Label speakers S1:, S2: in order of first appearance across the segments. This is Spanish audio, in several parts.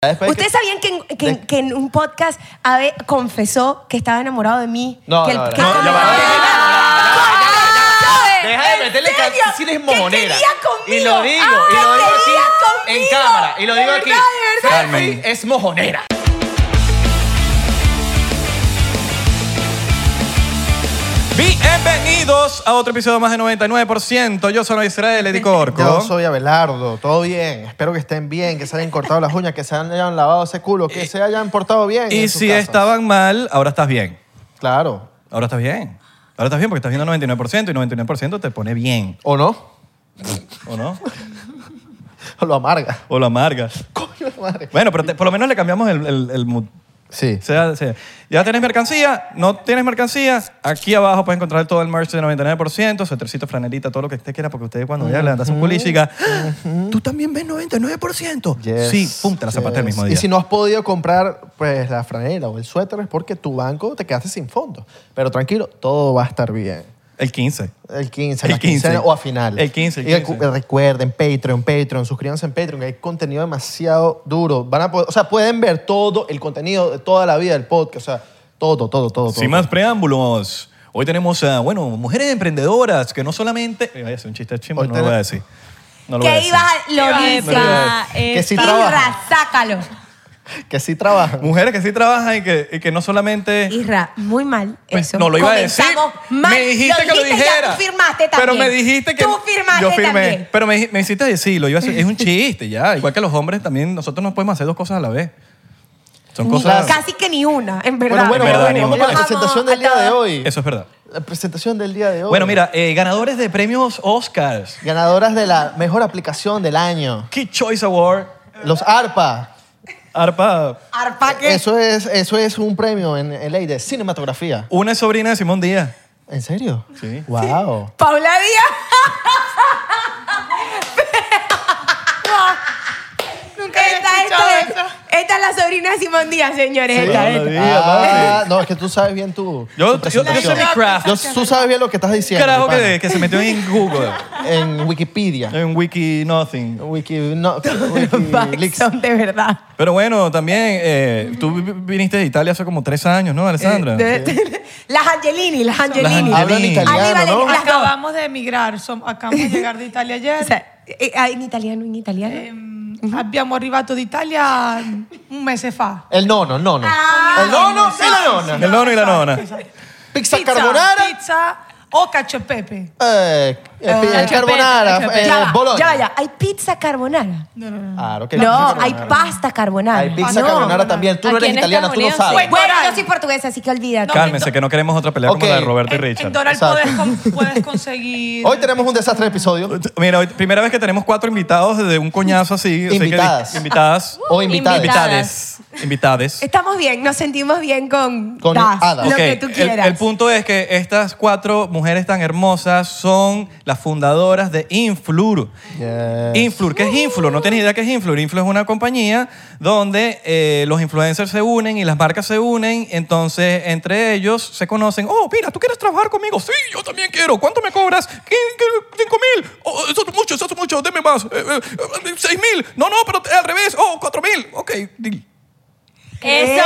S1: Después que-
S2: ¿Ustedes sabían que en, que en-
S1: de-
S2: que en un podcast Abe confesó que estaba enamorado de mí?
S1: No,
S2: que
S1: no, no.
S2: que
S1: No,
S2: él-
S1: ya va.
S2: ¡Coño, Abe!
S1: Deja de meterle
S2: ¿En
S1: can-
S2: serio?
S1: si eres
S2: ¿Qué
S1: mojonera.
S2: quería conmigo?
S1: Y lo digo, y
S2: Ah,
S1: lo digo
S2: ¿qué
S1: aquí
S2: quería
S1: en
S2: conmigo?
S1: cámara. Y lo
S2: De
S1: digo aquí.
S2: verdad, de verdad.
S1: Carmen es mojonera.
S3: Bienvenidos a otro episodio más de 99%. Yo soy Israel, Edico Orco.
S4: Yo soy Abelardo, todo bien. Espero que estén bien, que se hayan cortado las uñas, que se hayan lavado ese culo, que se hayan portado bien.
S3: y
S4: en sus
S3: si
S4: casas.
S3: estaban mal, ahora estás bien.
S4: Claro.
S3: Ahora estás bien. Ahora estás bien porque estás viendo 99% y 99% te pone bien,
S4: ¿O no?
S3: ¿o no?
S4: O lo amarga.
S3: O lo amarga.
S4: Coño, madre.
S3: Bueno, pero te- por lo menos le cambiamos el, el, el mood.
S4: Sí.
S3: Sea, sea. Ya tienes mercancía, no tienes mercancía. Aquí abajo puedes encontrar todo el merch de 99%, suetercito, flanelita, todo lo que usted quiera, porque usted cuando ya levantas un culo y siga, tú también ves 99%.
S4: Yes,
S3: sí, pum, te la zapatea
S4: yes.
S3: el mismo día.
S4: Y si no has podido comprar pues, la franela o el suéter es porque tu banco te quedaste sin fondos. Pero tranquilo, todo va a estar bien.
S3: El 15.
S4: El 15,
S3: El
S4: la quincena
S3: 15.
S4: o a final.
S3: El 15, el
S4: Y recu-
S3: 15.
S4: recuerden, Patreon, Patreon, suscríbanse en Patreon, que hay contenido demasiado duro. Van a poder, o sea, pueden ver todo el contenido de toda la vida del podcast, o sea, todo, todo, todo. todo.
S3: Sin más preámbulos, hoy tenemos a, bueno, mujeres emprendedoras que no solamente... eh, Vaya, es un chiste chimbo,
S4: Hoy
S3: no lo voy
S4: tenemos-
S3: a decir. No lo voy a
S2: Que
S3: decir.
S2: ibas a... Lo dice. eh,
S4: que sí
S2: Isra,
S4: trabajan,
S2: sácalo.
S4: que sí trabajan.
S3: Mujeres que sí trabajan y que, y que no solamente...
S2: Isra, muy mal
S3: Pues,
S2: eso.
S3: No lo iba a decir.
S2: Comenzamos mal.
S3: Me dijiste que lo
S2: dijiste ya,
S3: dijera.
S2: Tú firmaste también.
S3: Pero me dijiste que.
S2: Tú firmaste
S3: Yo firmé.
S2: también.
S3: Pero me, dij- me hiciste decirlo. Yo iba a hacer- es un chiste ya. Igual que los hombres también, nosotros no podemos hacer dos cosas a la vez. Son
S2: Ni-
S3: cosas.
S2: Casi que ni una, en verdad.
S4: Bueno, bueno,
S3: verdad,
S4: bueno,
S3: ni
S4: vamos
S3: modo.
S4: con la presentación del día de hoy.
S3: Eso es verdad.
S4: La presentación del día de hoy.
S3: Bueno, mira, eh, ganadores de premios Oscars.
S4: Ganadoras de la mejor aplicación del año.
S3: Key Choice Award.
S4: Los ARPA.
S3: Arpa.
S2: Arpa que...
S4: Eso es, eso es un premio en, en ley de cinematografía.
S3: Una es sobrina de Simón Díaz.
S4: ¿En serio?
S3: Sí.
S4: Wow.
S2: Paula Díaz. Nunca esta, esta, es- esta es la sobrina de Simón Díaz, señores.
S4: Sí.
S2: esta, esta.
S4: Ah, no, es que tú sabes bien tú.
S3: Yo- yo- yo sé mi craft.
S4: tú sabes bien lo que estás diciendo.
S3: Carajo
S4: mi pana.
S3: que, que se metió en Google.
S4: En Wikipedia.
S3: en Wiki Nothing.
S4: Wiki, no,
S2: Bugs
S4: Wikileaks.
S2: son de verdad.
S3: Pero bueno, también eh, tú vi- viniste de Italia hace como tres años, ¿no, Alessandra?
S4: Eh,
S2: De- las Angelini, las Angelini.
S3: Las
S4: Hablan italiano,
S2: Aníbal,
S4: ¿no?
S2: las dos.
S5: Acabamos de emigrar, som- acabamo di llegare d'Italia
S2: O
S5: ieri.
S2: sea, eh, ah, en italiano, en italiano.
S5: Ehm, abbiamo arrivato d'Italia un mese fa.
S4: El nono, el nono.
S2: Ah.
S4: el nono y la nona.
S3: El nono y la nona.
S4: Pizza, carbonara.
S5: Pizza o cacio e pepe. e
S4: Eh, eh,
S2: Ah,
S4: carbonara.
S2: Ya
S4: eh,
S2: va,
S4: Bologna.
S2: Ya, va, ya. Hay pizza carbonara.
S5: No, no, no.
S4: Claro que hay
S2: No,
S4: pizza
S2: hay
S4: carbonara.
S2: pasta carbonara. Ah,
S4: Hay pizza
S2: No.
S4: carbonara también. Tú no
S6: Aquí
S4: eres
S6: en
S4: italiana,
S6: Estados
S4: tú no
S6: Unidos,
S4: sabes.
S6: sí.
S2: Bueno, yo soy portuguesa, así que olvídate.
S3: Cálmense, que no queremos otra pelea
S4: Ok.
S3: como la de Roberto y
S5: En, en
S3: Richard.
S5: Donald
S4: Exacto.
S5: puedes, con- puedes conseguir...
S4: Hoy tenemos un desastre de episodio.
S3: Mira, hoy, primera vez que tenemos cuatro invitados de un coñazo así. así que-
S4: Invitadas.
S3: invitadas.
S4: O invitadas.
S3: Invitades. Invitades.
S2: Estamos bien, nos sentimos bien con,
S4: Con
S2: das,
S4: hadas.
S2: lo
S3: Ok,
S2: que tú
S3: el-
S2: quieras.
S3: El, punto es que estas cuatro mujeres tan hermosas son las fundadoras de Influr.
S4: Yes.
S3: Influr, ¿qué es Influr? No tienes idea qué es Influr. Influr es una compañía donde eh, los influencers se unen y las marcas se unen, entonces entre ellos se conocen. Oh, mira, ¿tú quieres trabajar conmigo? Sí, yo también quiero. ¿Cuánto me cobras? ¿Qué, qué- cinco mil? Oh, eso es mucho, eso es mucho, deme más. Eh, eh, eh, seis mil. No, no, pero al revés. Oh, cuatro mil. Ok, deal.
S2: Eso,
S6: Eso,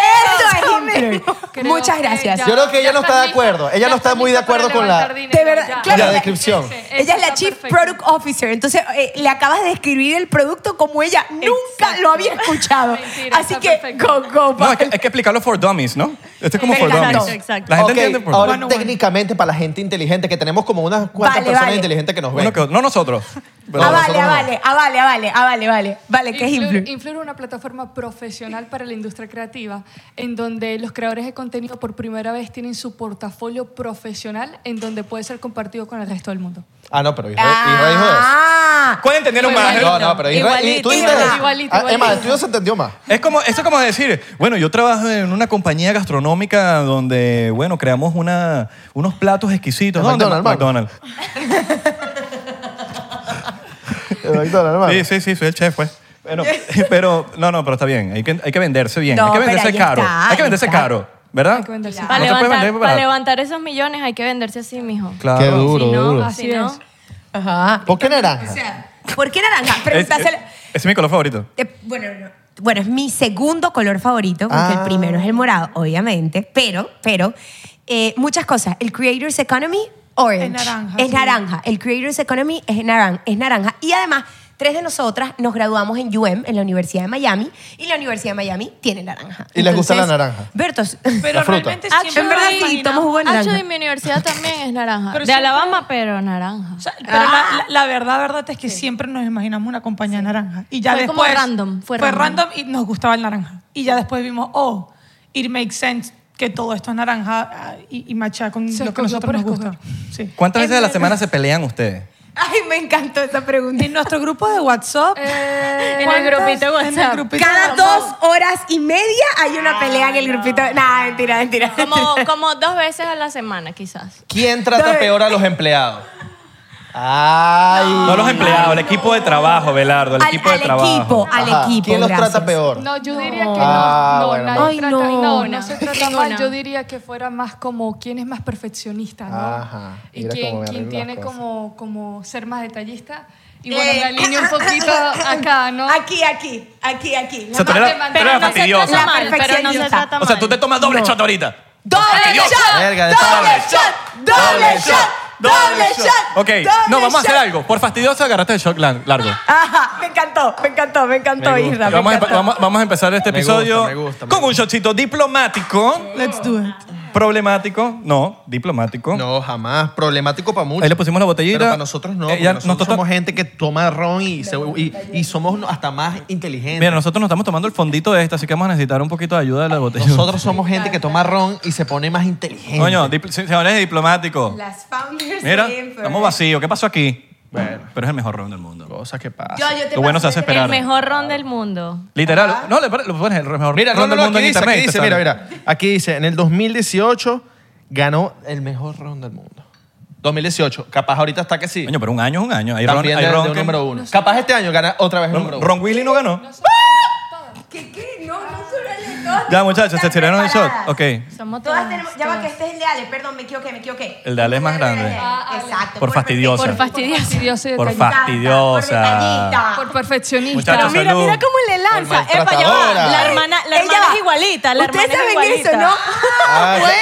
S2: eso es Hitler. Muchas gracias.
S4: Yo creo que ella no está de acuerdo. Ella no está muy de acuerdo con la-
S2: De verdad, claro,
S4: La
S2: ella-
S4: descripción.
S2: Ella es la Chief Product Officer, entonces eh, le acabas de describir el producto como ella nunca lo había escuchado.
S6: Mentira,
S2: Así
S6: está
S2: que,
S6: perfecto.
S2: go, go,
S3: No, hay
S2: Val.
S3: que, hay que explicarlo for dummies, ¿no? Esto es como
S6: Me
S3: for
S6: encantó.
S3: dummies.
S6: Exacto.
S3: La gente
S4: Ok,
S3: entiende por
S4: ahora
S5: Bueno, bueno.
S4: técnicamente para la gente inteligente, que tenemos como unas cuantas
S2: Vale,
S4: personas
S2: vale.
S4: inteligentes que nos ven.
S3: Uno que otro. No nosotros. pero-
S2: Ah,
S4: No,
S2: vale,
S4: nosotros
S2: ah,
S4: no.
S2: vale, ah, vale, ah, vale, ah, vale, vale, vale, que es
S6: Influr,
S2: Influ.
S6: Influr es una plataforma profesional para la industria creativa en donde los creadores de contenido por primera vez tienen su portafolio profesional en donde puede ser compartido con el resto del mundo.
S4: Ah, no, pero hijo, hijo, hijo de eso.
S2: Ah, Ah,
S3: ¿Cuál entendieron más? ¿eh?
S4: No, no, pero Israel-
S7: Igualito,
S4: tú dices-
S6: igualito, igualito,
S4: Ah, Es más, el
S6: igualito.
S4: tuyo se entendió más.
S3: Es como, eso es como decir, bueno, yo trabajo en una compañía gastronómica donde, bueno, creamos una, unos platos exquisitos.
S4: El
S3: ¿Dónde?
S4: McDonald's, Marco.
S3: McDonald's.
S4: El McDonald's, hermano.
S3: Sí, sí, sí, soy el chef, pues. Bueno, pero, no, no, pero está bien. Hay que, hay que venderse bien.
S2: No,
S3: hay que
S2: pero
S3: venderse
S2: ahí
S3: caro.
S2: está,
S3: hay que venderse
S2: ahí está.
S3: caro, ¿verdad?
S6: Hay que venderse
S3: No te
S7: Para,
S3: puedes
S7: levantar,
S3: vender
S7: para
S3: barato.
S7: levantar esos millones hay que venderse así, mijo.
S3: Claro.
S4: Qué duro,
S7: si no,
S4: duro.
S7: Así
S6: Si no.
S7: no.
S6: Ah.
S2: Ajá.
S4: ¿Por qué naranja?
S2: O sea, ¿por qué naranja?
S3: Es, es,
S2: Preguntáselo.
S3: ese es mi color favorito.
S2: Eh, bueno, no. bueno, es mi segundo color favorito, porque
S4: Ah.
S2: el primero es el morado, obviamente, pero, pero, eh, muchas cosas. El Creators Economy, orange.
S5: Es naranja,
S2: Es
S5: sí.
S2: naranja. El Creators Economy es naranja. Es naranja. Y además, tres de nosotras nos graduamos en UM, en la Universidad de Miami, y la Universidad de Miami tiene naranja.
S4: Y les gusta la
S2: Entonces,
S4: naranja.
S2: Bertos.
S5: Pero
S4: La fruta.
S5: realmente siempre
S7: Actually,
S2: en verdad
S5: me
S2: sí,
S5: imaginaba-
S2: tomo jugo de naranja.
S7: Actually, mi universidad también es naranja.
S5: Pero
S7: Ah, de
S5: siempre-
S7: Alabama, pero naranja.
S5: O sea, pero la, la- la verdad, verdad es que siempre nos imaginamos una compañía naranja. Y ya
S7: Fue como
S5: después.
S7: random, fue random.
S5: y nos gustaba el naranja. Y ya después vimos, oh, it makes sense que todo esto es naranja ah, y, y macha con
S6: Se
S5: lo que a
S6: escogió por
S5: nosotros nos gusta. Sí.
S3: ¿Cuántas veces a la semana se pelean ustedes?
S2: Ay, me encantó esa pregunta.
S5: En nuestro grupo de WhatsApp.
S2: Eh,
S7: en el
S5: ¿cuántas-
S7: grupito de
S5: en el
S7: WhatsApp. Ah,
S5: grupito
S2: Cada
S5: de WhatsApp?
S2: dos horas y media hay una pelea en el grupito. Nah, mentira, mentira.
S7: Como, como dos veces a la semana, quizás.
S1: ¿Quién trata
S2: Dale.
S1: peor a los empleados?
S4: Ay.
S3: No los empleados, el equipo de trabajo, Belardo, el
S2: al,
S3: equipo de
S2: al
S3: trabajo.
S2: equipo, al
S4: Ajá.
S2: equipo.
S4: ¿Quién los
S2: gracias.
S4: trata peor?
S6: No, yo diría que no.
S4: Ah,
S6: no,
S4: bueno,
S6: nadie
S2: bueno. Ay,
S6: trata-
S2: no.
S6: no, no, se trata
S7: Ninguna.
S6: mal. Yo diría que fuera más como quién es más perfeccionista, ¿no?
S4: Ajá,
S6: Y
S4: mira
S6: quién, quién
S4: cómo me arreglo las
S6: tiene
S4: cosas.
S6: como, como ser más detallista. Y
S2: Eh,
S6: bueno, me alineo un poquito acá, ¿no?
S2: Aquí, aquí, aquí, aquí.
S3: O sea, tú eres,
S6: Pero
S3: tú eres
S6: no se
S3: fastidiosa.
S7: trata mal, pero no se
S2: perfeccionista.
S7: trata mal.
S3: O sea, tú te tomas doble shot ahorita.
S2: ¡Doble
S3: Dios.
S2: shot!
S4: Verga, de
S2: ¡Doble
S3: tarde.
S2: shot! ¡Doble shot! ¡Doble shot!
S3: Ok,
S2: doble
S3: no, vamos a hacer
S2: shot.
S3: algo. Por fastidiosa, agarraste el shot lan- largo.
S2: Ajá, me encantó, me encantó, me encantó,
S1: Me gusta.
S2: Isra. me
S3: Vamos a, empe-
S2: encantó.
S3: vamos- vamos a empezar este
S1: Me gusta,
S3: episodio
S1: me gusta, me
S3: con un
S1: gusta.
S3: shotcito diplomático.
S5: Let's do it.
S3: Problemático. No, diplomático.
S4: No, jamás. Problemático para muchos.
S3: Ahí le pusimos la botellita.
S4: Pero para nosotros no.
S3: Eh,
S4: porque
S3: ya
S4: nosotros
S3: nosotros-
S4: somos gente que toma ron y, se- y, y somos hasta más inteligentes.
S3: Mira, nosotros nos estamos tomando el fondito de esta, así que vamos a necesitar un poquito de ayuda de la botella.
S4: nosotros somos gente que toma ron y se pone más inteligente.
S3: Coño, dipl- se- señores diplomáticos.
S2: Las founders
S3: Mira,
S2: siempre.
S3: estamos vacíos. ¿Qué pasó aquí?
S4: Bueno.
S3: Pero es el mejor ron del mundo.
S4: Cosas que pasan.
S2: Yo, yo te
S3: Lo bueno se
S2: paso
S3: hace
S2: el-
S3: esperar.
S7: El mejor ron del mundo.
S3: Literal. No, le pare- lo pones el mejor
S4: Mira, no,
S3: ron
S4: no,
S3: del
S4: no,
S3: mundo
S4: aquí
S3: en
S4: dice,
S3: internet.
S4: aquí
S3: y te
S4: dice,
S3: sale.
S4: mira, mira. Aquí dice, en el 2018 ganó el mejor ron del mundo. 2018. Capaz ahorita está que sí.
S3: Coño, pero un año es un año. Hay ron,
S4: También
S3: hay
S4: de,
S3: ron
S4: de un
S3: que-
S4: número uno. Capaz este año gana otra vez el número
S3: Ron,
S4: uno.
S3: Ron Willy no ganó.
S2: ¿Qué, qué? No, no solo el de todos.
S3: Ya, muchachos, se
S2: Están
S3: tiraron el shot.
S2: preparadas.
S3: Ok.
S7: Somos
S2: Todas
S7: todas,
S2: tenemos. Ya va
S7: todas.
S2: que este es el de Ale, perdón, me equivoqué, me equivoqué.
S3: El de Ale es más grande.
S2: Exacto.
S3: Por fastidiosa.
S7: Ah, Por
S6: Fastidioso. Fastidioso y
S3: Por
S6: detallista.
S3: fa- Fastidiosa.
S5: Ah.
S6: Por perfeccionista.
S3: Muchachos,
S7: Mira,
S3: salud.
S7: mira cómo le lanza.
S4: Por
S7: Epa, ya va.
S4: maltratadora.
S7: La hermana, la
S2: Ella
S7: hermana
S2: va.
S7: es igualita. La hermana
S2: Ustedes
S7: es
S2: saben
S7: igualita.
S2: eso, ¿no?
S4: Ah,
S2: Bueno.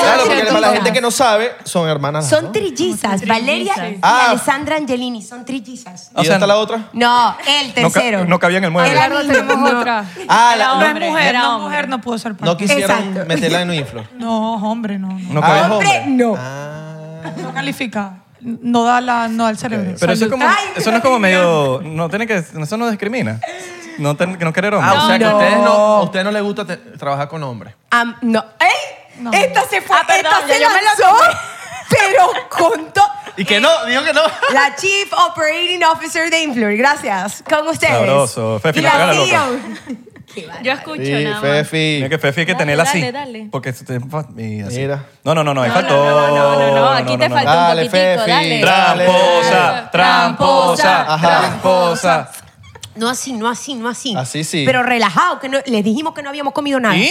S4: Claro, porque
S6: Siento
S4: para la
S6: mal.
S4: gente que no sabe, son hermanas. las
S2: Son
S4: dos.
S2: trillizas, Valeria y
S4: Ah.
S2: Alessandra Angelini, son trillizas.
S4: ¿Y dónde
S3: sea,
S4: está la otra?
S2: No, el
S3: No ca-
S2: tercero.
S3: no cabía en el mueble.
S2: Era
S6: Claro,
S2: niño,
S6: tenemos
S2: no.
S6: otra.
S4: Ah,
S7: Era
S4: la,
S5: No
S4: no,
S5: es
S7: Hombre,
S5: mujer,
S7: era
S5: no
S7: hombre.
S5: mujer, no pudo ser parte.
S4: no quisieron
S2: Exacto.
S4: meterla en un inflo.
S5: No, hombre, no. No,
S3: No
S4: Ah,
S3: cabe.
S4: es
S2: Hombre, no.
S5: No califica. No da, la, no da el cerebro.
S3: Pero eso, es como,
S2: Ay,
S3: eso no es como medio. No tiene que. Eso no discrimina. No, ten- que no querer hombre.
S4: Ah, o sea que a
S2: No.
S4: ustedes no, a ustedes no les gusta te- trabajar con hombres.
S2: Am- no. ¡Ey! Esta se fue,
S7: Ah, perdón,
S2: esta
S7: ya
S2: se
S7: yo me la
S2: lanzó, pero con to-
S4: Y que no, digo que no.
S2: La Chief Operating Officer de Influr, gracias. Con ustedes.
S3: Sabroso. Fefi,
S2: Y
S3: no te
S2: la
S3: hagas la
S2: CEO.
S7: Yo escucho nada más.
S4: Fefi.
S3: Mira que Fefi hay que
S7: Dale,
S3: tenerla
S7: dale,
S3: así.
S7: dale.
S3: Porque se te. Mira. así.
S4: Mira.
S3: No, no, no, no. ahí faltó.
S7: No, no, no, no, aquí te falta
S4: Dale,
S7: un poquitico,
S4: Fefi.
S7: dale.
S4: Dale.
S3: Tramposa, tramposa,
S4: Ajá.
S3: tramposa.
S2: No así, no así, no así.
S4: Así sí.
S2: Pero relajado, que no, les dijimos que no habíamos comido nada.
S3: ¿Y?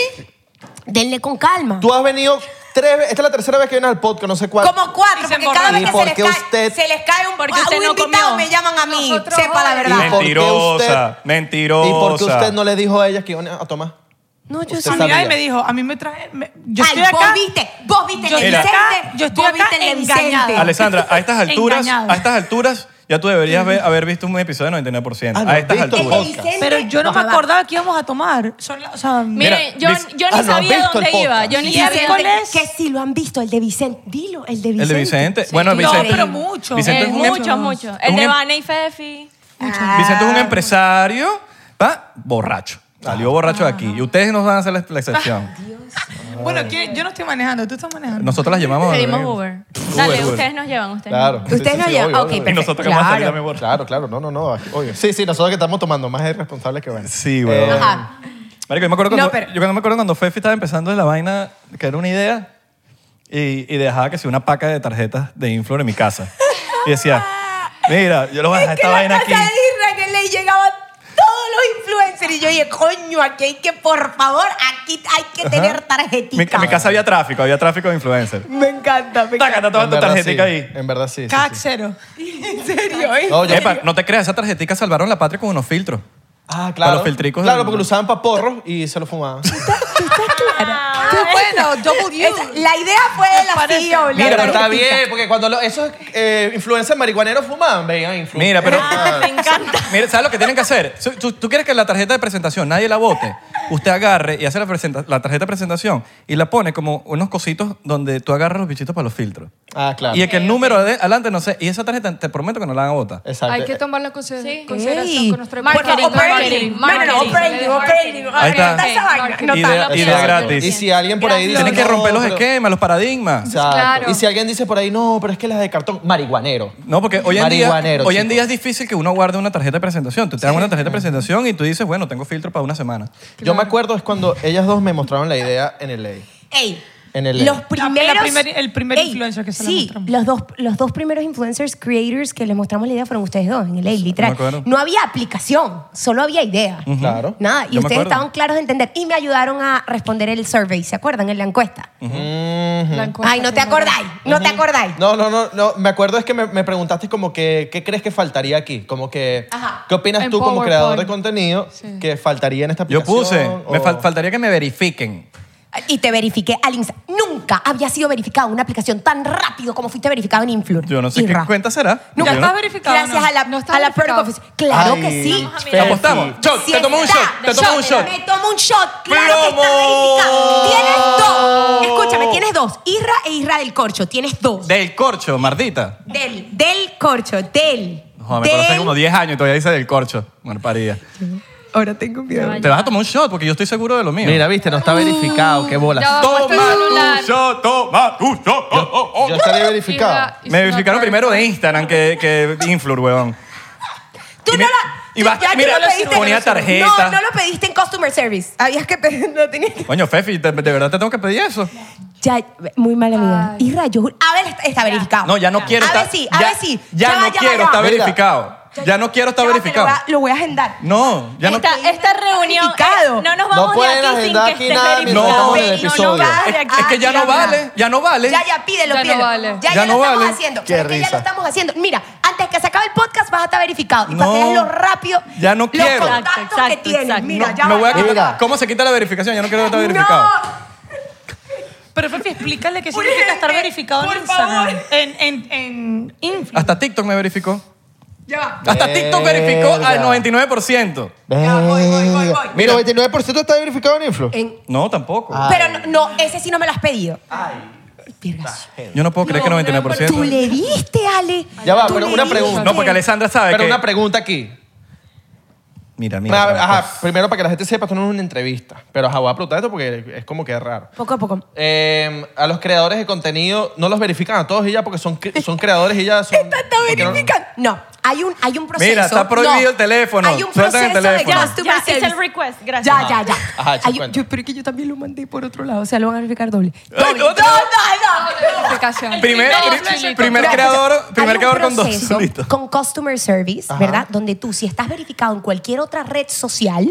S2: Denle con calma.
S4: Tú has venido tres veces. Esta es la tercera vez que vienes al podcast, no sé cuál.
S2: Como cuatro, porque cada
S4: emborracharon.
S2: vez
S4: ¿Y
S2: que se
S4: por
S2: les,
S4: qué
S2: cae,
S4: usted-
S2: se les cae un,
S7: Porque
S2: a
S7: usted
S2: un
S7: no
S2: invitado,
S7: comió.
S2: me llaman a mí.
S6: Nosotros
S2: Sepa la
S6: hoy.
S2: verdad.
S4: ¿Y por qué
S3: Mentirosa,
S4: usted-
S3: mentirosa.
S4: ¿Y por qué usted no le dijo a ellas que iban a tomar?
S2: No, yo
S4: Usted
S5: a
S2: soy...
S5: mí nadie
S4: sabía.
S5: me dijo, a mí me traje. me- yo
S2: Ay,
S5: estoy acá.
S2: vos viste, vos viste el
S5: Yo
S2: de
S3: estoy
S2: Vicente,
S5: acá- yo estoy
S2: vos viste
S5: acá
S2: el de
S5: engañada.
S2: Vicente.
S3: Alessandra, a estas alturas,
S5: Engañada.
S3: a estas alturas, ya tú deberías haber, haber visto un episodio de 99%.
S4: Ah, no,
S3: a estas
S4: visto el
S3: alturas.
S4: podcast.
S5: Pero yo no me acordaba que íbamos a tomar. Son la- o sea,
S7: Miren,
S3: Mira,
S7: yo, yo
S4: ah,
S7: ni
S4: no,
S7: sabía
S4: has visto el
S7: dónde iba.
S4: podcast.
S7: Yo ni
S5: Y ese
S7: sabía
S5: con
S7: dónde
S5: él-
S2: Que si lo han visto, el de Vicente. Dilo, el de Vicente.
S3: El de Vicente. Bueno,
S7: Sí.
S5: no,
S3: Vicente.
S5: pero mucho.
S3: Vicente
S7: Eh,
S3: es un em-
S7: mucho, mucho.
S3: un
S7: El de
S3: em-
S7: Vane y Fefi.
S3: Vicente
S4: Ah.
S3: es un empresario, ¿va? Borracho. Salió borracho de aquí. Y ustedes no van a ser la, la excepción.
S5: Bueno, ¿quién- yo no estoy manejando, tú estás manejando.
S3: Nosotros las llamamos.
S7: Pedimos Uber. Dale,
S3: Uber.
S7: ustedes nos llevan, ustedes. nos
S4: Claro.
S7: llevan.
S4: Sí,
S2: Ustedes
S4: sí,
S2: no
S4: sí,
S2: llevan.
S4: obvio,
S2: Ah,
S4: obvio.
S2: ok,
S3: Y
S2: perfecto.
S3: nosotros que vamos a salir
S2: Claro.
S3: también borrachos.
S4: Claro, claro, no, no, no, obvio. Sí, sí, nosotros que estamos tomando más irresponsables que bueno. Eh,
S3: Sí, weón.
S2: Ajá.
S3: Marico, yo me acuerdo cuando,
S2: No, pero-
S3: yo cuando me acuerdo cuando Fefi estaba empezando de la vaina, que era una idea, y, y dejaba que si una paca de tarjetas de Inflor en mi casa. Y decía, mira, yo lo voy a dejar
S2: que
S3: esta
S2: la
S3: vaina
S2: casa
S3: aquí.
S2: de Isra que le llegaban todos los influencers y yo dije, coño, aquí hay que, por favor, aquí hay que tener
S3: Mi,
S2: tarjetita.
S3: en mi casa había tráfico, había tráfico de influencers.
S2: Me encanta, me encanta.
S3: Taca, está toda
S4: En
S3: tu
S4: verdad,
S3: tarjetica
S4: sí.
S3: ahí.
S4: En verdad, sí. sí,
S5: Cac
S4: sí.
S5: cero.
S2: En serio, ¿eh?
S4: No, yo-
S3: Epa, no te creas, esa tarjetica salvaron la patria con unos filtros.
S4: Ah,
S3: Para
S4: claro.
S3: los filtricos
S4: Claro,
S3: del-
S4: porque lo usaban para porros y se lo fumaban.
S7: Ah,
S5: Qué bueno, double
S2: Esa-
S5: U.
S2: la idea fue de la
S5: parece.
S2: CEO. la
S4: Mira, pero
S2: tarjetita.
S4: está bien, porque cuando lo- esos eh, influencers marihuaneros fumaban, veían influencers.
S3: Mira, pero-
S2: Ah,
S7: Ah, Me encanta.
S3: Mira, ¿sabes lo que tienen que hacer? Su- ¿Tú, tú quieres que la tarjeta de presentación nadie la vote? Usted agarre y hace la, presenta- la tarjeta de presentación y la pone como unos cositos donde tú agarras los bichitos para los filtros.
S4: Ah, claro.
S3: Y el que el número de adelante, no sé. Y esa tarjeta, te prometo que no la van a votar.
S4: Exacto.
S6: Hay que tomarlo en consider-
S7: Sí.
S6: consideración
S2: Ey,
S6: con nuestro
S2: por favor,
S7: marketing, marketing,
S2: operating. No, no,
S7: marketing.
S2: no, operating, operating.
S3: Ahí está.
S2: Está esa vaina. No
S3: Idea-
S2: está.
S3: idea
S4: Exacto.
S3: gratis.
S4: Y si alguien por ahí dice.
S3: Tienen que
S4: no,
S3: romper los
S4: pero-
S3: esquemas, los paradigmas.
S4: Exacto.
S6: Claro.
S4: Y si alguien dice por ahí, no, pero es que las de cartón, marihuanero.
S3: No, porque hoy en, día,
S4: Marihuanero,
S3: hoy en
S4: chicos.
S3: día es difícil que uno guarde una tarjeta de presentación. Tú te dan una tarjeta de presentación y tú dices, bueno, tengo filtro para una semana.
S4: Yo me acuerdo es cuando ellas dos me mostraron la idea en el ley.
S2: Ey.
S4: En el-
S2: los
S4: La
S2: primeros
S5: primer- el primer influencer que se la
S2: sí,
S5: mostramos.
S2: los dos los dos primeros influencers creators que les mostramos la idea fueron ustedes dos en el A,
S3: me
S2: literal
S3: acuerdo.
S2: no había aplicación solo había idea
S4: Claro.
S2: nada y
S3: Yo me
S2: ustedes
S3: acuerdo.
S2: estaban claros de entender y me ayudaron a responder el survey ¿se acuerdan? en la encuesta
S6: La encuesta
S2: ay no te
S6: primero.
S2: acordáis no te acordáis
S4: No, no, no, no. Me acuerdo es que me, me preguntaste como que, ¿qué crees que faltaría aquí? Como que,
S2: Ajá.
S4: ¿qué opinas
S6: En
S4: tú como
S6: PowerPoint.
S4: creador de contenido que faltaría en esta
S3: Yo
S4: aplicación?
S3: puse, me
S4: o-
S3: fal- faltaría que me verifiquen.
S2: y te verifiqué al Insta nunca había sido verificada una aplicación tan rápido como fuiste verificado en Influen
S3: Yo no sé
S2: Irra.
S3: qué cuenta será.
S2: Nunca.
S3: Yo no-
S5: estás verificado,
S2: Gracias
S5: no?
S2: a la,
S6: No estás
S2: a la Product
S6: verificado.
S2: Officer. Claro
S4: Ay,
S2: que sí.
S4: Fefi.
S3: Apostamos. Shot,
S2: Sí
S3: te tomo un
S2: está.
S3: shot, te tomo un shot.
S2: Me tomo un shot. Claro que está
S3: ¡Plomo!
S2: verificado. Tienes dos. Escúchame, tienes dos. Isra e Isra del Corcho. Tienes dos.
S3: Del corcho, mardita.
S2: del, del Corcho. Del.
S3: Joder, me
S2: del-
S3: conocen como 10 años y todavía dice del corcho. Bueno, paría.
S2: Ahora tengo miedo.
S3: Te vas a tomar un shot porque yo estoy seguro de lo mío.
S4: Mira, viste, no está verificado. Qué bola.
S6: Ya va,
S3: toma
S6: puesto el celular.
S3: tu shot, toma tu shot. Oh, oh, oh.
S4: Yo estaré
S6: Isra,
S4: verificado.
S6: it's
S3: Me verificaron
S6: not
S3: primero de
S6: verified.
S3: Instagram que, que Influr, weón.
S2: Tú
S3: Y
S2: no
S3: me-
S2: la.
S3: y basta-
S2: ya tú
S3: mira,
S2: no lo pediste-
S3: ponía tarjeta.
S2: No, no lo pediste en Customer Service. Habías que pedir, no tenías que-
S3: Coño, Fefi, ¿de, de verdad te tengo que pedir eso?
S2: Ya, muy mala amiga.
S6: Ay.
S2: Isra, yo. A ver, está verificado.
S3: No, ya no quiero
S2: A
S3: estar...
S2: ver sí, a
S3: ya-
S2: ver sí.
S3: Ya,
S2: va,
S3: no
S2: va,
S3: quiero
S2: va.
S3: estar
S4: Mira.
S3: verificado. Ya no quiero estar
S2: Ya va, que
S3: verificado.
S2: Lo voy, a, lo voy a agendar.
S3: No, ya no...
S7: Esta, esta reunión.
S2: Verificado.
S7: eh, no nos vamos
S4: pueden
S7: de aquí sin
S4: agendar
S7: que
S4: aquí
S7: estés
S4: nada mientras
S7: verificado.
S3: estamos en el
S7: no,
S4: episodio.
S7: no vas de
S3: Es,
S7: aquí.
S3: es que ya
S2: Ah,
S3: no
S2: mira,
S3: vale, ya no vale.
S2: Ya, ya, pídelo,
S6: Ya no
S2: pídelo.
S6: vale.
S2: Ya, ya,
S3: Ya
S2: lo
S3: no
S2: estamos
S3: vale.
S2: haciendo.
S4: Qué
S2: ¿Sabes que ya
S4: risa.
S2: lo estamos haciendo. Mira, antes que se acabe el podcast vas a estar verificado. Y para que
S3: No.
S2: veas lo rápido.
S3: Ya no quiero.
S2: Los contactos
S7: Exacto, exacto,
S2: que tienes.
S7: exacto.
S2: Mira,
S3: Eh, No,
S2: ya
S3: me
S2: va,
S3: voy a
S2: ya va.
S3: quitar-
S4: Mira.
S3: ¿Cómo se quita la verificación? Ya no quiero estar
S2: No.
S3: verificado.
S5: Pero Fefi, explícale qué
S2: Urgente,
S5: significa estar verificado
S2: por
S5: en Instagram.
S2: favor.
S5: En, en, en Influ.
S3: Hasta TikTok me verificó.
S2: Ya va.
S3: Hasta TikTok verificó al
S4: Verga.
S3: 99%.
S2: Ya, voy, voy, voy, voy.
S4: Mira, 29% está verificado en Influ.
S2: En-
S3: Eh, No, tampoco.
S4: Ah.
S2: pero no, no, ese sí no me lo has pedido. Ay.
S3: Yo no puedo creer
S6: No,
S3: que
S2: Tú
S3: 99%.
S2: le diste, Ale.
S4: Ya va,
S2: Tú
S4: pero
S2: le
S4: una
S2: diste.
S4: pregunta.
S3: No, porque Alessandra sabe
S4: Pero
S3: que...
S4: una pregunta aquí.
S3: Mira, mira. pues.
S4: Ajá,
S3: otra
S4: ajá,
S3: cosa.
S4: primero para que la gente sepa, esto no es una entrevista. Pero ajá, voy a preguntar esto porque es como que es raro.
S2: Poco a poco.
S4: Eh, a los creadores de contenido no los verifican a todos y ya porque son, cre- son creadores y ya son.
S2: Está
S4: porque no-
S2: verificando. No, hay un, hay un Este proceso.
S3: Mira, está prohibido
S2: No.
S3: el teléfono.
S2: Hay un proceso
S3: Sueltan el
S2: de
S3: teléfono.
S2: customer
S7: Ya, hice el
S2: service.
S7: request, gracias.
S2: Ya, ya, ya.
S4: Ajá, echa
S2: Ay,
S4: cuenta.
S2: yo, pero es que yo también lo mandé por otro lado. O sea, lo van a verificar doble.
S3: Ay,
S2: Doble.
S3: no, otra
S2: no, no, no.
S6: Verificación.
S3: Primer,
S6: No,
S3: pri-
S6: Flechito.
S3: primer
S2: Pero,
S3: creador,
S2: escucha,
S3: primer
S2: hay un
S3: creador con dos
S2: proceso
S3: solitos.
S2: Con customer service, ¿verdad? Donde tú, si estás verificado en cualquier otra red social,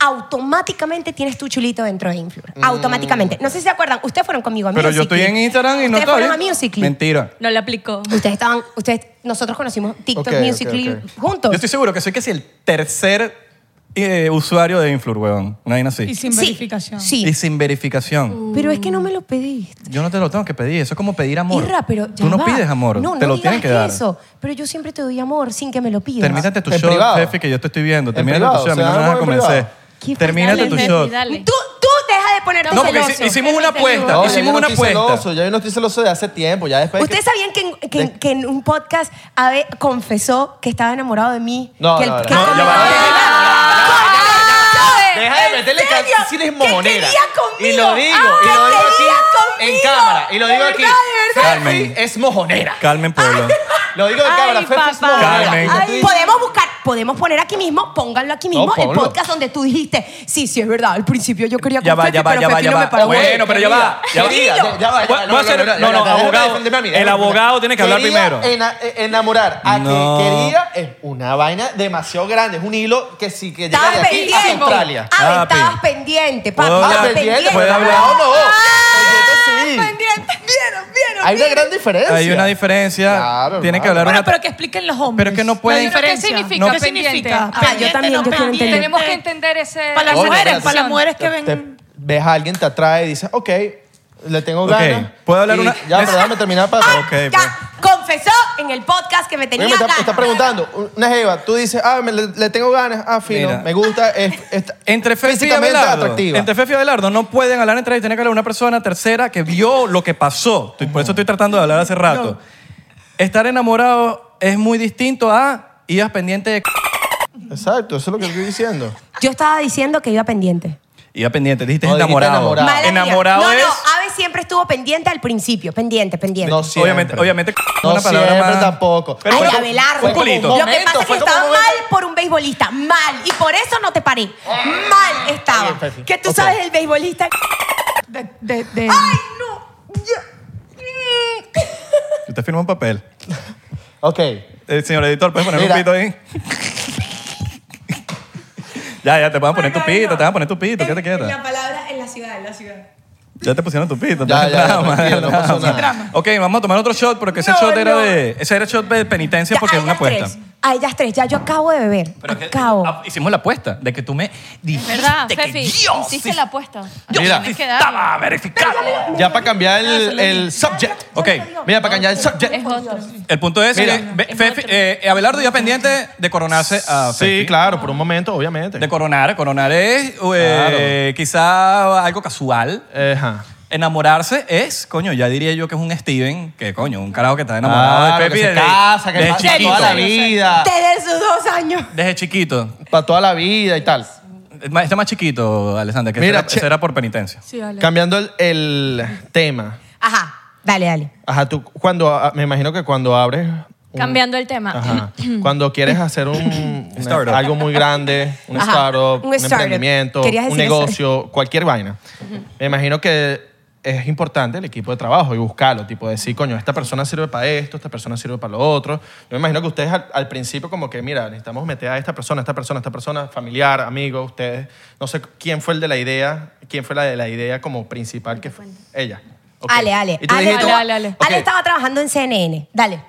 S2: automáticamente tienes tu chulito dentro de Influencer. Automáticamente. No sé si se acuerdan, ustedes fueron conmigo a
S3: Mm. Pero yo
S2: Musical.ly.
S3: estoy en Instagram y no
S2: Ustedes
S3: estoy.
S2: fueron a Musical.ly.
S3: Mentira.
S7: No la aplicó.
S2: Ustedes estaban, ustedes, nosotros conocimos TikTok
S4: Ok, ok,
S2: Musical.ly
S4: ok.
S2: juntos.
S3: Yo estoy seguro que soy casi el tercer eh, usuario de Influr, weón. Una vaina
S5: Y
S3: así.
S5: sin
S2: Sí,
S5: verificación.
S2: Sí.
S3: Y sin verificación.
S2: Pero es que no me lo pediste.
S3: Yo no te lo tengo que pedir. Eso es como pedir amor.
S2: Irra, pero ya
S3: Tú no
S2: va.
S3: pides amor.
S2: No,
S3: te
S2: no
S3: lo tienen
S2: digas
S3: que dar.
S2: eso. Pero yo siempre te doy amor sin que me lo pidas.
S3: Termínate tu
S4: En
S3: shot,
S4: privado.
S3: Fefi, que yo te estoy viendo.
S4: En
S3: Termínate
S4: privado,
S3: tu shot. A mí
S4: o sea,
S3: no me vas a
S4: amor en
S3: convencer.
S4: privado.
S2: Qué
S3: Termínate
S7: Dale,
S3: tu
S7: Messi,
S3: shot.
S7: dale.
S2: Tú, tú deja de ponerte
S3: No, porque
S2: celoso.
S3: hici- hicimos una apuesta.
S4: No, ya yo
S3: hicimos
S4: no
S3: una
S4: estoy
S3: apuesta.
S4: celoso, ya yo no estoy celoso de hace tiempo, ya después.
S2: Ustedes
S4: que-
S2: sabían que en, que en- que en un podcast Ave confesó que estaba enamorado de mí.
S4: No,
S2: que
S4: no, no.
S2: que
S4: No,
S3: ya va.
S2: ¡Ah!
S4: Deja de
S2: ¿En
S4: meterle
S2: serio?
S4: can- si eres
S2: Que
S4: monera.
S2: quería conmigo.
S4: Y lo digo, y
S2: Ah,
S4: lo
S2: que
S4: digo aquí.
S2: quería
S1: en cámara. Y lo
S5: De
S1: digo
S5: verdad,
S1: aquí.
S5: de verdad.
S1: Ferfi es mojonera.
S3: Calmen Pueblo.
S4: Lo digo en
S7: Ay,
S4: cámara, Fefi es
S7: papá.
S4: mojonera.
S3: Carmen.
S4: Lo
S2: Ay, pues,
S4: estoy diciendo.
S2: podemos buscar, podemos poner aquí mismo, pónganlo aquí mismo,
S4: No,
S2: el
S4: ponlo.
S2: podcast donde tú dijiste, sí, sí, es verdad, al principio yo quería con
S3: Ya va,
S2: Fefi,
S3: ya va,
S2: pero
S3: ya va,
S2: Fefi
S3: ya
S2: no me
S3: va.
S2: paró".
S3: Bueno, pero ya va. Ya va.
S4: Querido. Ya, ya va, ya va.
S3: Voy a hacer- no, no,
S4: déjame
S3: abogado.
S4: defenderme a mí,
S3: El
S4: déjame
S3: abogado tiene que hablar
S4: Quería
S3: primero.
S4: ena- eh, enamorar a
S3: No.
S4: que quería es una vaina demasiado grande. Es un hilo que sí que llega
S2: Estabas
S4: de aquí a
S2: pendiente.
S4: Australia.
S2: Ah,
S3: Papi.
S2: estabas pendiente, papi.
S3: ¿Puedo
S4: Ah,
S2: Estabas
S3: hablar?
S4: pendiente.
S2: pendiente.
S4: ¿Puedo
S2: Ah.
S4: hablar o no? Pendiente, sí.
S5: Pendiente. Vieron, vieron.
S4: Hay una
S5: vieron.
S4: gran diferencia.
S3: Hay una diferencia.
S4: Claro,
S3: Tienen
S4: hermano.
S3: que hablar
S5: Bueno,
S3: una.
S5: pero que expliquen los hombres.
S3: Pero es que no pueden-
S5: La diferencia.
S6: ¿Qué significa
S3: No.
S5: ¿Qué
S6: pendiente?
S5: significa?
S2: Ah, yo también, yo quiero
S5: pendiente.
S2: entender.
S6: Tenemos que entender ese.
S5: Para las
S4: Oye,
S5: mujeres,
S4: espérate.
S5: para las mujeres que
S4: Te- te
S5: ven...
S4: ves a alguien, te atrae y dices, ok, le tengo
S3: Ok,
S4: ganas.
S3: ¿puedo hablar
S4: Y
S3: una-
S4: Ya, pero déjame terminar para...
S3: Ah, Ok,
S2: Ya,
S3: pues.
S2: confesó en el podcast que me
S4: Oye,
S2: tenía
S4: me está,
S2: ganas.
S4: está preguntando, una jeva, tú dices, ah, me- le, le tengo ganas, ah, fino,
S3: Mira.
S4: me gusta, es, es-
S3: Entre Fefi y
S4: físicamente
S3: Abelardo.
S4: atractiva.
S3: Entre Fefi y Abelardo no pueden hablar entre ellos. Tiene que hablar una persona tercera que vio lo que pasó. Estoy- Por eso estoy tratando de hablar hace rato. Estar enamorado es muy distinto a ibas pendiente de... c-
S4: Exacto, eso es lo que estoy diciendo.
S2: Yo estaba diciendo que iba pendiente.
S3: Ibas pendiente, dijiste
S4: No, dijiste
S3: enamorado.
S4: enamorado.
S2: Mala mía.
S3: Enamorado
S2: No,
S3: es...
S2: no, Ave siempre estuvo pendiente al principio, pendiente, pendiente.
S4: No siempre.
S3: Obviamente- obviamente, c-
S4: no
S3: una palabra
S4: siempre
S3: más.
S4: tampoco.
S3: Pero
S2: Ay,
S3: fue como-
S2: Abelardo.
S3: fue como un
S2: Lo que
S4: momento,
S2: pasa es que
S4: fue como
S2: estaba
S4: un
S2: mal
S4: momento.
S2: por un beisbolista, mal. Y por eso no te paré. Mal estaba.
S4: Bien, Fefi.
S2: que tú
S4: Ok.
S2: sabes el beisbolista.
S5: De, de, de-
S2: ¡Ay, no! Ya. Mm.
S3: pues, Usted firma un papel.
S4: Ok,
S3: Eh, señor editor, ¿puedes poner
S4: Mira.
S3: un pito ahí? ya, ya, te van a poner tu pito, te van a poner tu pito, ¿qué te
S2: En la
S3: queda?
S2: palabra, en la ciudad, en la ciudad.
S3: Ya te pusieron tu pito.
S4: Ya,
S3: entonces,
S4: ya, ya,
S3: drama,
S4: tranquilo, no pasó
S3: drama.
S5: nada.
S3: Ok, vamos a tomar otro shot, porque ese
S5: No,
S3: shot era
S5: no.
S3: de... Ese era shot de penitencia
S2: Ya,
S3: porque
S2: a
S3: es una
S2: ellas
S3: apuesta.
S2: tres. A ellas tres, ya yo acabo de beber.
S3: es que-
S2: acabo.
S3: ah, hicimos la apuesta de que tú me dijiste
S7: ¿Verdad,
S3: que
S7: Ah, Fefi?
S3: yo
S7: Hiciste
S3: sí-
S7: la apuesta.
S3: yo
S4: Mira.
S7: Tienes que darle.
S3: estaba verificado.
S4: ya para cambiar el, el subject.
S3: Ok,
S4: Mira, para cambiar el subject.
S7: Es otro.
S3: El punto es
S4: Mira.
S3: que Be- Fefi- eh, Abelardo ya pendiente de coronarse a Fefi.
S4: Sí, claro, por un momento, obviamente.
S3: De coronar. Coronar es eh, quizá algo casual.
S4: Ajá.
S3: Enamorarse es, coño, ya diría yo que es un Steven, que coño, un carajo que está enamorado de
S4: Claro,
S3: Pepi
S4: que se
S3: desde,
S4: casa, Ah, que
S3: desde
S4: pasa
S3: chiquito.
S4: toda la vida.
S2: Desde sus dos años.
S3: Desde chiquito.
S4: Para toda la vida y tal.
S3: Es más- Está más chiquito, Alessandra, que
S4: Mira,
S3: Mira,
S4: che-
S3: era por penitencia.
S6: Sí, vale.
S4: Cambiando el, el tema.
S2: Ajá, dale, dale.
S4: Ajá, tú cuando a- me imagino que cuando abres un-
S7: Cambiando el tema.
S4: Ajá. Cuando quieres hacer un, una-
S3: Startup.
S4: algo muy grande, un
S2: Ajá,
S4: startup,
S2: un
S4: un,
S2: startup.
S4: emprendimiento,
S2: Querías
S4: un
S2: decir eso.
S4: negocio, cualquier vaina. Me imagino que es importante el equipo de trabajo y buscarlo, tipo decir, coño, esta persona sirve para esto, esta persona sirve para lo otro. Yo me imagino que ustedes al, al principio como que, mira, necesitamos meter a esta persona, esta persona, esta persona, familiar, amigo, ustedes. No sé quién fue el de la idea, quién fue la de la idea como principal que fue ella. Ok.
S2: Ale, ale.
S4: Y tú
S2: ale,
S4: dijiste,
S2: Ale,
S6: Ale, Ale.
S4: ok.
S2: Ale estaba trabajando en CNN. Dale.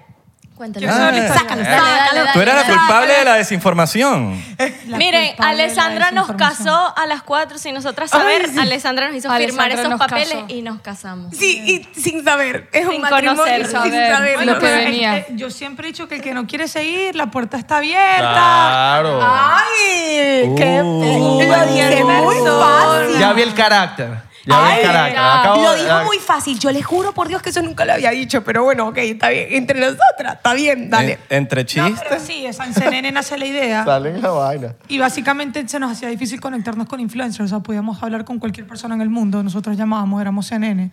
S7: Cuéntale.
S5: Yo soy la historia.
S2: Sácalo,
S7: Ah. Dale, dale,
S2: sácalo.
S7: dale,
S3: Tú eras la
S7: dale.
S3: culpable de la desinformación.
S5: la culpable
S7: Miren,
S5: de la
S7: Alessandra nos
S5: desinformación.
S7: casó a las 4 sin nosotras saber.
S2: Ay, sí.
S7: Alessandra nos hizo firmar
S6: Alessandra
S7: esos
S6: nos
S7: papeles
S6: casó.
S7: y nos casamos.
S2: Sí, y sin saber. Es
S7: Sin conocer, saber.
S6: Lo
S5: Bueno,
S6: que
S5: pero,
S6: venía.
S5: este, yo siempre he dicho que el que no quiere seguir, la puerta está abierta.
S4: Claro.
S2: ¡Ay! ¡Qué
S3: Uh.
S2: Lo dije muy fácil.
S4: Ya vi el carácter. Ya vi
S2: Ay,
S4: el carácter.
S7: ya.
S4: Acabo
S2: Lo
S4: de-
S2: dijo muy fácil. Yo les juro por Dios que eso nunca lo había dicho. Pero bueno, ok, está bien. Entre nosotras, está bien, dale.
S3: En- entre
S5: No,
S3: chistes.
S5: pero sí, esa en CNN nace la idea.
S4: Salen la vaina.
S5: Y básicamente se nos hacía difícil conectarnos con influencers. O sea, podíamos hablar con cualquier persona en el mundo. Nosotros llamábamos, éramos CNN.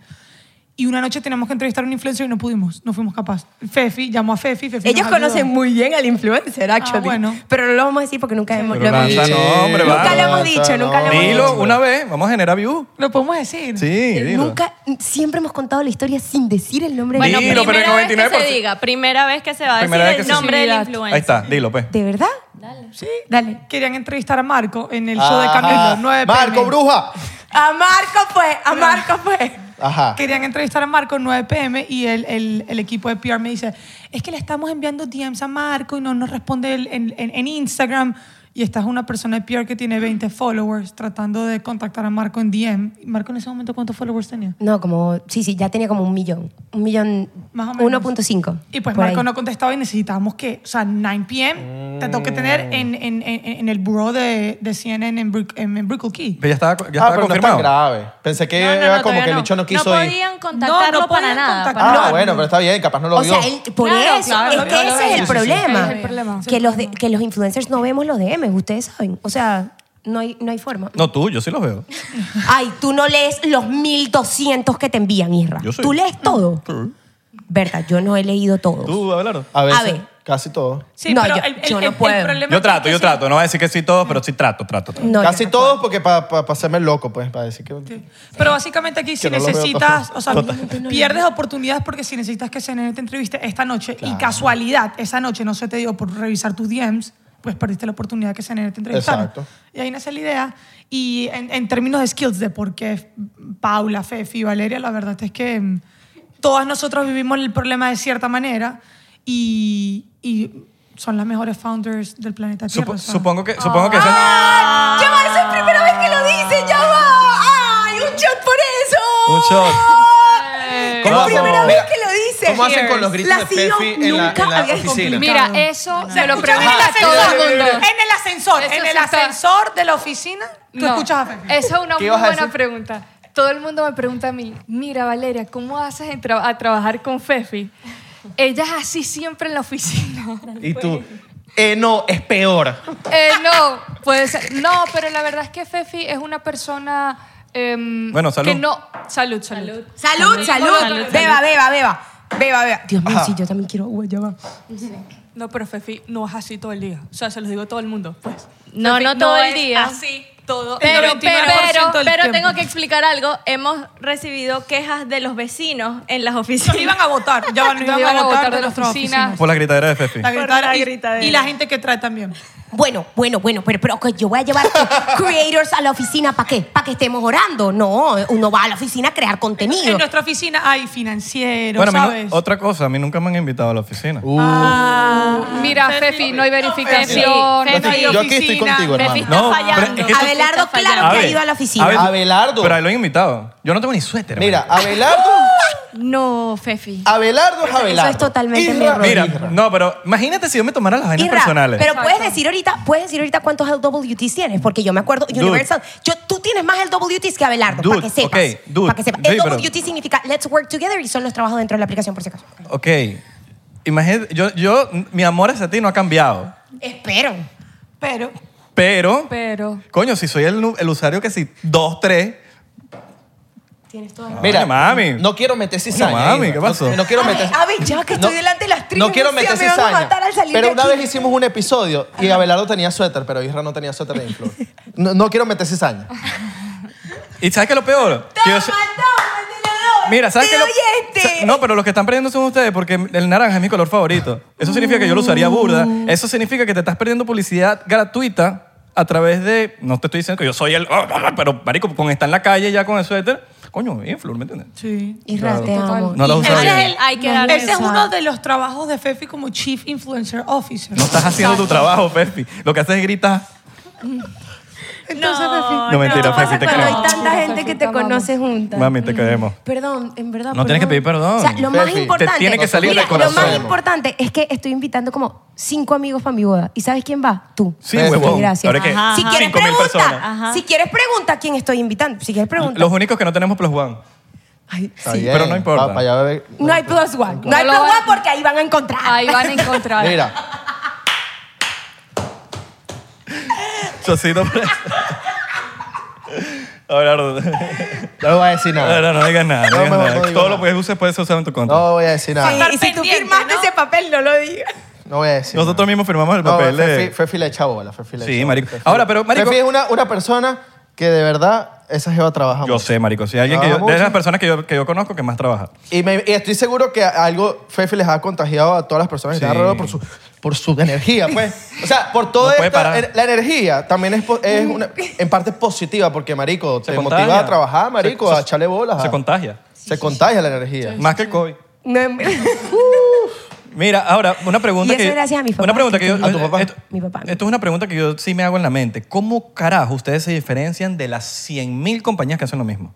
S5: Y una noche teníamos que entrevistar a un influencer y no pudimos, no fuimos capaces. Fefi, llamó a Fefi. Fefi
S2: Ellos
S5: nos ayudó. Ah,
S2: conocen muy bien al influencer, actually.
S5: bueno.
S2: Pero no lo vamos a decir porque nunca hemos,
S3: Pero
S2: lo hemos
S3: lanza
S2: dicho.
S3: nombre,
S2: nunca
S3: va.
S2: lo hemos dicho, nunca lo hemos
S3: Dilo
S2: dicho.
S3: una vez, vamos a generar view.
S5: Lo podemos decir.
S3: Sí, dilo.
S2: Eh, Nunca, siempre hemos contado la historia sin decir el nombre
S7: Bueno,
S3: Dilo, pero el
S7: primera vez que
S3: 99%.
S7: se diga, primera vez que se va a decir
S3: Primera vez que
S7: el
S3: se-
S7: nombre del influencer.
S3: Ahí está, dilo, pues.
S2: ¿De verdad?
S7: Dale.
S2: Sí. Dale.
S5: Querían entrevistar a Marco en el show de
S4: Ajá.
S5: Camilo, 9
S4: Marco, bruja.
S2: A Marco fue, a Marco fue.
S4: Ajá.
S5: Querían entrevistar a Marco en 9 pm y el, el- el equipo de PR me dice, es que le estamos enviando DMs a Marco y no nos responde el- en, en- en Instagram. Y esta es una persona de PR que tiene 20 followers tratando de contactar a Marco en DM. ¿Y Marco en ese momento cuántos followers tenía?
S2: No, como, sí, sí, ya tenía como un millón. Un millón,
S5: Más o menos.
S2: 1.5.
S5: Y pues
S2: por
S5: Marco
S2: ahí.
S5: no contestaba y necesitábamos que, o sea, 9 pm, te tengo
S3: Mm.
S5: que tener en, en- en- en el bureau de, de CNN en, Brook- en, en Brickell Key.
S3: Pero ya estaba, ya
S4: ah,
S3: estaba
S4: pero
S3: confirmado.
S4: no es tan grave. Pensé que
S7: No, no, no,
S4: era como
S7: todavía
S4: que el bicho no quiso
S7: no
S4: ir.
S7: podían contactarlo
S5: No, no
S7: para
S5: podían
S7: nada.
S5: contactar-
S4: Ah,
S5: No.
S4: bueno, pero está bien, capaz no lo
S2: O
S4: vio.
S2: sea, él- por
S7: Claro,
S2: eso,
S7: claro,
S2: es
S7: lo
S2: que
S7: vio, lo
S2: ese
S7: vio.
S2: es el
S7: Sí, sí, sí.
S2: problema.
S7: Es el problema.
S2: Que los, de- que los influencers no vemos los DMs, ustedes saben. O sea, No hay, no hay forma.
S3: No, tú, yo sí los veo.
S2: Ay, tú no lees los 1200 que te envían, Isra.
S3: Yo sí.
S2: ¿Tú lees todo? Verdad, yo no he leído todo.
S3: ¿Tú, Abelardo?
S4: A veces,
S2: ver.
S4: casi todo.
S5: Sí,
S2: No,
S5: pero
S2: yo-
S5: el, el-
S2: yo no
S5: el- el
S2: puedo.
S5: problema
S3: Yo
S5: es
S3: trato,
S5: que
S3: yo
S5: si-
S3: trato. No voy a decir que sí todos, pero sí trato, trato, trato.
S2: No, yo
S4: casi
S2: no puedo.
S4: todo porque para hacerme loco, pues, para decir que...
S5: Pero básicamente aquí si
S4: no lo veo
S5: necesitas,
S4: todo.
S5: o sea,
S4: Totalmente
S5: pierdes oportunidades porque si necesitas que CNN te entreviste esta noche y casualidad esa noche no se te dio por revisar tus DMs, pues perdiste la oportunidad que CNN te entrevistara.
S4: Exacto.
S5: Y ahí nace la idea. Y en, en términos de skills, de por qué Paula, Fefi y Valeria, la verdad es que mm, todas nosotros vivimos el problema de cierta manera y, y son las mejores founders del planeta Tierra.
S3: Supo-
S5: o sea.
S3: supongo que, supongo que
S2: ¡Ay! ¡Ya va! Esa es la primera vez que lo dice! ¡Ya va! ¡Ay! ¡Un shot por eso!
S3: Un shot.
S2: Es
S4: ¿Cómo
S2: la
S4: hacen-
S2: primera
S4: mira,
S2: vez que lo dice.
S4: ¿Cómo hacen con los gritos
S2: La
S4: de Fefi
S2: CEO
S4: en la,
S2: nunca
S4: en la
S2: había
S4: oficina?
S2: complicado.
S5: eh,
S6: Mira, eso se lo
S5: Escucha, en el
S6: pregunta todo
S5: ascensor,
S6: el mundo.
S5: En el ascensor,
S6: Eso
S5: en
S6: sí
S5: el
S6: está-
S5: ascensor de la oficina, tú
S6: No,
S5: escuchas a Fefi.
S6: Esa es una
S4: ¿Qué
S6: muy
S4: ibas a
S6: buena
S4: decir?
S6: pregunta. Todo el mundo me pregunta a mí, mira Valeria, ¿cómo haces en tra- a trabajar con Fefi? Ella es así siempre en la oficina.
S4: Y tú, eh, no, es peor.
S6: Eh, no, pues no, pero la verdad es que Fefi es una persona em,
S3: Bueno, salud.
S6: que no... Salud, salud.
S2: ¡Salud, salud! Beba, beba, beba. Beba, beba. Dios mío, sí, yo también quiero agua. Ya va.
S6: No, pero Fefi no es así todo el día. O sea, se los digo a todo el mundo. Pues.
S7: No,
S6: Fefi
S7: no todo el
S6: es
S7: día.
S6: Así todo
S7: Pero,
S6: el día.
S7: pero,
S5: 99%
S7: pero,
S5: del
S7: pero
S5: tiempo.
S7: tengo que explicar algo. Hemos recibido quejas de los vecinos en las
S5: Nos
S7: oficinas.
S5: iban a votar, ya van,
S6: Nos
S5: nos iban a votar de la oficina.
S3: son por la gritadera de Fefi.
S5: Ah. La gritadera
S7: la
S5: y-
S7: gritadera.
S5: Y la gente que trae también.
S2: Bueno, bueno, bueno, pero, pero que yo voy a llevar creators a la oficina, ¿para qué? ¿Para que estemos orando? No, uno va a la oficina a crear
S5: En
S2: contenido.
S5: nuestra oficina hay financieros,
S3: Bueno, a mí nu-
S5: ¿sabes?
S3: otra cosa, a mí nunca me han invitado a la oficina.
S4: Uh.
S3: Ah.
S6: Mira, Fefi, no hay verificación.
S7: no hay
S5: Fefi,
S4: Yo aquí estoy
S5: oficina.
S4: contigo, hermano.
S7: Está fallando.
S3: pero es que tú-
S2: Abelardo,
S7: Está
S2: claro que
S7: fallando.
S2: ha ido a la oficina.
S3: Abel-
S4: Abelardo.
S3: Pero ahí lo han invitado. Yo no tengo ni suéter.
S4: Mira,
S3: marico.
S4: Abelardo,
S7: No, Fefi.
S4: Abelardo es Abelardo.
S2: totalmente mi error.
S3: Mira, no, pero imagínate si yo me tomara las vainas
S2: Isra,
S3: personales.
S2: pero puedes decir ahorita, puedes decir ahorita cuántos LWTs tienes, porque yo me acuerdo
S3: Dude.
S2: Universal, yo, tú tienes más LWTs que Abelardo,
S3: Dude,
S2: para que sepas.
S3: ok, dude,
S2: para que sepas.
S3: sí, pero-
S2: LWT significa Let's Work Together y son los trabajos dentro de la aplicación por si acaso.
S3: Ok. Imagínate, yo, yo, mi amor hacia ti no ha cambiado.
S2: Espero.
S5: Pero
S3: Pero,
S6: Pero...
S3: coño, si soy el, nu- el usuario que si dos, tres.
S2: Tienes todo.
S4: Mira,
S3: Coño, mami.
S4: No quiero meter cizaña.
S3: mami,
S4: Isra.
S3: ¿qué pasó?
S4: No, no quiero
S2: A ver,
S4: meter.
S2: a ver, ya que estoy delante de las tribus,
S4: No quiero
S2: decía,
S4: meter
S2: me van a
S4: cizaña.
S2: matar al salir
S4: pero
S2: de
S4: una
S2: aquí.
S4: vez hicimos un episodio y Abelardo tenía suéter, pero Isra no tenía suéter de influ. No, no quiero meter cizaña.
S3: ¿Y sabes qué es lo peor? Que yo sé- Mira, ¿sabes qué?
S2: que este.
S3: es lo- sa- No, pero los que están perdiendo son ustedes porque el naranja es mi color favorito. Eso significa que yo lo usaría burda.
S2: Mm.
S3: Eso significa que te estás perdiendo publicidad gratuita a través de... No te estoy diciendo que yo soy el... ah, Pero, marico, con estar en la calle ya con el suéter... Coño, influencer, ¿me entiendes?
S5: sí.
S2: Isra, te amo.
S3: No lo usaría.
S7: Ese es el- hay que darle
S5: Ese es
S7: esa-
S5: uno de los trabajos de Fefi como Chief Influencer Officer.
S3: No estás haciendo tu trabajo, Fefi. Lo que haces es gritar.
S5: Entonces,
S7: No,
S5: Fefi.
S3: No, mentira,
S7: pasa
S3: Fefi, te
S7: cuando
S3: queremos.
S7: hay
S2: tanta gente que te conoce junta.
S3: Mami, te queremos.
S2: Perdón, en verdad.
S3: No tienes que pedir perdón.
S2: O sea, lo
S4: Fefi,
S2: más
S4: te
S2: importante.
S3: tiene que salir
S2: mira,
S3: del corazón.
S2: Lo más importante es que estoy invitando como cinco amigos para mi boda. ¿Y sabes quién va? Tú.
S3: Sí,
S4: Fefi.
S3: huevón.
S2: Gracias.
S3: Ahora que
S2: Si quieres
S3: 5.000
S2: pregunta,
S3: personas.
S7: Ajá.
S2: si quieres pregunta a quién estoy invitando, si quieres pregunta.
S3: Los únicos que no tenemos pues, plus one.
S2: Ay,
S4: Está
S2: sí.
S4: bien,
S3: pero no importa.
S4: pa- pa' allá bebé.
S2: No hay plus one. No hay
S6: No
S2: plus
S6: lo
S2: one
S6: van-
S2: porque ahí van a encontrar.
S6: Ahí van a encontrar.
S4: Mira,
S3: Chocito preso. Abelardo.
S4: no voy a decir
S3: No,
S4: nada.
S3: no, no digas nada. No
S4: No, no,
S3: digas
S4: no
S3: nada.
S4: digo
S3: Todo lo
S4: nada.
S3: que uses puede ser usado en tu contra.
S4: No voy a decir
S2: Sí,
S4: nada.
S2: y si tú
S5: pendiente,
S2: firmaste
S5: ¿no?
S2: ese papel, no lo digas.
S4: No voy a decir
S3: Nosotros
S4: nada.
S3: mismos firmamos el
S4: No,
S3: papel
S4: Fefi,
S3: de...
S4: Fefi le echa bola. Fefi le
S3: Sí,
S4: echa
S3: marico.
S4: bola, Fefi.
S3: Ahora, pero, marico...
S4: Fefi es una, una persona que de verdad esa jeva trabaja
S3: Yo
S4: mucho.
S3: sé, marico. Si alguien que yo...
S4: Trabaja
S3: De las
S4: mucho.
S3: personas que yo, que yo conozco que más trabaja.
S4: Y, me- y estoy seguro que algo Fefi les ha contagiado a todas las personas que
S3: Sí.
S4: están alrededor por su, por su energía, pues. O sea, por er-
S3: No
S4: toda
S3: puede
S4: esta-
S3: parar.
S4: en- la energía también es, po- es una- en parte positiva porque, marico, te
S3: contagia.
S4: motiva a trabajar, marico,
S3: Se-
S4: a echarle bolas.
S3: Se
S4: a-
S3: contagia.
S4: se contagia la energía.
S3: Más que el COVID.
S2: No, en-
S3: Mira, ahora, una pregunta
S2: Y eso
S3: que...
S2: gracias a mi papá.
S3: Una pregunta que yo...
S4: ¿A tu papá?
S3: Esto,
S2: Mi papá.
S3: Esto es una pregunta que yo sí me hago en la mente. ¿Cómo carajo ustedes se diferencian de las 100.000 compañías que hacen lo mismo?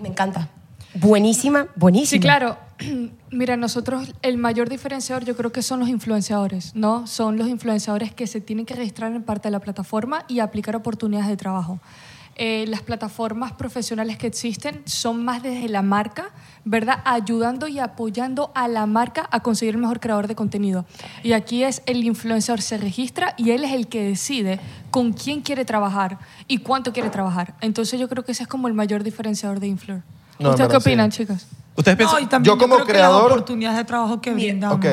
S2: Me encanta. Buenísima, buenísima.
S6: Sí, claro. Mira, nosotros el mayor diferenciador yo creo que son los influenciadores, ¿no? Son los influenciadores que se tienen que registrar en parte de la plataforma y aplicar oportunidades de trabajo. Eh, las plataformas profesionales que existen son más desde la marca, ¿verdad? Ayudando y apoyando a la marca a conseguir el mejor creador de contenido. Y aquí es el influenciador se registra y él es el que decide con quién quiere trabajar y cuánto quiere trabajar. Entonces yo creo que ese es como el mayor diferenciador de influencer.
S4: No, en
S6: ¿Ustedes qué
S4: verdad, sí.
S6: opinan, chicas?
S3: Ustedes
S5: No,
S3: piensan...
S5: y también
S4: yo como
S5: creo que
S4: creador-
S5: las oportunidades de trabajo que brindamos.
S4: Ok.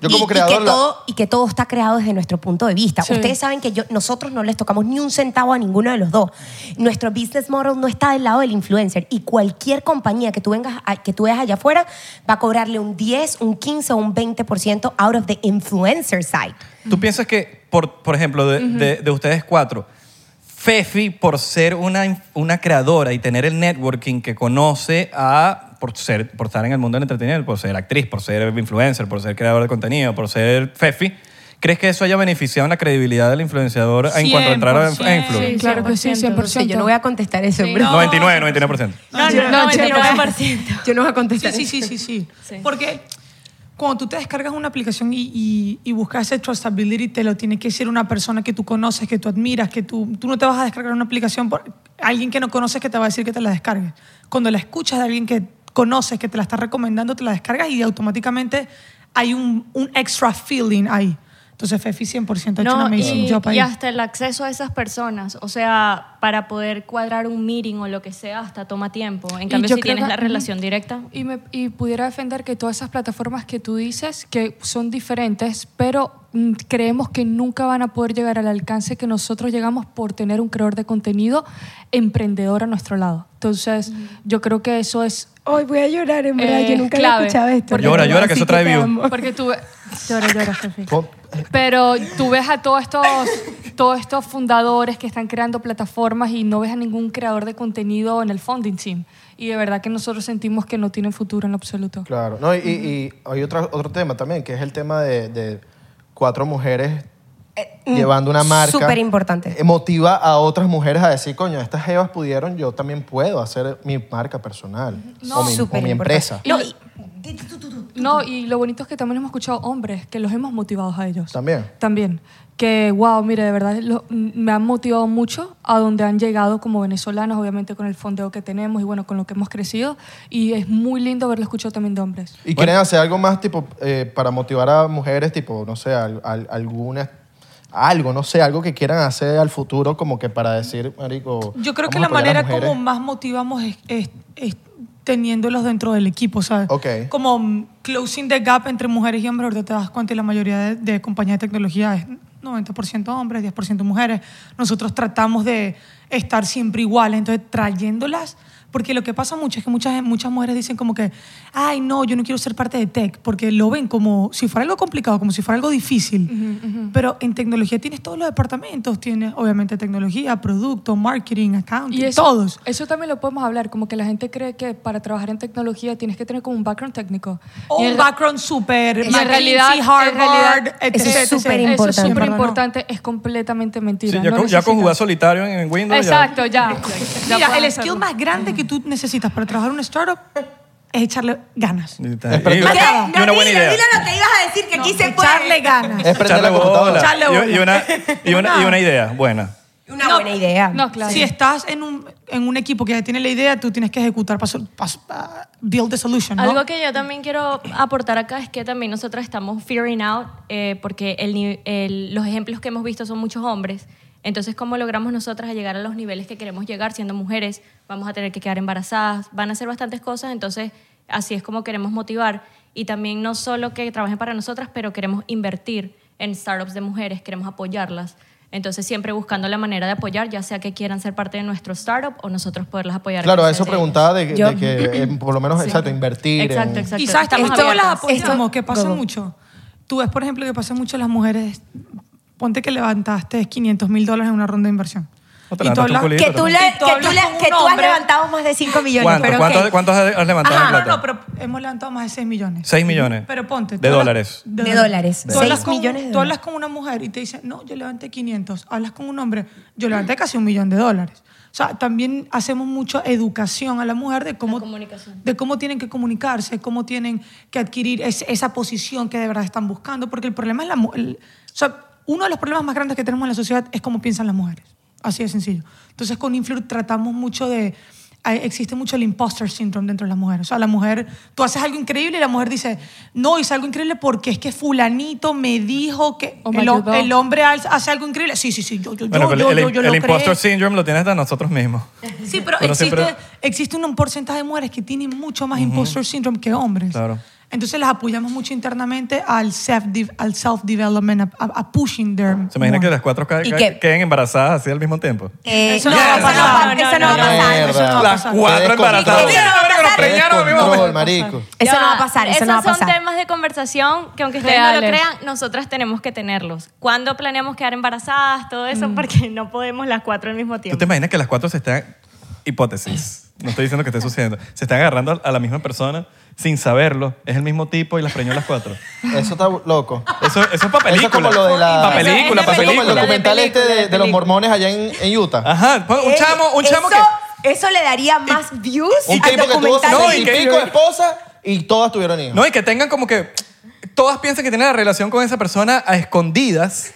S4: Yo
S2: Y-
S4: como
S2: y,
S4: creador...
S2: que
S4: la-
S2: todo, y que todo está creado desde nuestro punto de vista.
S6: Sí.
S2: Ustedes saben que yo- nosotros no les tocamos ni un centavo a ninguno de los dos. Nuestro business model no está del lado del influencer y cualquier compañía que tú, vengas a- que tú veas allá afuera va a cobrarle un 10, un 15 o un 20% out of the influencer side.
S3: ¿Tú piensas que, por, por ejemplo, de, de- de ustedes cuatro, Fefi, por ser una, inf- una creadora y tener el networking que conoce a, por, ser, por estar en el mundo del entretenimiento, por ser actriz, por ser influencer, por ser creador de contenido, por ser Fefi, ¿crees que eso haya beneficiado en la credibilidad del influenciador en cuanto a entrar a, a
S5: 100%.
S3: influencer?
S6: Sí, claro que sí, 100%.
S2: contestar eso,
S6: Sí. bro.
S3: 99, 99%.
S5: No,
S7: no, no, 99%.
S2: Yo no voy a
S5: Sí,
S2: contestar
S5: sí, sí, sí, sí. Porque cuando tú te descargas una aplicación y, y- y buscas ese trustability, te lo tiene que decir una persona que tú conoces, que tú admiras, que tú, tú no te vas a descargar una aplicación por alguien que no conoces que te va a decir que te la descargues. Cuando la escuchas de alguien que conoces, que te la está recomendando, te la descargas y automáticamente hay un, un extra feeling ahí. Entonces Fefi 100% ha hecho un
S7: No,
S5: amazing
S7: y,
S5: job ahí.
S7: y hasta el acceso a esas personas, o sea, para poder cuadrar un meeting o lo que sea, hasta toma tiempo. En
S6: Y
S7: cambio,
S6: yo
S7: si
S6: creo
S7: tienes
S6: que-
S7: la relación directa,
S6: Y, me, y pudiera defender que todas esas plataformas que tú dices, que son diferentes, pero mm, creemos que nunca van a poder llegar al alcance que nosotros llegamos por tener un creador de contenido emprendedor a nuestro lado. Entonces, yo creo que eso es... Eh,
S8: Hoy voy a llorar, en
S6: verdad, yo nunca había escuchado esto.
S3: Llora, llora, que eso trae view.
S6: Porque tú... ve- Llora, llora, jefe. Pero tú ves a todos estos, todos estos fundadores que están creando plataformas y no ves a ningún creador de contenido en el funding team. Y de verdad que nosotros sentimos que no tienen futuro en lo absoluto.
S4: Claro. No, y, y- y hay otro, otro tema también, que es el tema de, de cuatro mujeres
S5: Eh, mm,
S4: llevando una marca.
S2: súper importante.
S4: Eh, Motiva a otras mujeres a decir, coño, estas jevas pudieron, yo también puedo hacer mi marca personal o mi, o mi empresa.
S2: No, y-
S6: No, y lo bonito es que también hemos escuchado hombres que los hemos motivado a ellos.
S4: También.
S6: También. Que, wow, mire, de verdad lo- m- me han motivado mucho a donde han llegado como venezolanas, obviamente con el fondeo que tenemos y bueno, con lo que hemos crecido. Y es muy lindo haberlo escuchado también de hombres.
S4: Y quieren hacer algo más tipo eh, para motivar a mujeres, tipo, no sé, al- al- alguna- algo, no sé, algo que quieran hacer al futuro como que para decir, marico,
S5: Yo creo que la
S4: vamos a apoyar a
S5: manera
S4: mujeres.
S5: como más motivamos es, es- es teniéndolos dentro del equipo, ¿sabes?
S4: Ok.
S5: Como mm, closing the gap entre mujeres y hombres, ahorita te das cuenta y la mayoría de, de compañías de tecnología es 90% hombres, 10% mujeres. Nosotros tratamos de estar siempre iguales, entonces trayéndolas, porque lo que pasa mucho es que muchas, muchas mujeres dicen como que, ay, no, yo no quiero ser parte de tech, porque lo ven como si fuera algo complicado, como si fuera algo difícil. Pero en tecnología tienes todos los departamentos, tienes obviamente tecnología, producto, marketing, accounting, todos.
S6: Eso también lo podemos hablar, como que la gente cree que para trabajar en tecnología tienes que tener como un background técnico.
S5: O
S6: Y
S5: un
S6: en-
S5: Oh, background súper,
S6: Y en realidad,
S5: McKinsey, Harvard,
S6: en realidad,
S5: etc,
S2: Eso es
S5: etc.
S2: súper
S6: Eso es
S2: importante.
S6: súper
S5: Sin embargo, no.
S6: importante, es completamente mentira.
S3: Sí, ya,
S6: no
S3: con- ya
S6: necesitas-
S3: conjugar solitario en, en Windows. ya-
S6: Exacto, ya. Ya
S5: Mira,
S6: puedes
S5: el
S6: hacerlo.
S5: skill más grande que tú necesitas para trabajar en una startup es echarle ganas.
S3: Y, tal.
S4: Espera,
S3: Y-
S4: ¿qué?
S3: y una buena idea.
S2: lo que ibas a decir, que aquí
S5: echarle ganas.
S4: Es prender
S3: Echarle
S4: la
S3: bola.
S4: computadora.
S5: Echarle bola.
S3: Y, y una, y, una, y una idea buena.
S2: Una buena idea.
S6: No, claro.
S5: Si estás en un, en un equipo que ya tiene la idea, tú tienes que ejecutar para, sol- para- para build the solution, ¿no?
S7: Algo que yo también quiero aportar acá es que también nosotros estamos fearing out eh, porque el ni- el- los ejemplos que hemos visto son muchos hombres. Entonces, ¿cómo logramos nosotras a llegar a los niveles que queremos llegar siendo mujeres? Vamos a tener que quedar embarazadas, van a hacer bastantes cosas, entonces así es como queremos motivar. Y también no solo que trabajen para nosotras, pero queremos invertir en startups de mujeres, queremos apoyarlas. Entonces, siempre buscando la manera de apoyar, ya sea que quieran ser parte de nuestro startup o nosotros poderlas apoyar.
S4: Claro, a
S7: Entonces,
S4: eso
S7: eh,
S4: preguntaba de, de
S2: Yo-
S4: que eh, por lo menos, exacto, invertir.
S7: Exacto,
S4: en-
S7: exacto.
S5: Y sabes,
S7: Estamos
S5: también todas las
S7: abiertas.
S5: apoyamos,
S2: Esto-
S5: pues, que pasa
S2: Go, go.
S5: mucho. Tú ves, por ejemplo, que pasa mucho las mujeres. Ponte que levantaste 500 mil dólares en una ronda de inversión.
S3: No te
S5: Y tú
S3: levantaste un
S5: hablas-
S3: culito,
S2: Que tú,
S3: ¿no?
S2: le,
S5: Y tú
S2: que tú,
S5: hablas
S2: le-
S5: con un
S2: que tú has
S5: hombre.
S2: levantado más de 5 millones.
S3: ¿Cuánto?
S2: pero
S3: ¿Cuántos,
S2: ok.
S3: cuántos has levantado
S2: Ajá,
S3: en
S5: No,
S3: plata?
S5: no, pero hemos levantado más de 6 millones.
S3: 6 millones.
S5: Pero ponte.
S3: De
S5: tú hablas-
S3: dólares.
S2: De dólares.
S5: Tú
S2: Seis
S5: hablas con-
S2: millones de
S5: Tú hablas con una mujer y te dice, no, yo levanté 500. Hablas con un hombre, yo levanté casi un millón de dólares. sea, también hacemos mucha educación a la mujer de cómo,
S7: comunicación.
S5: de cómo tienen que comunicarse, cómo tienen que adquirir es- esa posición que de verdad están buscando, porque el problema es la mu- el- o sea, uno de los problemas más grandes que tenemos en la sociedad es cómo piensan las mujeres. Así de sencillo. Entonces con Influr tratamos mucho de hay- existe mucho el imposter syndrome dentro de las mujeres. O sea, la mujer, tú haces algo increíble y la mujer dice, no, hice algo increíble porque es que fulanito me dijo que
S6: O me
S5: el, hom-
S6: ayudó.
S5: el hombre alza- hace algo increíble. Sí, sí, sí, yo, yo,
S3: Bueno,
S5: yo,
S3: pero
S5: yo,
S3: el,
S5: yo, yo
S3: el
S5: lo
S3: imposter
S5: creé.
S3: syndrome lo tienes hasta nosotros mismos.
S5: Sí, pero
S3: Uno
S5: existe,
S3: siempre-
S5: existe un porcentaje de mujeres que tienen mucho más imposter syndrome que hombres.
S3: Claro.
S5: Entonces las apoyamos mucho internamente al self-development, al self -development, a, a- a pushing them.
S3: ¿Se imagina que las cuatro ca-
S2: ¿Y
S3: ca-
S2: qué?
S3: queden embarazadas así al mismo tiempo?
S2: Eh,
S5: Eso no va a
S2: eso no va-
S5: pasar.
S2: eso no va a pasar.
S5: Eso no va a
S3: Las
S5: pasar.
S3: cuatro embarazadas.
S2: descontrol.
S3: ¡Mierda, verga, nos preñaron al mismo
S4: Descontrol,
S3: momento!
S4: marico.
S2: Eso
S7: Ya
S2: no va a pasar, eso
S7: Esos
S2: no va a
S7: son
S2: pasar.
S7: temas de conversación que aunque ustedes no lo
S6: Reales.
S7: crean, nosotras tenemos que tenerlos. ¿Cuándo planeamos quedar embarazadas? Todo
S2: Mm.
S7: eso, porque no podemos las cuatro al mismo
S3: ¿Tú
S7: tiempo.
S3: te imaginas que las cuatro se están... Hipótesis. No estoy diciendo que esté sucediendo. Se están agarrando a la misma persona sin saberlo. Es el mismo tipo y las preñó las cuatro.
S4: Eso está loco.
S3: Eso, eso es para película.
S4: Eso es como lo de la... pues,
S3: Para película,
S7: Eso
S3: para
S7: es de
S4: Como el
S7: película,
S3: película.
S4: documental
S7: de
S4: este de- de,
S7: película.
S4: los mormones allá en, en Utah.
S3: Ajá. Un chamo, un chamo
S2: Eh, eso,
S3: que...
S2: Eso le daría más views
S4: Un
S2: al
S4: tipo que tuvo
S2: documental.
S3: No,
S4: seis
S3: y
S4: y
S3: que-
S4: pico esposas y todas tuvieron hijos.
S3: No, y que tengan como que. Todas piensan que tienen la relación con esa persona a escondidas,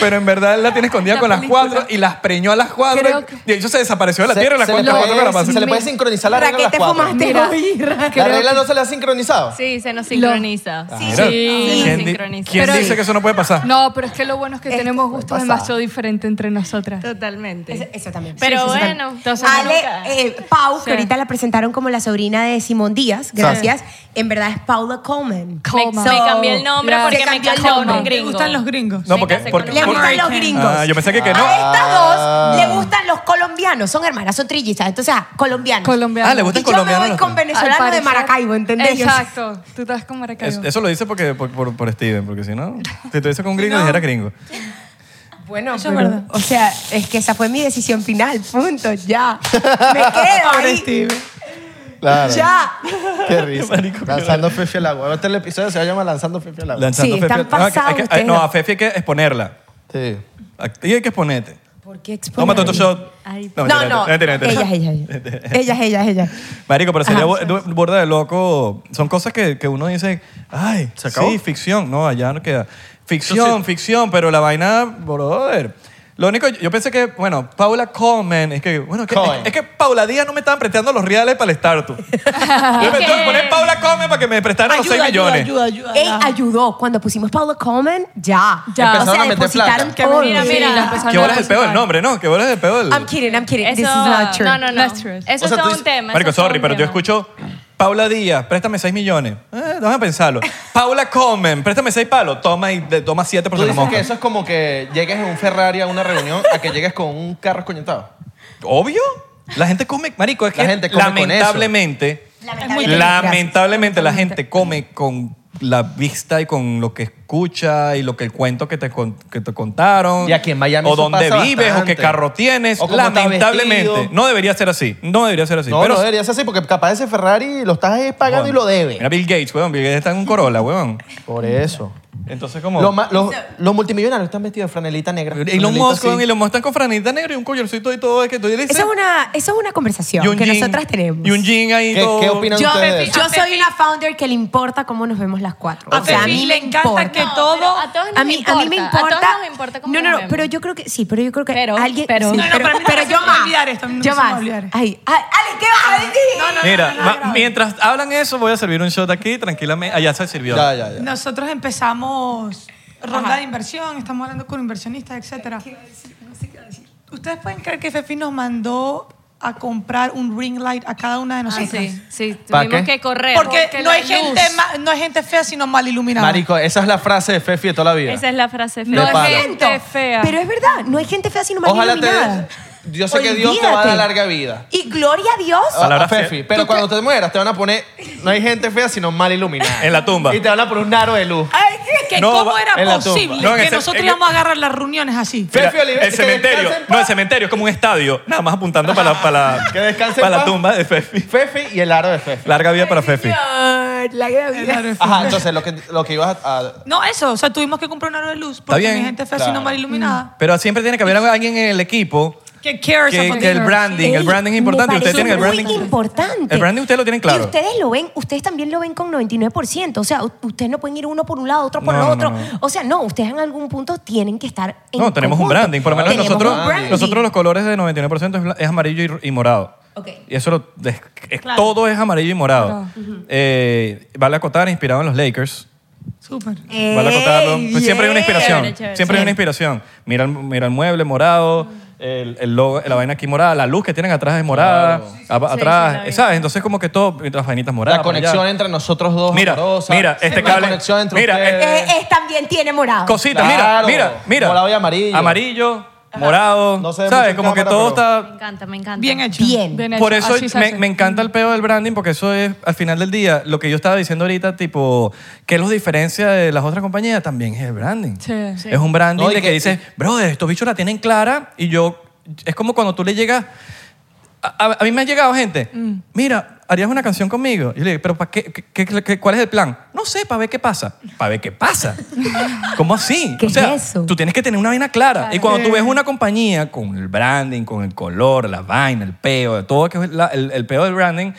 S3: pero en verdad la tiene escondida
S6: La
S3: con
S6: película.
S3: las cuatro y las preñó a las cuatro.
S6: Creo que-
S3: Y de hecho se desapareció de la
S4: Se-
S3: tierra y las
S4: se, le
S3: cuatro las cuatro
S4: puede-
S3: que la pasan.
S4: se le puede sincronizar la regla a las
S2: Raquete
S4: cuatro.
S2: fumaste
S6: Mira.
S2: hoy.
S4: ¿La regla no se le ha sincronizado?
S7: Sí, se nos sincroniza.
S3: Ah,
S7: Sí,
S6: Sí.
S3: mira.
S7: se
S3: ¿Quién,
S7: nos
S3: di-
S7: sincroniza.
S3: quién
S6: Pero-
S3: dice que eso no puede pasar?
S6: No, pero es que lo bueno es que
S2: Esto
S6: tenemos
S4: puede
S6: gustos
S4: pasar.
S6: demasiado diferentes entre nosotras.
S7: Totalmente.
S2: Eso, eso también.
S7: Pero
S2: Sí, eso
S7: bueno,
S2: también.
S7: entonces nunca.
S2: Ale, eh, Pau, que
S6: Sí.
S2: ahorita la presentaron como la sobrina de Simón Díaz, gracias. En verdad es Paula Coleman.
S7: Me,
S6: Coma.
S7: me cambié el nombre
S6: Ya.
S7: porque
S2: Se
S7: me
S2: cambió el
S7: casé con
S2: nombre.
S7: un
S2: ¿Te
S5: ¿Te
S7: gringo.
S5: gustan los gringos?
S3: No, porque.
S7: casé
S3: porque-
S7: con
S2: Le
S7: un
S3: porque-
S2: gustan los
S5: Hurricane.
S2: gringos.
S3: Ah, yo pensé que, que no.
S2: A estas
S4: Ah.
S2: dos le gustan los colombianos. Son hermanas, son trillizas. Entonces, ah, colombianos.
S6: Colombianos.
S3: Ah, le gustan
S2: Y yo
S3: colombianos
S2: me voy
S3: los
S2: con
S3: tres.
S6: Al
S2: venezolanos de
S6: parecer-
S2: Maracaibo, ¿entendés?
S6: Exacto. Tú estás con Maracaibo.
S3: Es- eso lo dice porque, por, por, por Steven, porque si no. Si tú dices con un gringo, dijera gringo.
S2: Bueno,
S5: Eso es
S2: pero-
S5: verdad.
S2: O sea, es que esa fue mi decisión final. Punto. Ya. Me quedo
S5: Pobre
S2: ahí.
S5: Steve.
S4: Claro.
S2: Ya.
S4: Qué risa.
S3: Marico, qué
S4: Lanzando Fefi al agua. Este episodio se va a llamar Lanzando Fefi al agua.
S3: Lanzando
S2: Sí, están
S3: Fefi- no, hay que- hay que- eh,
S2: pasados ustedes.
S3: no, a Fefi hay que exponerla.
S4: Sí.
S3: A ti hay que exponerte.
S2: ¿Por qué
S3: Tómate otro shot.
S2: No,
S3: mentira,
S2: no.
S3: mentira, mentira. Este,
S2: Ellas, ellas, ellas. Ellas, ellas, ellas.
S3: Marico, pero sería
S2: Ajá,
S3: bo- du- burda de loco. Son cosas que, que uno dice, ay,
S4: ¿Se acabó?
S3: sí, ficción. No, allá no queda. Ficción, ficción, pero la vaina, brother. Lo único, yo pensé que, bueno, Paula Coleman, es que, bueno, que-
S4: Cohen.
S3: es, es que Paula Díaz no me estaban prestando los reales para el startup. yo me
S7: que-
S3: tuve que poner Paula Coleman para que me prestaran los 6
S5: Ayuda, ayuda,
S3: millones.
S5: ayuda, ayuda.
S2: Él ayudó. Cuando pusimos Paula Coleman, ya.
S6: Ya.
S2: O sea,
S4: Empezaron a meter
S2: depositaron
S4: plata.
S2: todo.
S7: Mira,
S6: Sí,
S7: mira.
S6: las personas no
S3: ¿Qué bolas el peor el
S6: participaron.
S3: nombre, no? ¿Qué bolas el peor?
S2: I'm kidding, I'm kidding.
S7: Eso,
S2: This is not true.
S7: No, no, no.
S6: Not true.
S3: O
S7: Eso
S3: sea,
S7: es
S3: tú
S7: todo
S3: dices-
S7: un tema.
S3: Marico,
S7: eso es todo
S3: sorry,
S7: un
S3: pero yo
S7: tema.
S3: escucho Paula Díaz, préstame 6 millones. Eh, vamos a pensarlo. Paula Comen, préstame 6 palos. Toma y de- toma 7 por
S4: Tú
S3: la
S4: dices
S3: mosca.
S4: que eso es como que llegues en un Ferrari a una reunión a que llegues con un carro escoñetado.
S3: Obvio. La gente come, marico, es que
S4: La gente come con eso.
S3: lamentablemente,
S2: Lamentablemente.
S3: lamentablemente la gente come con la vista y con lo que escucha y lo que el cuento que te, con- que te contaron.
S4: Y aquí en Miami
S3: O
S4: eso
S3: dónde
S4: pasa
S3: vives o
S4: bastante.
S3: qué carro tienes.
S4: O cómo estás
S3: lamentablemente.
S4: vestido.
S3: No debería ser así. No debería ser así.
S4: No,
S3: pero
S4: no debería ser así porque capaz ese Ferrari lo estás pagando y lo debes.
S3: Mira Bill Gates, weón. Bill Gates está en un Corolla, weón.
S4: Por eso.
S3: Entonces, como.
S4: Los, ma- los- los multimillonarios están vestidos de franelita negra.
S3: Y los
S4: franelita así.
S3: Musk, y los Musk están con franita negra y un collarcito y todo. Es que tú le dices.
S2: Eso es una, eso es una conversación
S3: y un
S2: que
S3: jean-
S2: nosotras tenemos.
S3: Y un jean ahí.
S4: ¿Qué-
S3: todo.
S4: qué opinan
S2: yo,
S4: ustedes? de eso?
S2: yo soy una founder que le importa cómo nos vemos las cuatro.
S5: A
S2: o sea, a mí
S5: Fefi
S2: le
S5: le encanta
S2: importa.
S5: que
S7: No,
S5: todo...
S7: pero a todos nos
S2: a mí,
S7: importa.
S2: a mí me importa.
S7: A todos nos importa cómo
S2: no, no,
S7: nos
S2: no,
S7: vemos.
S2: pero yo creo que sí, pero yo creo que
S7: Pero,
S2: alguien
S7: pero-
S2: sí,
S7: No, no,
S5: pero a mí no se me
S2: yo
S5: va a
S2: más.
S5: olvidar esto, a mí no
S2: yo
S5: se me va a
S2: más.
S5: olvidar.
S2: Ay, ay, Ale, ¿qué vas a decir?
S3: Mira, ma- mientras hablan eso, voy a servir un shot aquí tranquilamente. Allá se sirvió.
S4: Ya, ya, ya.
S5: Nosotros empezamos ronda de inversión, estamos hablando con inversionistas, etcétera. Ustedes pueden creer que Fefi nos mandó a comprar un ring light a cada una de
S7: Ah,
S5: nosotras.
S7: sí, sí.
S4: ¿Para
S7: Tuvimos
S4: qué?
S7: que correr.
S5: Porque, no,
S7: la
S5: hay gente
S7: luz-
S5: ma- no hay gente fea, sino mal iluminada.
S4: Marico, esa es la frase de Fefi de toda la vida.
S7: Esa es la frase
S6: No
S7: fea.
S4: Prepara.
S6: es gente fea.
S2: Pero es verdad, no hay gente fea sino más
S4: Ojalá te
S2: iluminada.
S4: Yo sé que Dios te va a
S2: Olvídate.
S4: dar larga vida.
S2: Y gloria a Dios.
S3: Palabra
S4: Ah, Fefi,
S3: fiel.
S4: pero cuando te mueras te van a poner no hay gente fea sino mal iluminada
S3: En la tumba.
S4: y te van a poner un aro de luz
S5: Ay, que
S3: No,
S5: ¿Cómo
S3: va-
S4: en la
S5: era
S4: tumba.
S5: posible
S3: No, en
S5: que
S3: ese-
S5: nosotros
S3: en-
S5: íbamos a agarrar las reuniones así?
S4: Fefi
S3: Mira,
S4: Oliver,
S3: el
S4: que
S3: cementerio.
S4: descanse en paz.
S3: No, el cementerio es como un estadio. Nada más apuntando para la, para la-
S4: Que descanse en
S3: para la
S4: paz.
S3: tumba de Fefi.
S4: Fefi y el aro de Fefi
S3: Larga vida para Fefi.
S2: Ay, La gravedad.
S4: ajá entonces lo que, lo que ibas a, a-
S5: No, eso, o sea, tuvimos que comprar un aro de luz porque
S3: bien,
S5: no hay gente fea,
S4: claro.
S5: sino mal iluminada.
S3: Pero siempre tiene que haber alguien en el equipo
S5: Que cares
S3: que,
S5: about
S3: que el
S5: girls.
S3: branding, el
S2: Ey,
S3: branding es
S2: me
S3: importante. Ustedes
S2: parece
S3: tienen el branding.
S2: Muy importante.
S3: El branding ustedes lo tienen
S2: Y
S3: claro.
S2: ustedes lo ven, ustedes también lo ven con 99%. O sea, u- ustedes no pueden ir uno por un lado, otro por
S3: No,
S2: el
S3: no,
S2: otro.
S3: no, no.
S2: O sea, no, ustedes en algún punto tienen que estar en
S3: No, tenemos un
S2: conjunto.
S3: branding. Por lo menos
S2: Tenemos
S3: nosotros,
S2: un branding.
S3: nosotros los colores de 99% es bla- es amarillo y, y morado.
S2: Ok.
S3: Y eso lo- es- es- todo es amarillo y morado. Eh, vale acotar, inspirado en los Lakers.
S5: Súper.
S3: Vale acotarlo.
S2: Ey,
S3: Pues siempre hay una inspiración.
S7: Chévere, chévere.
S3: Siempre hay una inspiración. Mira el, mira el mueble morado, el, el logo, la vaina aquí morada, la luz que tienen atrás es morada, a- atrás, ¿sabes? Entonces como que todo, las vainitas moradas.
S4: La
S3: por allá.
S4: conexión entre nosotros dos.
S3: Mira,
S4: amorosa.
S3: mira, este
S4: La
S3: cable-
S4: conexión entre
S3: mira,
S4: ustedes.
S2: Eh, eh, también tiene morado.
S3: Cosita,
S4: Claro.
S3: mira, mira, mira.
S4: Morado y amarillo.
S3: Amarillo, morado.
S4: No se ve mucho
S3: ¿Sabes?
S4: en
S3: Como que
S4: cámara,
S3: todo
S4: pero-
S3: está...
S7: Me encanta, me encanta.
S5: Bien hecho.
S2: Bien.
S6: Bien hecho,
S3: Por eso
S6: así se
S3: me,
S6: hace.
S3: me encanta el peo del branding, porque eso es, al final del día, lo que yo estaba diciendo ahorita, tipo, ¿qué los diferencia de las otras compañías? También es el branding.
S6: Sí, sí.
S3: Es un branding
S4: No, y
S3: de que,
S4: que-
S3: dices, brother, estos bichos la tienen clara y yo... Es como cuando tú le llegas... A, a- a mí me ha llegado gente,
S6: Mm.
S3: mira, ¿harías una canción conmigo? Y yo le digo, ¿pero para qué, qué- qué- qué- cuál es el plan? No sé, para ver qué pasa. ¿Para ver qué pasa? ¿Cómo así?
S2: ¿Qué
S3: o sea,
S2: es eso?
S3: tú tienes que tener una vaina clara. Y cuando tú ves una compañía con el branding, con el color, la vaina, el peo, todo que es la- el, el peo del branding,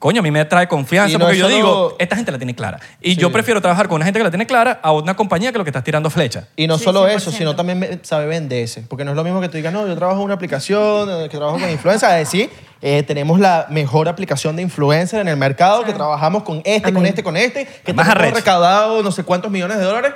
S3: coño, a mí me trae confianza
S4: Y no
S3: porque
S4: es
S3: yo
S4: solo-
S3: digo, esta gente la tiene clara. Y yo prefiero trabajar con una gente que la tiene clara a una compañía que lo que está es tirando flecha.
S4: Y no solo eso, sino también me- sabe venderse. Porque no es lo mismo que tú digas, no, yo trabajo en una aplicación, eh, que trabajo con influencers. A decir, eh, tenemos la mejor aplicación de influencers en el mercado, que trabajamos con este, con este, con este, que
S3: Más
S4: hemos
S3: arrecho.
S4: recaudado no sé cuántos millones de dólares.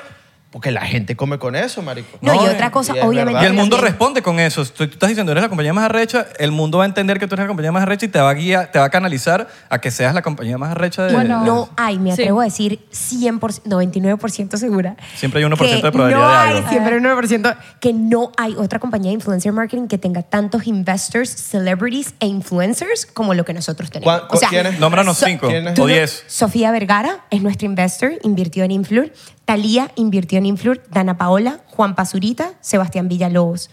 S4: Porque la gente come con eso, marico.
S2: No,
S3: No,
S2: y
S3: eh,
S2: otra cosa,
S4: y es
S2: obviamente.
S4: verdad.
S3: Y el mundo
S2: también-
S3: responde con eso. Tú, tú estás diciendo, eres la compañía más arrecha, el mundo va a entender que tú eres la compañía más arrecha y te va a guiar, te va a canalizar a que seas la compañía más arrecha de...
S6: Bueno,
S3: de-
S2: No hay, me
S7: Sí.
S2: atrevo a decir 100%, 99% segura.
S3: Siempre hay 1%
S2: que
S3: de probabilidad
S2: no
S3: de
S2: hay,
S3: algo.
S2: Siempre hay 1% que no hay otra compañía de influencer marketing que tenga tantos investors, celebrities e influencers como lo que nosotros tenemos.
S4: ¿Cuál- cuál- quién es?
S3: Nómbranos
S2: so-
S3: cinco
S4: ¿Quién es?
S3: o
S4: Tú no-
S3: diez.
S2: Sofía Vergara es nuestra investor, invirtió en Influr. Talía invirtió en Influr. Dana Paola, Juan Pazurita, Sebastián Villalobos.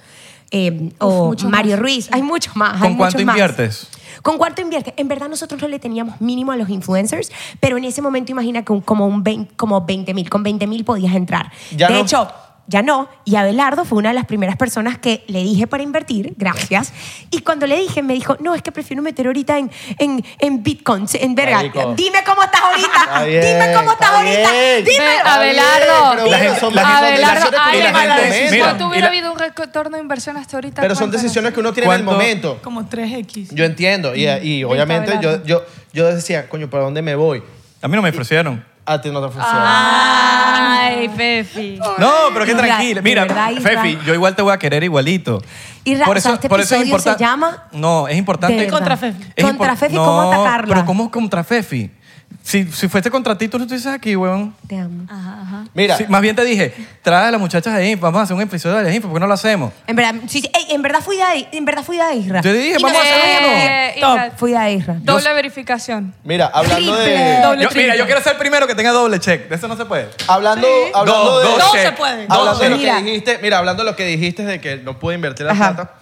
S2: eh, o
S6: muchos
S2: Mario
S6: más.
S2: Ruiz. Hay muchos más. hay
S3: ¿Con cuánto
S2: muchos más.
S3: inviertes?
S2: ¿Con cuánto inviertes? En verdad nosotros no le teníamos mínimo a los influencers, pero en ese momento imagina que un- como, un 20, como 20 mil, con 20 mil podías entrar.
S4: Ya
S2: de
S4: no.
S2: hecho, ya no. Y Abelardo fue una de las primeras personas que le dije para invertir, gracias. Y cuando le dije, me dijo, no, es que prefiero meter ahorita en, en, en bitcoins, en verga.
S4: Marico.
S2: Dime cómo estás ahorita.
S4: Está bien,
S2: Dime cómo estás
S4: está
S2: ahorita.
S4: bien.
S2: Dímelo.
S6: Ve, Abelardo.
S4: Está bien, pero bueno,
S3: La gente-
S4: son-
S3: la
S4: son
S3: gente-
S6: Abelardo,
S4: decisiones que uno
S3: la
S4: toma en el momento.
S3: gente- mira,
S6: Abelardo, no
S3: y la-
S6: hubiera habido un retorno de inversión hasta ahorita.
S4: Pero son
S6: ¿cuántas?
S4: decisiones que uno tiene en el
S3: ¿Cuánto-
S4: momento.
S5: Como 3X.
S4: Yo entiendo. Y, y obviamente yo,
S6: Abelardo.
S4: yo, yo decía, coño, ¿para dónde me voy?
S3: A mí no me ofrecieron.
S4: A ti no te funciona.
S7: Ay, Pefi.
S3: No, pero qué
S2: Isra,
S3: tranquila.
S2: de
S3: Mira,
S2: verdad, Isra.
S3: Fefi, yo igual te voy a querer igualito.
S2: Isra, o sea, este episodio se
S3: importan-
S2: llama-
S3: No, es importante.
S2: De
S5: Contra
S2: verdad.
S5: Fefi.
S3: Es
S2: Contra
S3: impor-
S2: Fefi,
S3: No,
S2: ¿cómo atacarla?
S3: Pero ¿cómo contra Fefi? Si, si fuese contra ti, tú no estuvieses aquí, weón.
S2: Te amo.
S4: Mira,
S3: Sí, más bien te dije, trae a las muchachas de Info, vamos a hacer un episodio de las Info, ¿por qué no lo hacemos?
S2: En verdad, sí, sí. Ey, en verdad fui a, en verdad fui a Isra.
S3: Yo te dije,
S2: Y
S3: vamos a hacer
S2: nosotros-
S3: algo.
S6: Eh,
S5: Top.
S6: Isra,
S2: Fui a Isra.
S6: Doble verificación.
S4: mira, hablando
S5: Triple.
S4: de...
S5: Doble
S3: Yo- mira,
S5: triple.
S3: yo quiero ser el primero que tenga doble check. De eso no se puede.
S4: Hablando, hablando
S3: Dos,
S4: de...
S3: dos
S5: No
S3: check.
S5: se puede.
S3: Dos
S4: Hablando de lo
S3: check.
S4: que dijiste, mira, hablando de lo que dijiste de que no pude invertir la
S2: Ajá.
S4: plata,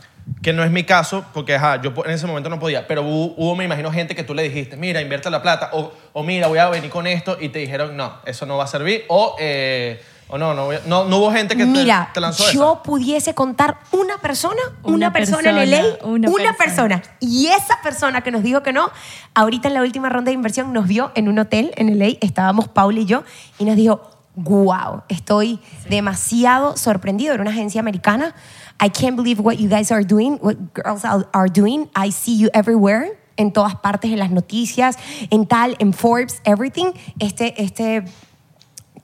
S4: que no es mi caso, porque ajá, yo po- en ese momento no podía, pero hubo, hubo, me imagino, gente que tú le dijiste, mira, invierte la plata, o, o mira, voy a venir con esto, y te dijeron, no, eso no va a servir, o, eh, o no, no, voy a- no, no hubo gente que te-
S2: Mira,
S4: te, lanzó
S2: yo
S4: eso.
S2: pudiese contar una persona, una,
S7: Una
S2: persona, en
S7: persona,
S2: LA, una,
S7: una
S2: persona.
S7: persona.
S2: Y esa persona que nos dijo que no, ahorita en la última ronda de inversión nos vio en un hotel en LA, estábamos Paula y yo, y nos dijo, wow, estoy demasiado sorprendido. Era una agencia americana. I can't believe what you guys are doing, what girls are- are doing. I see you everywhere. En todas partes, en las noticias, en tal, en Forbes, everything. Este, este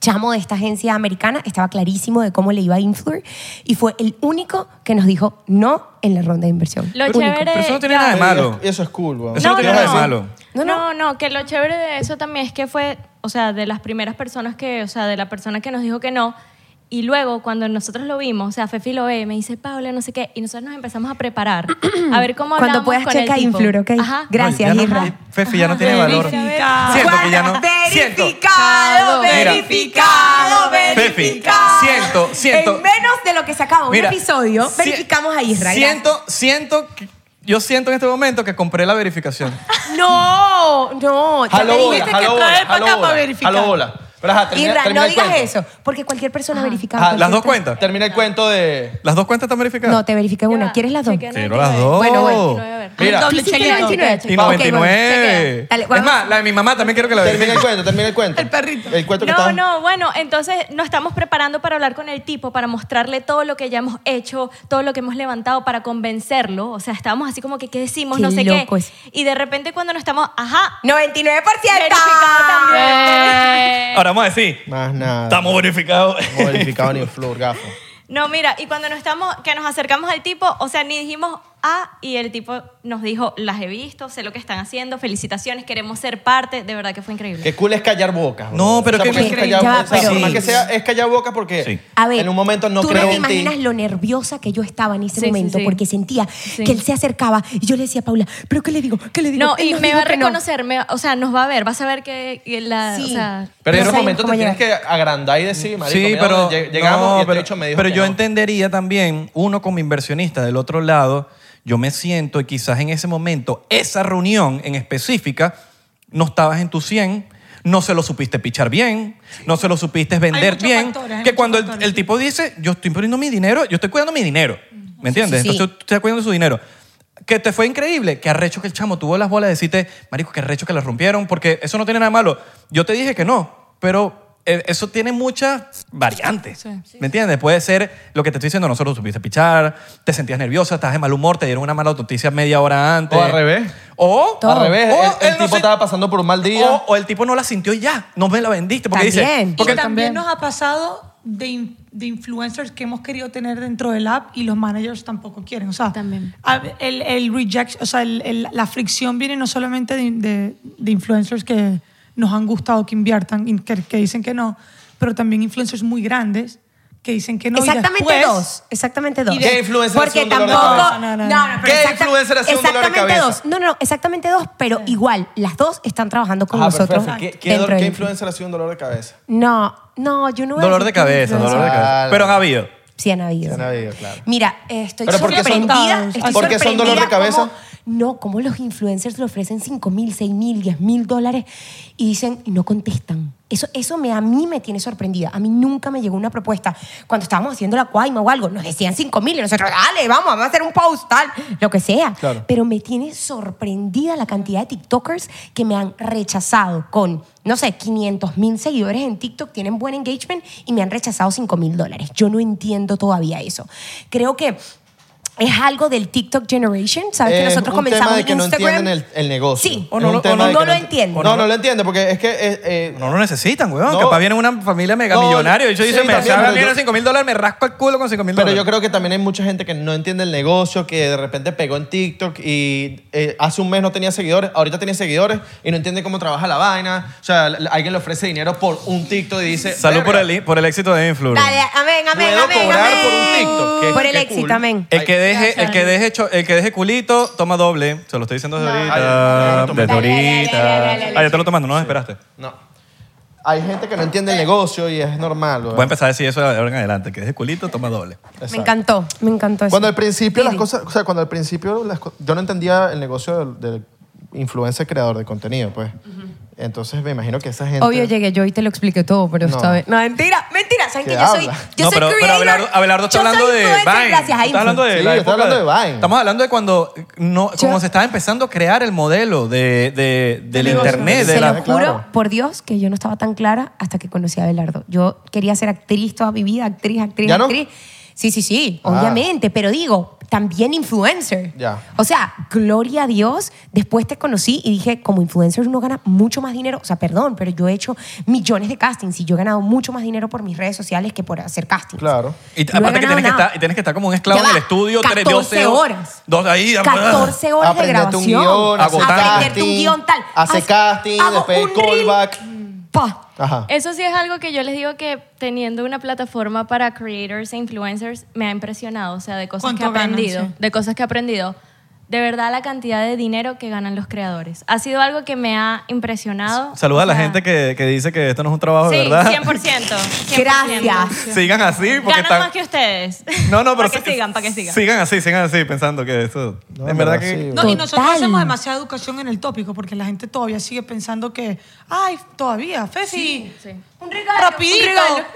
S2: chamo de esta agencia americana estaba clarísimo de cómo le iba a Influr y fue el único que nos dijo no en la ronda de inversión.
S7: Lo
S2: Único.
S7: chévere.
S3: Pero eso no tiene
S7: ya.
S3: nada de malo.
S4: Eso es cool, weón.
S3: Eso no,
S7: No,
S3: tiene
S7: no,
S3: nada de
S7: no.
S3: malo.
S2: No,
S7: No,
S2: no.
S7: no, que lo chévere de eso también es que fue, o sea, de las primeras personas que, o sea, de la persona que nos dijo que no. Y luego, cuando nosotros lo vimos, o sea, Fefi lo ve, me dice, Paula, no sé qué, y nosotros nos empezamos a preparar. A ver cómo
S2: Cuando
S7: hablábamos
S2: puedas
S7: con el
S2: checa
S7: tipo.
S2: Influr, ¿ok?
S7: Ajá.
S2: Gracias,
S3: No, ya no-
S2: Irra.
S3: Fefi ya no tiene
S7: Ajá.
S3: valor.
S5: Verificado.
S3: Siento que ya no. Siento.
S2: Verificado,
S3: Mira.
S2: verificado,
S3: Fefi,
S2: verificado.
S3: siento, siento.
S2: En menos de lo que se acaba un
S3: Mira,
S2: episodio,
S3: si-
S2: verificamos a Isra.
S3: Siento, siento, que- yo siento en este momento que compré la verificación.
S2: Gracias. No, no. ya
S4: Jaló
S2: me
S4: bola,
S2: dijiste que
S4: jaló
S5: trae
S4: bola,
S5: pa' acá
S4: jaló
S5: pa'
S4: bola,
S5: verificar.
S4: jaló bola. Pero ajá, termina,
S2: Irra,
S4: termina
S2: no
S4: el
S2: digas
S4: cuento.
S2: eso, porque cualquier persona verificada.
S4: Ajá,
S3: ¿Las
S2: cualquier
S3: dos
S2: persona-
S3: cuentas?
S4: Termina el cuento de...
S3: ¿Las dos cuentas están verificadas?
S2: No, te verifiqué una. ¿Quieres las dos?
S3: Quiero las dos.
S2: Bueno, bueno.
S4: Mira.
S2: Doble,
S5: Hiciste
S2: chequea,
S5: la
S2: chequea,
S3: Y
S2: chequea. Ok, bueno,
S3: 99.
S2: chequea. Dale,
S3: es
S2: vamos.
S3: más, la de mi mamá también quiero que la
S4: Termina
S3: verifiquen.
S4: el cuento, termina el cuento.
S5: El perrito.
S4: El cuento que
S7: No,
S4: estaba-
S7: no, bueno, entonces nos estamos preparando para hablar con el tipo, para mostrarle todo lo que ya hemos hecho, todo lo que hemos levantado, para convencerlo. O sea, estábamos así como que, ¿qué decimos?
S2: Qué
S7: no sé
S2: loco
S7: qué.
S2: es.
S7: Y de repente cuando nos estamos, ajá,
S2: 99%.
S7: verificado
S2: Eh.
S7: también.
S3: Eh. Ahora vamos a decir,
S4: Más nada.
S3: estamos verificados.
S4: modificado ni flor, gafo.
S7: No, mira, y cuando nos estamos, que nos acercamos al tipo, o sea, ni dijimos, ah, y el tipo nos dijo, las he visto, sé lo que están haciendo, felicitaciones, queremos ser parte. De verdad que fue increíble.
S4: Qué cool es callar bocas. bro.
S3: No, pero
S4: o sea,
S3: qué
S4: porque es
S3: bien.
S4: callar,
S2: Ya,
S4: o sea,
S2: pero-
S4: por más que sea, es callar bocas porque
S3: Sí.
S2: A ver,
S4: en un momento no
S2: tú
S4: creo
S2: no te
S4: en ti.
S2: imaginas lo nerviosa que yo estaba en ese
S7: Sí, sí,
S2: momento
S7: sí.
S2: porque sentía que él se acercaba y yo le decía a Paula, ¿pero qué le digo? ¿Qué le digo?
S7: No,
S2: Él
S7: y
S2: nos
S7: me
S2: dijo
S7: va a
S2: que no.
S7: reconocer, me- o sea, nos va a ver, va a saber que, que la,
S2: Sí.
S7: o sea,
S4: Pero en ese
S2: No sabemos
S4: momento te
S2: cómo
S4: tienes que agrandar y decir, marico,
S3: sí,
S4: mira,
S3: pero
S4: lleg- llegamos
S3: no,
S4: y este
S3: pero,
S4: bicho me dijo
S3: pero
S4: que
S3: yo
S4: no.
S3: entendería también, uno como inversionista del otro lado, yo me siento y quizás en ese momento, esa reunión en específica, no estabas en tu 100, no se lo supiste pichar bien, no se lo supiste vender
S5: muchos
S3: bien,
S5: factores, hay
S3: que
S5: muchos
S3: cuando el,
S5: factores.
S3: el tipo dice, yo estoy poniendo mi dinero, yo estoy cuidando mi dinero, ¿me entiendes?
S2: sí.
S3: Entonces tú estás cuidando su dinero. Que te fue increíble, que arrecho que el chamo tuvo las bolas de decirte, marico, que arrecho que las rompieron, porque eso no tiene nada de malo. Yo te dije que no, pero eh, eso tiene muchas variantes. ¿Me entiendes? Puede ser lo que te estoy diciendo, nosotros supiste pichar, te sentías nerviosa, estás de mal humor, te dieron una mala noticia media hora antes.
S4: O al revés.
S3: O
S2: Todo.
S4: Al revés,
S3: O
S4: el, el
S3: él no
S4: tipo
S3: se-
S4: estaba pasando por un mal día.
S3: O, o el tipo no la sintió y ya, no me la vendiste. Porque
S2: También.
S3: dice, porque
S5: y también nos ha pasado de, in- de influencers que hemos querido tener dentro del app y los managers tampoco quieren. O sea,
S7: También.
S5: a- el, el rejection, o sea, el- el- la fricción viene no solamente de, de- de influencers que nos han gustado que inviertan, y que, que dicen que no, pero también influencers muy grandes que dicen que no. y
S2: Exactamente
S5: después-
S2: dos. Exactamente dos.
S5: Y de-
S4: ¿Qué influencer hace
S2: Porque
S4: un dolor de
S2: tampoco.
S4: cabeza?
S5: No, no, no.
S2: pero
S4: ¿Qué
S2: exacta-
S4: influencer hace un dolor de
S2: Exactamente
S4: cabeza?
S2: dos. No, no, no. Exactamente dos, pero igual, las dos están trabajando con
S4: Ajá,
S2: nosotros.
S4: perfecto. ¿Qué, qué,
S2: dentro
S4: dolor- qué
S2: del-
S4: influencer ha sido un dolor de cabeza?
S2: No, no, yo no voy a
S3: dolor de
S2: decir que
S3: cabeza,
S2: influencer.
S3: dolor de cabeza.
S4: Claro.
S3: Pero han habido.
S2: Sí han habido.
S4: Sí han habido, claro.
S2: Mira, eh, estoy
S4: Pero ¿por qué son-
S7: Ah.
S2: sorprendida. estoy
S4: ¿por qué son dolor de
S2: sorprendida
S4: cabeza?
S2: cómo- no, como los influencers le ofrecen 5 mil, 6 mil, 10 mil dólares y dicen, y no contestan. Eso, eso me, a mí me tiene sorprendida. A mí nunca me llegó una propuesta. Cuando estábamos haciendo la cuaima o algo, nos decían 5 mil y nosotros, dale, vamos, vamos a hacer un post, tal, lo que sea.
S4: Claro.
S2: Pero me tiene sorprendida la cantidad de TikTokers que me han rechazado con, no sé, 500 mil seguidores en TikTok, tienen buen engagement y me han rechazado 5 mil dólares. Yo no entiendo todavía eso. Creo que es algo del TikTok generation, ¿sabes? que
S4: Es
S2: nosotros
S4: Eh, un
S2: comenzamos
S4: tema de
S2: en
S4: que no
S2: Instagram.
S4: entienden el, el negocio.
S2: Sí,
S3: O
S4: Es
S3: no
S4: un
S3: lo- o
S4: tema
S3: no
S4: de que
S3: lo
S4: ent-
S2: entienden.
S4: No, no lo entienden porque es que... eh, eh,
S3: No lo necesitan, weón.
S4: No.
S3: Capaz viene una familia mega millonaria. Y yo
S4: sí,
S3: dice, me
S4: también,
S3: sabe
S4: pero
S3: bien
S4: yo-
S3: 5 mil dólares, me rasco el culo con 5 mil
S4: Pero
S3: dólares.
S4: yo creo que también hay mucha gente que no entiende el negocio, que de repente pegó en TikTok y eh, hace un mes no tenía seguidores, ahorita tiene seguidores y no entiende cómo trabaja la vaina. O sea, l- alguien le ofrece dinero por un TikTok y dice...
S3: Salud por
S4: "Verga,
S3: el, por el éxito de Influencer.
S2: Dale, amén, amén,
S4: Puedo
S2: amén.
S4: cobrar
S2: amén.
S4: por un TikTok, que-
S2: Por el
S4: que
S2: éxito,
S4: cool.
S2: amén.
S3: El que, deje, el, que deje cho- el que deje culito, toma doble. Se lo estoy diciendo desde
S4: Ay, ya, ya,
S3: ahorita.
S4: ya, ya,
S3: Desde
S4: ya,
S3: ahorita. Ah, ya te lo tomando, no esperaste.
S4: No. Hay gente que no entiende el negocio y es normal. weón.
S3: Voy a empezar a decir eso de ahora en adelante. El Que deje culito, toma doble.
S2: Me encantó, me encantó eso.
S4: Cuando al principio las
S2: Didi.
S4: cosas, o sea, cuando al principio las co- yo no entendía el negocio del, del influencer creador de contenido, pues. Entonces me imagino que esa gente
S2: Obvio llegué yo y te lo expliqué todo, pero
S4: No.
S2: esta vez. No, mentira, mentira. ¿Saben
S4: ¿Qué
S2: que yo soy,
S4: habla?
S2: yo
S3: no,
S2: soy
S3: pero, pero
S2: creator?
S3: Abelardo, Abelardo está
S2: Yo soy
S3: hablando de Vine.
S2: influencer Gracias a
S3: Estás hablando de,
S4: Sí,
S3: la
S4: yo
S3: época
S4: estoy hablando de Vine.
S3: Estamos hablando de cuando, no, cuando se estaba empezando a crear el modelo de, de, del internet.
S2: Se
S3: De
S2: lo
S3: la,
S4: ju-
S2: juro
S4: Claro.
S2: por Dios que yo no estaba tan clara hasta que conocí a Abelardo. Yo quería ser actriz toda mi vida, actriz, actriz,
S4: ¿Ya no?
S2: actriz. Sí, sí, sí,
S4: Ah.
S2: obviamente, pero digo, también influencer.
S4: Ya.
S2: O sea, gloria a Dios, después te conocí y dije, como influencer uno gana mucho más dinero, o sea, perdón, pero yo he hecho millones de castings y yo he ganado mucho más dinero por mis redes sociales que por hacer castings.
S4: Claro.
S3: y
S2: No he
S3: aparte que
S2: ganado
S3: tienes que,
S2: nada.
S3: estar, y tienes que estar como un esclavo
S2: Ya
S3: en el
S2: va,
S3: estudio. tres,
S2: 14
S3: 12
S2: horas.
S3: Dos ahí. pues.
S2: 14 horas
S4: Aprenderte
S2: de
S4: un
S2: grabación.
S4: guión,
S3: hacer
S2: aprenderte
S4: casting,
S2: un guión tal.
S4: hace
S2: Haz-
S4: casting,
S2: hago
S4: después
S2: un reel,
S4: callback.
S2: pa.
S4: Ajá.
S7: Eso sí es algo que yo les digo que teniendo una plataforma para creators e influencers me ha impresionado, o sea, de cosas que
S5: ¿Cuánto
S7: he
S5: ganan,
S7: aprendido,
S5: sí?
S7: de cosas que he aprendido. de verdad la cantidad de dinero que ganan los creadores. Ha sido algo que me ha impresionado.
S3: Saluda a la
S7: O sea,
S3: gente que, que dice que esto no es un
S4: Oh,
S3: trabajo
S7: Sí,
S3: de verdad.
S7: 100%, 100%.
S2: Gracias.
S3: Sigan así porque
S7: Ganan
S3: están...
S7: más que ustedes.
S3: No, no, pero
S7: para que
S3: sí-
S7: sigan, para que sigan.
S3: Sigan así, sigan así, pensando que esto...
S4: No,
S3: en
S4: en
S3: verdad
S4: verdad
S3: que...
S4: sí.
S5: No, y nosotros
S2: Total.
S5: hacemos demasiada educación en el tópico porque la gente todavía sigue pensando que, ay, todavía, Fefi,
S2: Un regalo.
S5: rapidito,
S2: un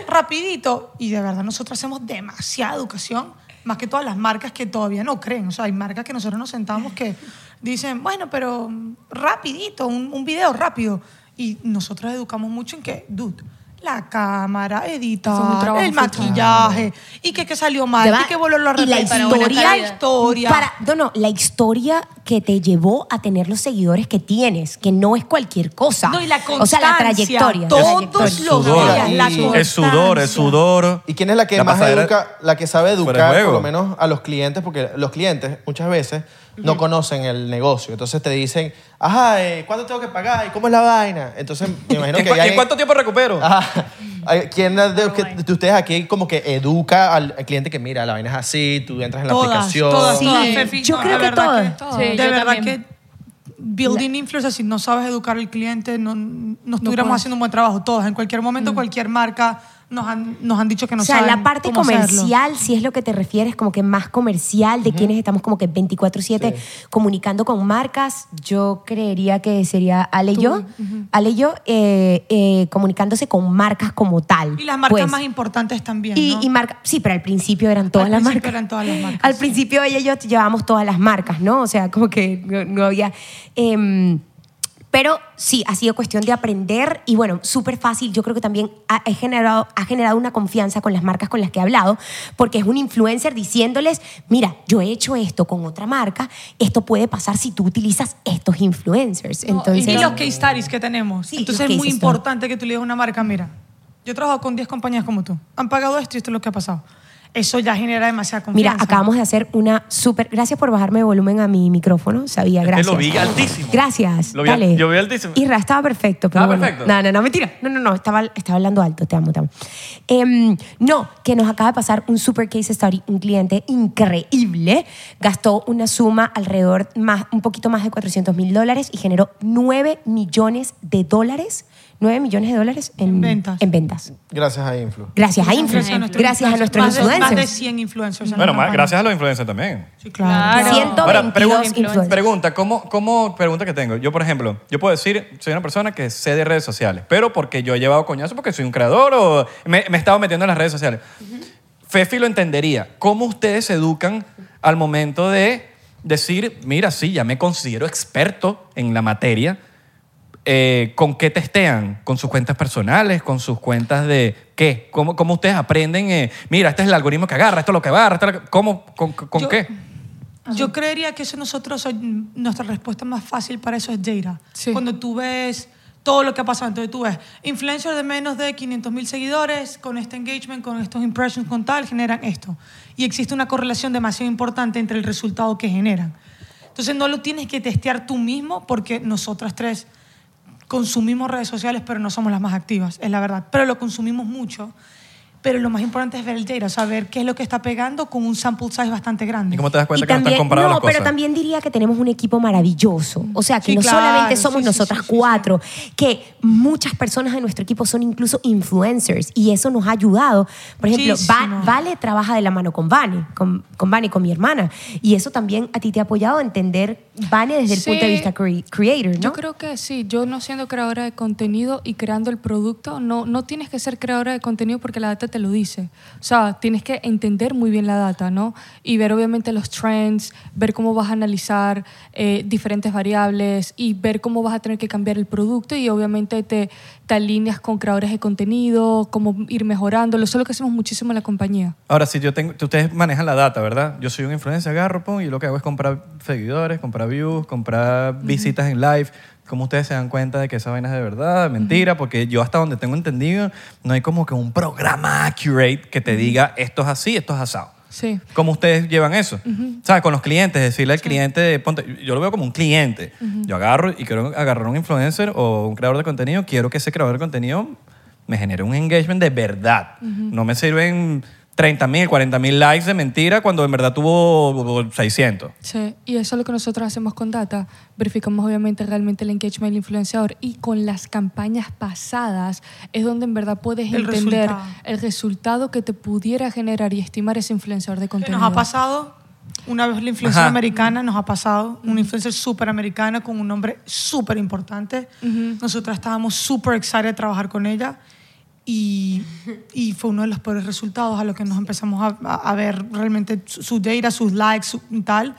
S2: regalo.
S5: rapidito. Y de verdad, nosotros hacemos demasiada educación, más que todas las marcas que todavía no creen. O sea, hay marcas que nosotros nos sentamos que dicen, bueno, pero mm, rapidito, un, un video rápido. Y nosotros educamos mucho en que, dude, la cámara,
S6: Eso es un
S5: editar,
S6: trabajo
S5: el
S6: full time.
S5: maquillaje, y que, que salió mal,
S2: Ya va.
S5: y que volverlo a
S2: Y la
S5: repetir.
S7: para buena
S2: historia,
S7: calidad.
S5: historia.
S2: Para, no, no, la historia que te llevó a tener los seguidores que tienes, que no es cualquier cosa.
S5: No, y la
S2: O sea, la
S5: constancia,
S2: trayectoria.
S5: todos
S2: la trayectoria.
S5: los
S3: Sudor.
S5: días, la
S3: Es sudor, es
S5: constancia.
S3: sudor.
S4: ¿Y quién es la que
S3: La
S4: más
S3: pasadera-
S4: educa, la que sabe
S3: Fuera de
S4: educar,
S3: juego.
S4: por lo menos a los clientes? Porque los clientes muchas veces no conocen el negocio. Entonces te dicen, ajá, eh, ¿cuánto tengo que pagar? ¿Y cómo es la vaina? Entonces me imagino
S3: ¿En,
S4: que
S3: cu-
S4: ya
S3: en
S4: hay-
S3: cuánto tiempo recupero?
S4: Ajá. Ay, ¿Quién de, que- de ustedes aquí como que educa al, al cliente que mira, la vaina es así, tú entras en la
S5: todas,
S4: aplicación?
S5: Todas,
S2: Sí,
S5: todas, Fefi,
S2: yo
S5: no,
S2: creo
S5: de
S2: que
S5: verdad
S2: todas.
S6: Todas.
S5: de
S7: Sí, yo
S5: verdad
S7: también.
S5: que building influencers, si no sabes educar al cliente, no, no estuviéramos
S6: puedes.
S5: haciendo un buen trabajo. Todas, en cualquier momento, cualquier marca nos han, nos han dicho que no
S2: Mm. o sea,
S5: saben
S2: la parte
S5: cómo hacerlo.
S2: comercial, si es lo que te refieres, como que más comercial, de quienes estamos como que 24-7 comunicando con marcas, yo creería que sería Ale y yo, Ale y yo eh, eh, comunicándose con marcas como tal.
S5: Y las marcas
S2: pues.
S5: más importantes también,
S2: Y,
S5: ¿no?
S2: y marca, sí, pero al principio eran todas
S5: Al
S2: las
S5: principio
S2: marcas.
S5: eran todas las marcas,
S2: Al
S5: sí.
S2: principio ella y yo llevábamos todas las marcas, ¿no? O sea, como que no, no había... em, pero sí, ha sido cuestión de aprender y bueno, súper fácil. Yo creo que también ha, he generado, ha generado una confianza con las marcas con las que he hablado, porque es un influencer diciéndoles, mira, yo he hecho esto con otra marca, esto puede pasar si tú utilizas estos influencers. Entonces,
S5: y los case studies que tenemos.
S2: Sí, los
S5: Entonces es
S2: case
S5: muy
S2: studies.
S5: importante que tú le digas a una marca, mira, yo he trabajado con 10 compañías como tú, han pagado esto y esto es lo que ha pasado. Eso ya genera demasiada confianza.
S2: mira, acabamos de hacer una súper... Gracias por bajarme de volumen a mi micrófono, sabía,
S3: Es que
S2: gracias.
S3: lo vi altísimo.
S2: Gracias.
S3: Lo vi al-
S2: dale.
S3: yo vi altísimo.
S2: Irra, estaba perfecto. Pero
S3: Estaba
S2: bueno.
S3: perfecto.
S2: No, no, no, mentira. No, no, no. Estaba, estaba hablando alto. Te amo, te amo. Em, no, que nos acaba de pasar un super case study. Un cliente increíble gastó una suma alrededor más, un poquito más de 400 mil dólares y generó 9 millones de dólares. 9 millones de dólares en,
S5: En ventas.
S2: en ventas.
S4: Gracias a Influ.
S2: Gracias a Influ.
S5: Gracias a nuestros
S2: Gracias a nuestros
S5: más de-
S2: influencers.
S5: más de 100 influencers. en
S3: Bueno,
S5: la
S3: más,
S5: campaña.
S3: gracias a los influencers también.
S5: Sí, claro.
S7: Claro.
S2: 122
S3: pregun-
S2: influencers.
S3: Pregunta, ¿cómo, cómo- pregunta que tengo? Yo, por ejemplo, yo puedo decir, soy una persona que sé de redes sociales, pero porque yo he llevado coñazo porque soy un creador o me, me he estado metiendo en las redes sociales. Fefi lo entendería. ¿Cómo ustedes se educan al momento de decir, mira, sí, ya me considero experto en la materia? eh, ¿Con qué testean? ¿Con sus cuentas personales? ¿Con sus cuentas de qué? ¿Cómo, cómo ustedes aprenden? eh, mira, este es el algoritmo que agarra, esto es lo que agarra, esto es lo que- ¿Cómo? ¿Con, con
S5: Yo-
S3: qué?
S5: Yo creería que eso nosotros, soy- nuestra respuesta más fácil para eso es data.
S6: Sí.
S5: Cuando tú ves todo lo que ha pasado, entonces tú ves influencers de menos de 500 mil seguidores, con este engagement, con estos impressions, con tal, generan esto. Y existe una correlación demasiado importante entre el resultado que generan. Entonces no lo tienes que testear tú mismo porque nosotras tres consumimos redes sociales, pero no somos las más activas, es la verdad. Pero lo consumimos mucho. Pero lo más importante es ver el data, saber qué es lo que está pegando con un sample size bastante grande.
S3: ¿Y cómo te das cuenta
S2: Y
S3: que no
S2: también-
S3: están comparadas las
S2: pero
S3: cosas?
S2: también diría que tenemos un equipo maravilloso. O sea, que
S5: Sí,
S2: no
S5: claro,
S2: solamente somos
S5: sí, sí,
S2: nosotras
S5: sí, sí, sí.
S2: cuatro, que muchas personas de nuestro equipo son incluso influencers y eso nos ha ayudado. Por ejemplo, Va-
S5: Muchísimo.
S2: Vale trabaja de la mano con Vane, con, con Vane, con mi hermana. Y eso también a ti te ha apoyado a entender Vane desde el
S6: Sí.
S2: punto de vista cre- creator, ¿no?
S6: Yo creo que sí, yo no siendo creadora de contenido y creando el producto, no, no tienes que ser creadora de contenido porque la data te lo dice. O sea, tienes que entender muy bien la data, ¿no? Y ver obviamente los trends, ver cómo vas a analizar eh, diferentes variables y ver cómo vas a tener que cambiar el producto y obviamente te, te alineas con creadores de contenido, cómo ir mejorándolo. Eso es lo que hacemos muchísimo en la compañía.
S3: Ahora, si yo tengo, ustedes manejan la data, ¿verdad? Yo soy un influencer, agarro, pum, y lo que hago es comprar seguidores, comprar views, comprar visitas en live. ¿Cómo ustedes se dan cuenta de que esa vaina es de verdad, mentira? Porque yo hasta donde tengo entendido, no hay como que un programa accurate que te diga esto es así, esto es asado.
S6: Sí.
S3: ¿Cómo ustedes llevan eso? ¿Sabes? Con los clientes, decirle al cliente, ponte, yo lo veo como un cliente. Yo agarro y quiero agarrar un influencer o un creador de contenido, quiero que ese creador de contenido me genere un engagement de verdad. No me sirven 30 mil, 40 mil likes de mentira cuando en verdad tuvo 600.
S6: Sí, y eso es lo que nosotros hacemos con Data. Verificamos obviamente realmente el engagement del influenciador y con las campañas pasadas es donde en verdad puedes
S5: El
S6: entender
S5: resultado.
S6: el resultado que te pudiera generar y estimar ese influenciador de
S5: Que
S6: contenido.
S5: nos ha pasado, una vez la influencer
S3: Ajá.
S5: americana nos ha pasado, una influencer súper americana con un nombre súper importante. Nosotras estábamos súper excited de trabajar con ella y, y fue uno de los peores resultados a los que nos empezamos a, a- a ver realmente su, su data, sus likes, su tal.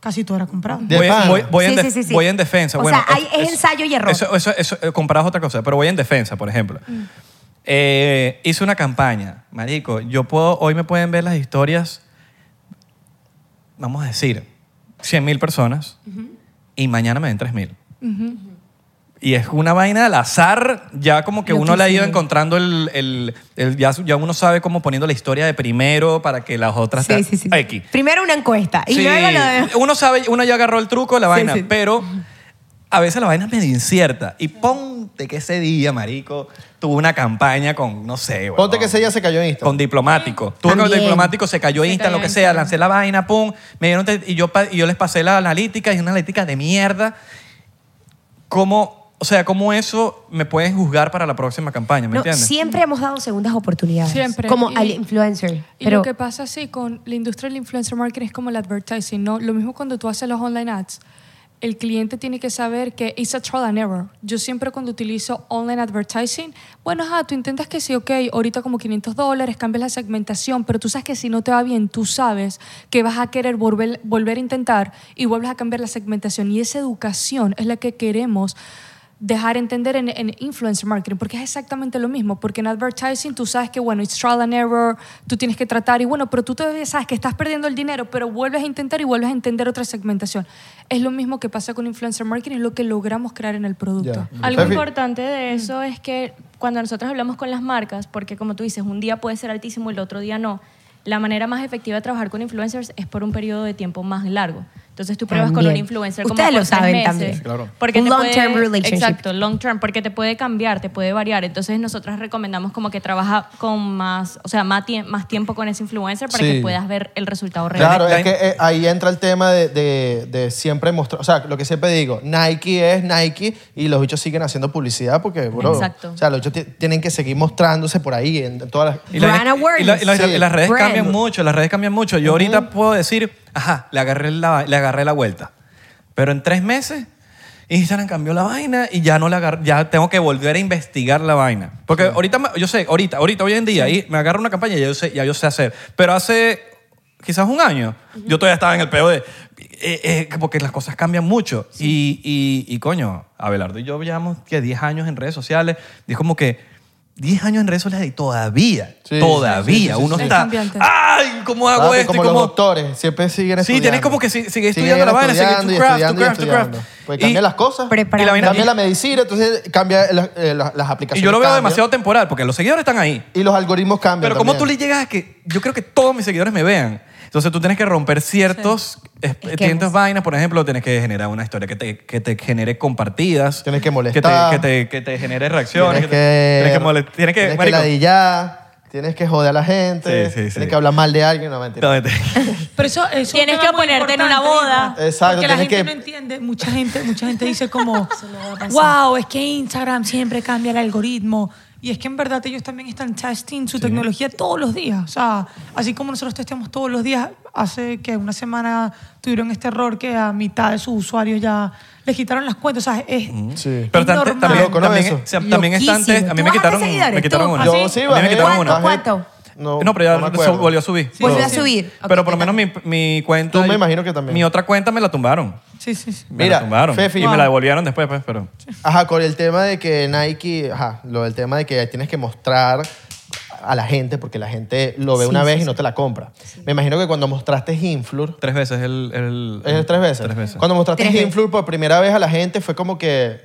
S5: Casi todo era comprado.
S4: De
S3: voy,
S4: pana.
S3: voy- voy en
S2: Sí,
S3: de-
S2: sí, sí, sí.
S3: voy en defensa.
S2: O
S3: Bueno,
S2: sea, hay- es
S3: eso-
S2: ensayo y error.
S3: Eso, eso, eso, eh, comparado es otra cosa, pero voy en defensa, por ejemplo. Eh, hice una campaña, marico. Yo puedo, hoy me pueden ver las historias, vamos a decir, 100 mil personas y mañana me ven 3 mil. Y es una vaina al azar, ya como que
S6: Lo
S3: uno
S6: que
S3: le ha ido
S6: sí.
S3: encontrando el... el- el- ya, ya uno sabe cómo poniendo la historia de primero para que las otras...
S2: Sí, sí, sí.
S3: X.
S2: Primero una encuesta y
S3: Sí,
S2: luego lo de...
S3: Uno sabe, uno ya agarró el truco, la vaina,
S2: sí.
S3: pero a veces la vaina es medio incierta. Y ponte que ese día, marico, tuvo una campaña con, no sé, huevón,
S4: Ponte que ese ya se cayó en Instagram.
S3: Con diplomático. Tuvo con
S2: También.
S3: diplomático, se cayó Insta, lo que sea, lancé la vaina, pum, me dieron te- y yo, pa- y yo les pasé la analítica y una analítica de mierda. ¿Cómo, o sea, cómo eso me pueden juzgar para la próxima campaña? ¿Me
S2: No,
S3: entiendes?
S2: siempre hemos dado segundas oportunidades.
S6: Siempre.
S2: Como
S6: Y-
S2: al influencer.
S6: Y
S2: pero
S6: lo que pasa sí con la industria del influencer marketing es como el advertising, ¿no? Lo mismo cuando tú haces los online ads. El cliente tiene que saber que it's a trial and error. Yo siempre cuando utilizo online advertising, bueno, ajá, tú intentas que sí, ok, ahorita como 500 dólares, cambias la segmentación, pero tú sabes que si no te va bien, tú sabes que vas a querer volver, volver a intentar y vuelves a cambiar la segmentación. Y esa educación es la que queremos dejar entender en, en influencer marketing, porque es exactamente lo mismo, porque en advertising tú sabes que, bueno, it's trial and error, tú tienes que tratar y bueno, pero tú todavía sabes que estás perdiendo el dinero, pero vuelves a intentar y vuelves a entender otra segmentación. Es lo mismo que pasa con influencer marketing, es lo que logramos crear en el producto.
S4: Ya.
S7: Algo
S4: Fefi.
S7: importante de eso es que cuando nosotros hablamos con las marcas, porque como tú dices, un día puede ser altísimo, el otro día no, la manera más efectiva de trabajar con influencers es por un periodo de tiempo más largo. Entonces tú pruebas con
S2: También.
S7: un influencer
S2: Ustedes
S7: como
S2: lo
S7: por tres
S2: saben
S7: meses,
S2: también. Sí,
S4: claro.
S7: Porque
S2: Un
S7: te
S2: long term
S7: puede-
S2: relationship.
S7: Exacto, long term, porque te puede cambiar, te puede variar. Entonces nosotras recomendamos como que trabaja con más, o sea, más, tie- más tiempo con ese influencer para
S4: Sí.
S7: que puedas ver el resultado real.
S4: Claro,
S3: Realmente
S4: es que eh, ahí entra el tema de, de- de siempre mostrar, o sea, lo que siempre digo, Nike es Nike y los bichos siguen haciendo publicidad porque, bro,
S7: Exacto.
S4: o sea, los bichos ti- tienen que seguir mostrándose por ahí en, en todas las...
S3: Y, la-
S2: Brand
S3: y la- y la-
S4: awareness.
S3: y las redes
S2: Brand.
S3: cambian mucho, las redes cambian mucho. Yo ahorita puedo decir, ajá, le agarré, la, le agarré la vuelta. Pero en tres meses, Instagram cambió la vaina y ya no la agar- ya tengo que volver a investigar la vaina. Porque ahorita, me- yo sé, ahorita, ahorita, hoy en día, ahí me agarro una campaña y ya yo sé, ya yo sé hacer. Pero hace quizás un año, yo todavía estaba en el peo de, eh, eh, porque las cosas cambian mucho. Y, y- y, coño, Abelardo y yo llevamos que 10 años en redes sociales, y es como que... 10 años en redes sociales y todavía,
S4: Sí,
S3: todavía,
S4: sí, sí, sí, sí,
S3: uno
S4: sí.
S3: está. ¡Ah!
S6: Es cambiante.
S3: ¡Ay! ¿Cómo hago
S4: Claro, que
S3: esto?
S4: como los
S3: ¿Cómo-"
S4: doctores, siempre siguen
S3: Sí,
S4: estudiando.
S3: tienes como que si- sigue
S4: Siguen
S3: estudiando la vaina, sigue
S4: estudiando
S3: tu
S4: y
S3: craft, tu
S4: estudiando y
S3: craft, tu
S4: estudiando.
S3: craft.
S4: Pues
S3: Y-
S4: cambian las cosas.
S2: Preparando.
S3: Y la vaina-
S4: Cambia la medicina, entonces cambia las, eh, las- las
S3: Y
S4: aplicaciones.
S3: yo lo veo
S4: cambian,
S3: demasiado temporal porque los seguidores están ahí.
S4: Y los algoritmos cambian.
S3: Pero ¿cómo tú le
S4: también.
S3: llegas a que yo creo que todos mis seguidores me vean? Entonces tú tienes que romper ciertos, es- ciertas vainas. Por ejemplo, tienes que generar una historia que te, que te genere compartidas.
S4: Tienes que
S3: te-
S4: molestar.
S3: Que te, que te, genere reacciones.
S4: Tienes
S3: que te-
S4: que,
S3: tienes que molest- Tienes que,
S4: tienes
S3: marico,
S4: ladillar, tienes que joder a la gente,
S3: Sí, sí, sí.
S4: tienes que hablar mal de alguien, no mentira.
S3: no, mentira.
S5: Pero eso, eso es un
S7: Tienes
S5: tema
S7: que
S5: muy
S7: ponerte en una
S5: importante,
S7: boda.
S5: Isma,
S4: Exacto,
S5: Porque la
S4: tienes
S5: gente
S4: que-
S5: no entiende. Mucha gente, mucha gente dice como, wow, es que Instagram siempre cambia el algoritmo. Y es que en verdad ellos también están testing su tecnología todos los días. O sea, así como nosotros testeamos todos los días, hace que una semana tuvieron este error que a mitad de sus usuarios ya les quitaron las cuentas. O sea, es,
S4: Sí.
S3: Pero
S5: es
S3: tan-
S5: normal.
S3: también,
S4: Loco, ¿no?
S3: también,
S4: Eso.
S3: o sea, también está antes. A mí
S2: Loquísimo.
S3: me
S2: ¿Tú
S3: quitaron,
S2: bajaste seguidores,
S3: me quitaron
S2: tú?
S3: uno.
S2: ¿Ah,
S4: Yo
S2: sí?
S4: sí
S3: A mí me
S4: bajé.
S3: quitaron uno.
S4: bajé-
S2: ¿Cuánto?
S3: No, pero ya
S4: me acuerdo.
S3: so- volvió a subir.
S2: Volvió
S3: Pero-
S2: a subir. Ok,
S3: pero por lo
S2: ¿qué tal?
S3: menos mi, mi cuenta.
S4: Tú me imagino que también.
S3: Mi otra cuenta me la tumbaron.
S5: Sí, sí, sí.
S3: Me
S4: Mira,
S3: la tumbaron.
S4: Fefi.
S3: y me la devolvieron después, pues, pero.
S4: Ajá, con el tema de que Nike, ajá, lo del tema de que tienes que mostrar a la gente porque la gente lo ve una vez y no te la compra. Me imagino que cuando mostraste Influr,
S3: Tres veces el. el
S4: ¿es tres veces?
S3: Tres veces.
S4: Cuando mostraste
S2: Tres veces.
S4: Influr por primera vez a la gente fue como que,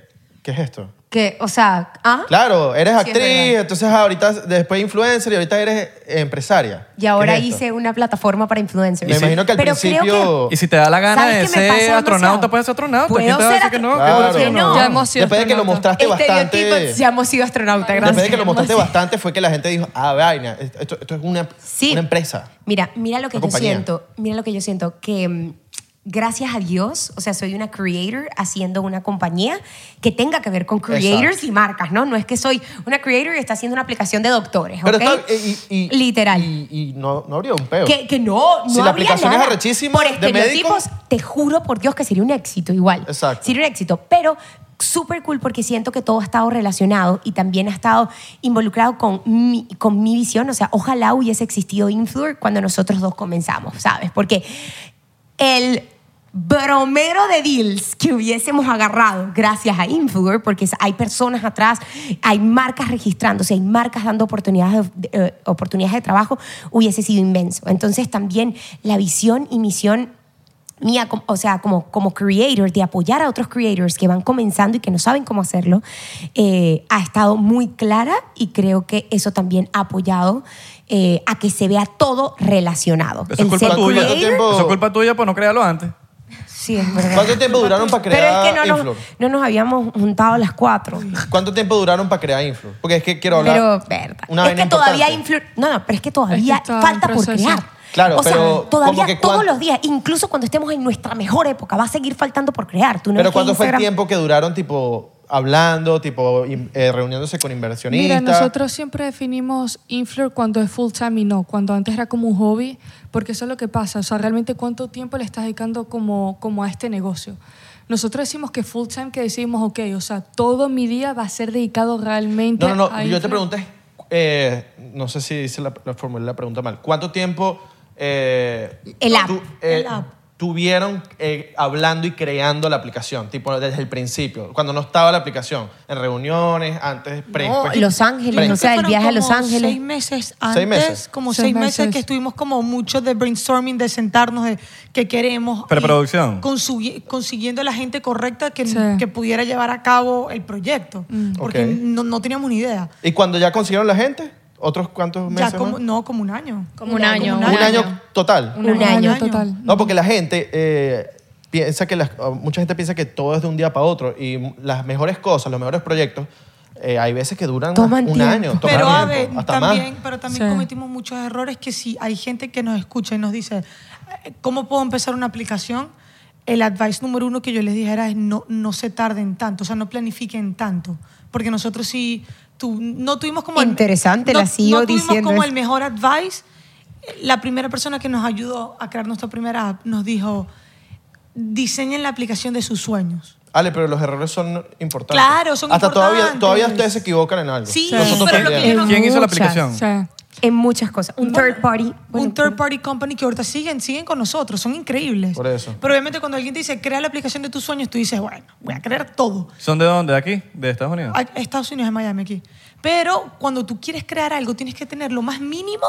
S4: ¿qué es esto?
S9: que, o sea, ¿ah?
S4: Claro, eres
S9: Sí, es
S4: actriz,
S9: verdad.
S4: entonces ahorita después influencer y ahorita eres empresaria.
S2: Y ahora
S4: ¿Qué es esto?
S2: hice una plataforma para influencers.
S4: Me imagino que al
S2: Pero creo
S4: principio.
S3: Y si te da la gana de
S2: ¿Sabes qué me pasa
S3: ser
S2: demasiado?
S3: astronauta, puedes ser astronauta.
S2: Puedo
S3: ¿Quién te va a
S2: ser
S3: decir que no? ¿Quién
S2: astro-
S3: te va a
S4: Claro.
S3: decir que no?
S6: Ya hemos sido
S4: Después de que lo
S6: astronautas.
S4: mostraste
S9: el
S4: bastante.
S9: estereotipo, ya hemos sido astronauta,
S4: Después
S9: gracias.
S4: de que lo mostraste bastante fue que la gente dijo, ah, vaina, esto, esto es una,
S2: Sí.
S4: una empresa.
S2: Mira, mira lo que
S4: Una
S2: yo
S4: compañía.
S2: siento. Mira lo que yo siento. Que mm, gracias a Dios, o sea, soy una creator haciendo una compañía que tenga que ver con creators
S4: Exacto.
S2: y marcas, ¿no? No es que soy una creator y está haciendo una aplicación de doctores,
S4: Pero
S2: ¿ok?
S4: está- y- y- y-
S2: Literal.
S4: Y, y no, no habría un peo.
S2: que, que no, no
S4: Si la
S2: habría
S4: aplicación
S2: nada.
S4: es arrechísima,
S2: Por
S4: de
S2: estereotipos,
S4: médicos-
S2: te juro por Dios que sería un éxito igual.
S4: Exacto.
S2: Sería un éxito, pero súper cool porque siento que todo ha estado relacionado y también ha estado involucrado con mi, con mi visión. O sea, ojalá hubiese existido Influor cuando nosotros dos comenzamos, ¿sabes? Porque el bromero de deals que hubiésemos agarrado gracias a Influor, porque hay personas atrás, hay marcas registrándose, hay marcas dando oportunidades de, de, eh, oportunidades de trabajo, hubiese sido inmenso. Entonces también la visión y misión mía, com- o sea, como, como creator, de apoyar a otros creators que van comenzando y que no saben cómo hacerlo, eh, ha estado muy clara y creo que eso también ha apoyado eh, a que se vea todo relacionado.
S3: Eso es
S2: El
S3: culpa
S2: ser
S3: tuya.
S2: creator-
S4: tiempo-
S3: Eso es culpa tuya por no crearlo antes.
S2: Sí, es verdad.
S4: ¿Cuánto tiempo duraron para
S2: Pero
S4: crear
S2: es que no nos,
S4: Inflor?
S2: no nos habíamos juntado las cuatro.
S4: ¿Cuánto tiempo duraron para crear Inflor? Porque es que quiero hablar.
S2: Pero, verdad.
S4: una
S2: es
S4: vaina
S2: que todavía
S4: importante.
S2: influ- No, no, pero es que todavía
S6: Es que está en
S2: falta por
S6: proceso.
S2: crear.
S4: Claro,
S2: o sea,
S4: pero como
S2: todavía
S4: que
S2: todos
S4: cuán-
S2: los días, incluso cuando estemos en nuestra mejor época, va a seguir faltando por crear. Tú no ves
S4: Pero
S2: que
S4: ¿cuánto fue el
S2: Instagram-
S4: tiempo que duraron, tipo, hablando, tipo, in- eh, reuniéndose con
S6: Mira,
S4: inversionistas?
S6: nosotros siempre definimos influencer cuando es full time y no, cuando antes era como un hobby, porque eso es lo que pasa, o sea, realmente cuánto tiempo le estás dedicando como, como a este negocio. Nosotros decimos que full time que decimos, ok, o sea, todo mi día va a ser dedicado realmente
S4: No, no, no.
S6: a
S4: Yo te
S6: influencer.
S4: pregunté, eh, no sé si hice la, la formulé la pregunta mal. ¿Cuánto tiempo eh,
S2: El app.
S4: tu- eh,
S2: El app.
S4: tuvieron eh, hablando y creando la aplicación? Tipo, desde el principio, cuando no estaba la aplicación, en reuniones, antes, pre,
S2: No,
S4: pues-
S2: Los Ángeles,
S4: pre-
S2: no sé. sea, el
S5: Fueron
S2: viaje a
S5: como
S2: Los Ángeles.
S5: Seis meses antes,
S4: meses.
S5: como
S6: Seis
S5: seis, meses.
S6: meses.
S5: que estuvimos como mucho de brainstorming, de sentarnos, de qué queremos.
S3: Preproducción.
S5: y consugui- Consiguiendo la gente correcta que,
S6: Sí.
S5: que pudiera llevar a cabo el proyecto.
S2: Mm.
S5: Porque
S4: Ok.
S5: no, no teníamos ni idea.
S4: ¿Y cuando ya consiguieron la gente? ¿Otros cuántos meses?
S5: Ya como,
S4: más?
S5: no, como un año.
S7: Como un año.
S4: un, año, total.
S6: Un, año,
S5: año.
S6: total.
S4: No, porque la gente eh, piensa que las- mucha gente piensa que todo es de un día para otro y m- las mejores cosas, los mejores proyectos, eh, hay veces que duran
S2: Toman
S4: un
S2: tiempo.
S4: año, toman
S5: Pero, a ver,
S4: tiempo, hasta
S5: también,
S4: más.
S5: pero también
S6: Sí.
S5: cometimos muchos errores que si hay gente que nos escucha y nos dice, eh, ¿cómo puedo empezar una aplicación? El advice número uno que yo les dijera es no, no se tarden tanto, o sea, no planifiquen tanto. Porque nosotros sí tu- no tuvimos como... el-
S9: Interesante,
S5: no-
S9: la sigo
S5: no tuvimos
S9: diciendo
S5: como
S9: eso.
S5: el mejor advice. La primera persona que nos ayudó a crear nuestra primera app nos dijo, diseñen la aplicación de sus sueños.
S4: Ale, pero los errores son importantes.
S5: Claro, son
S4: hasta Todavía,
S5: importantes.
S4: todavía ustedes se equivocan en algo.
S5: Sí,
S4: Nosotros
S5: pero lo que
S4: también.
S5: yo no-
S3: ¿Quién hizo la
S9: Muchas.
S3: aplicación?
S6: Sí.
S2: En muchas cosas. Un third party. bueno,
S5: un third party company que ahorita siguen, siguen con nosotros, son increíbles.
S4: Por eso.
S5: Pero obviamente cuando alguien te dice, crea la aplicación de tus sueños, tú dices, bueno, voy a crear todo.
S3: ¿Son de dónde? ¿De aquí? ¿De Estados
S4: Ah.
S3: Unidos?
S5: A- Estados Unidos es Miami aquí. Pero cuando tú quieres crear algo, tienes que tener lo más mínimo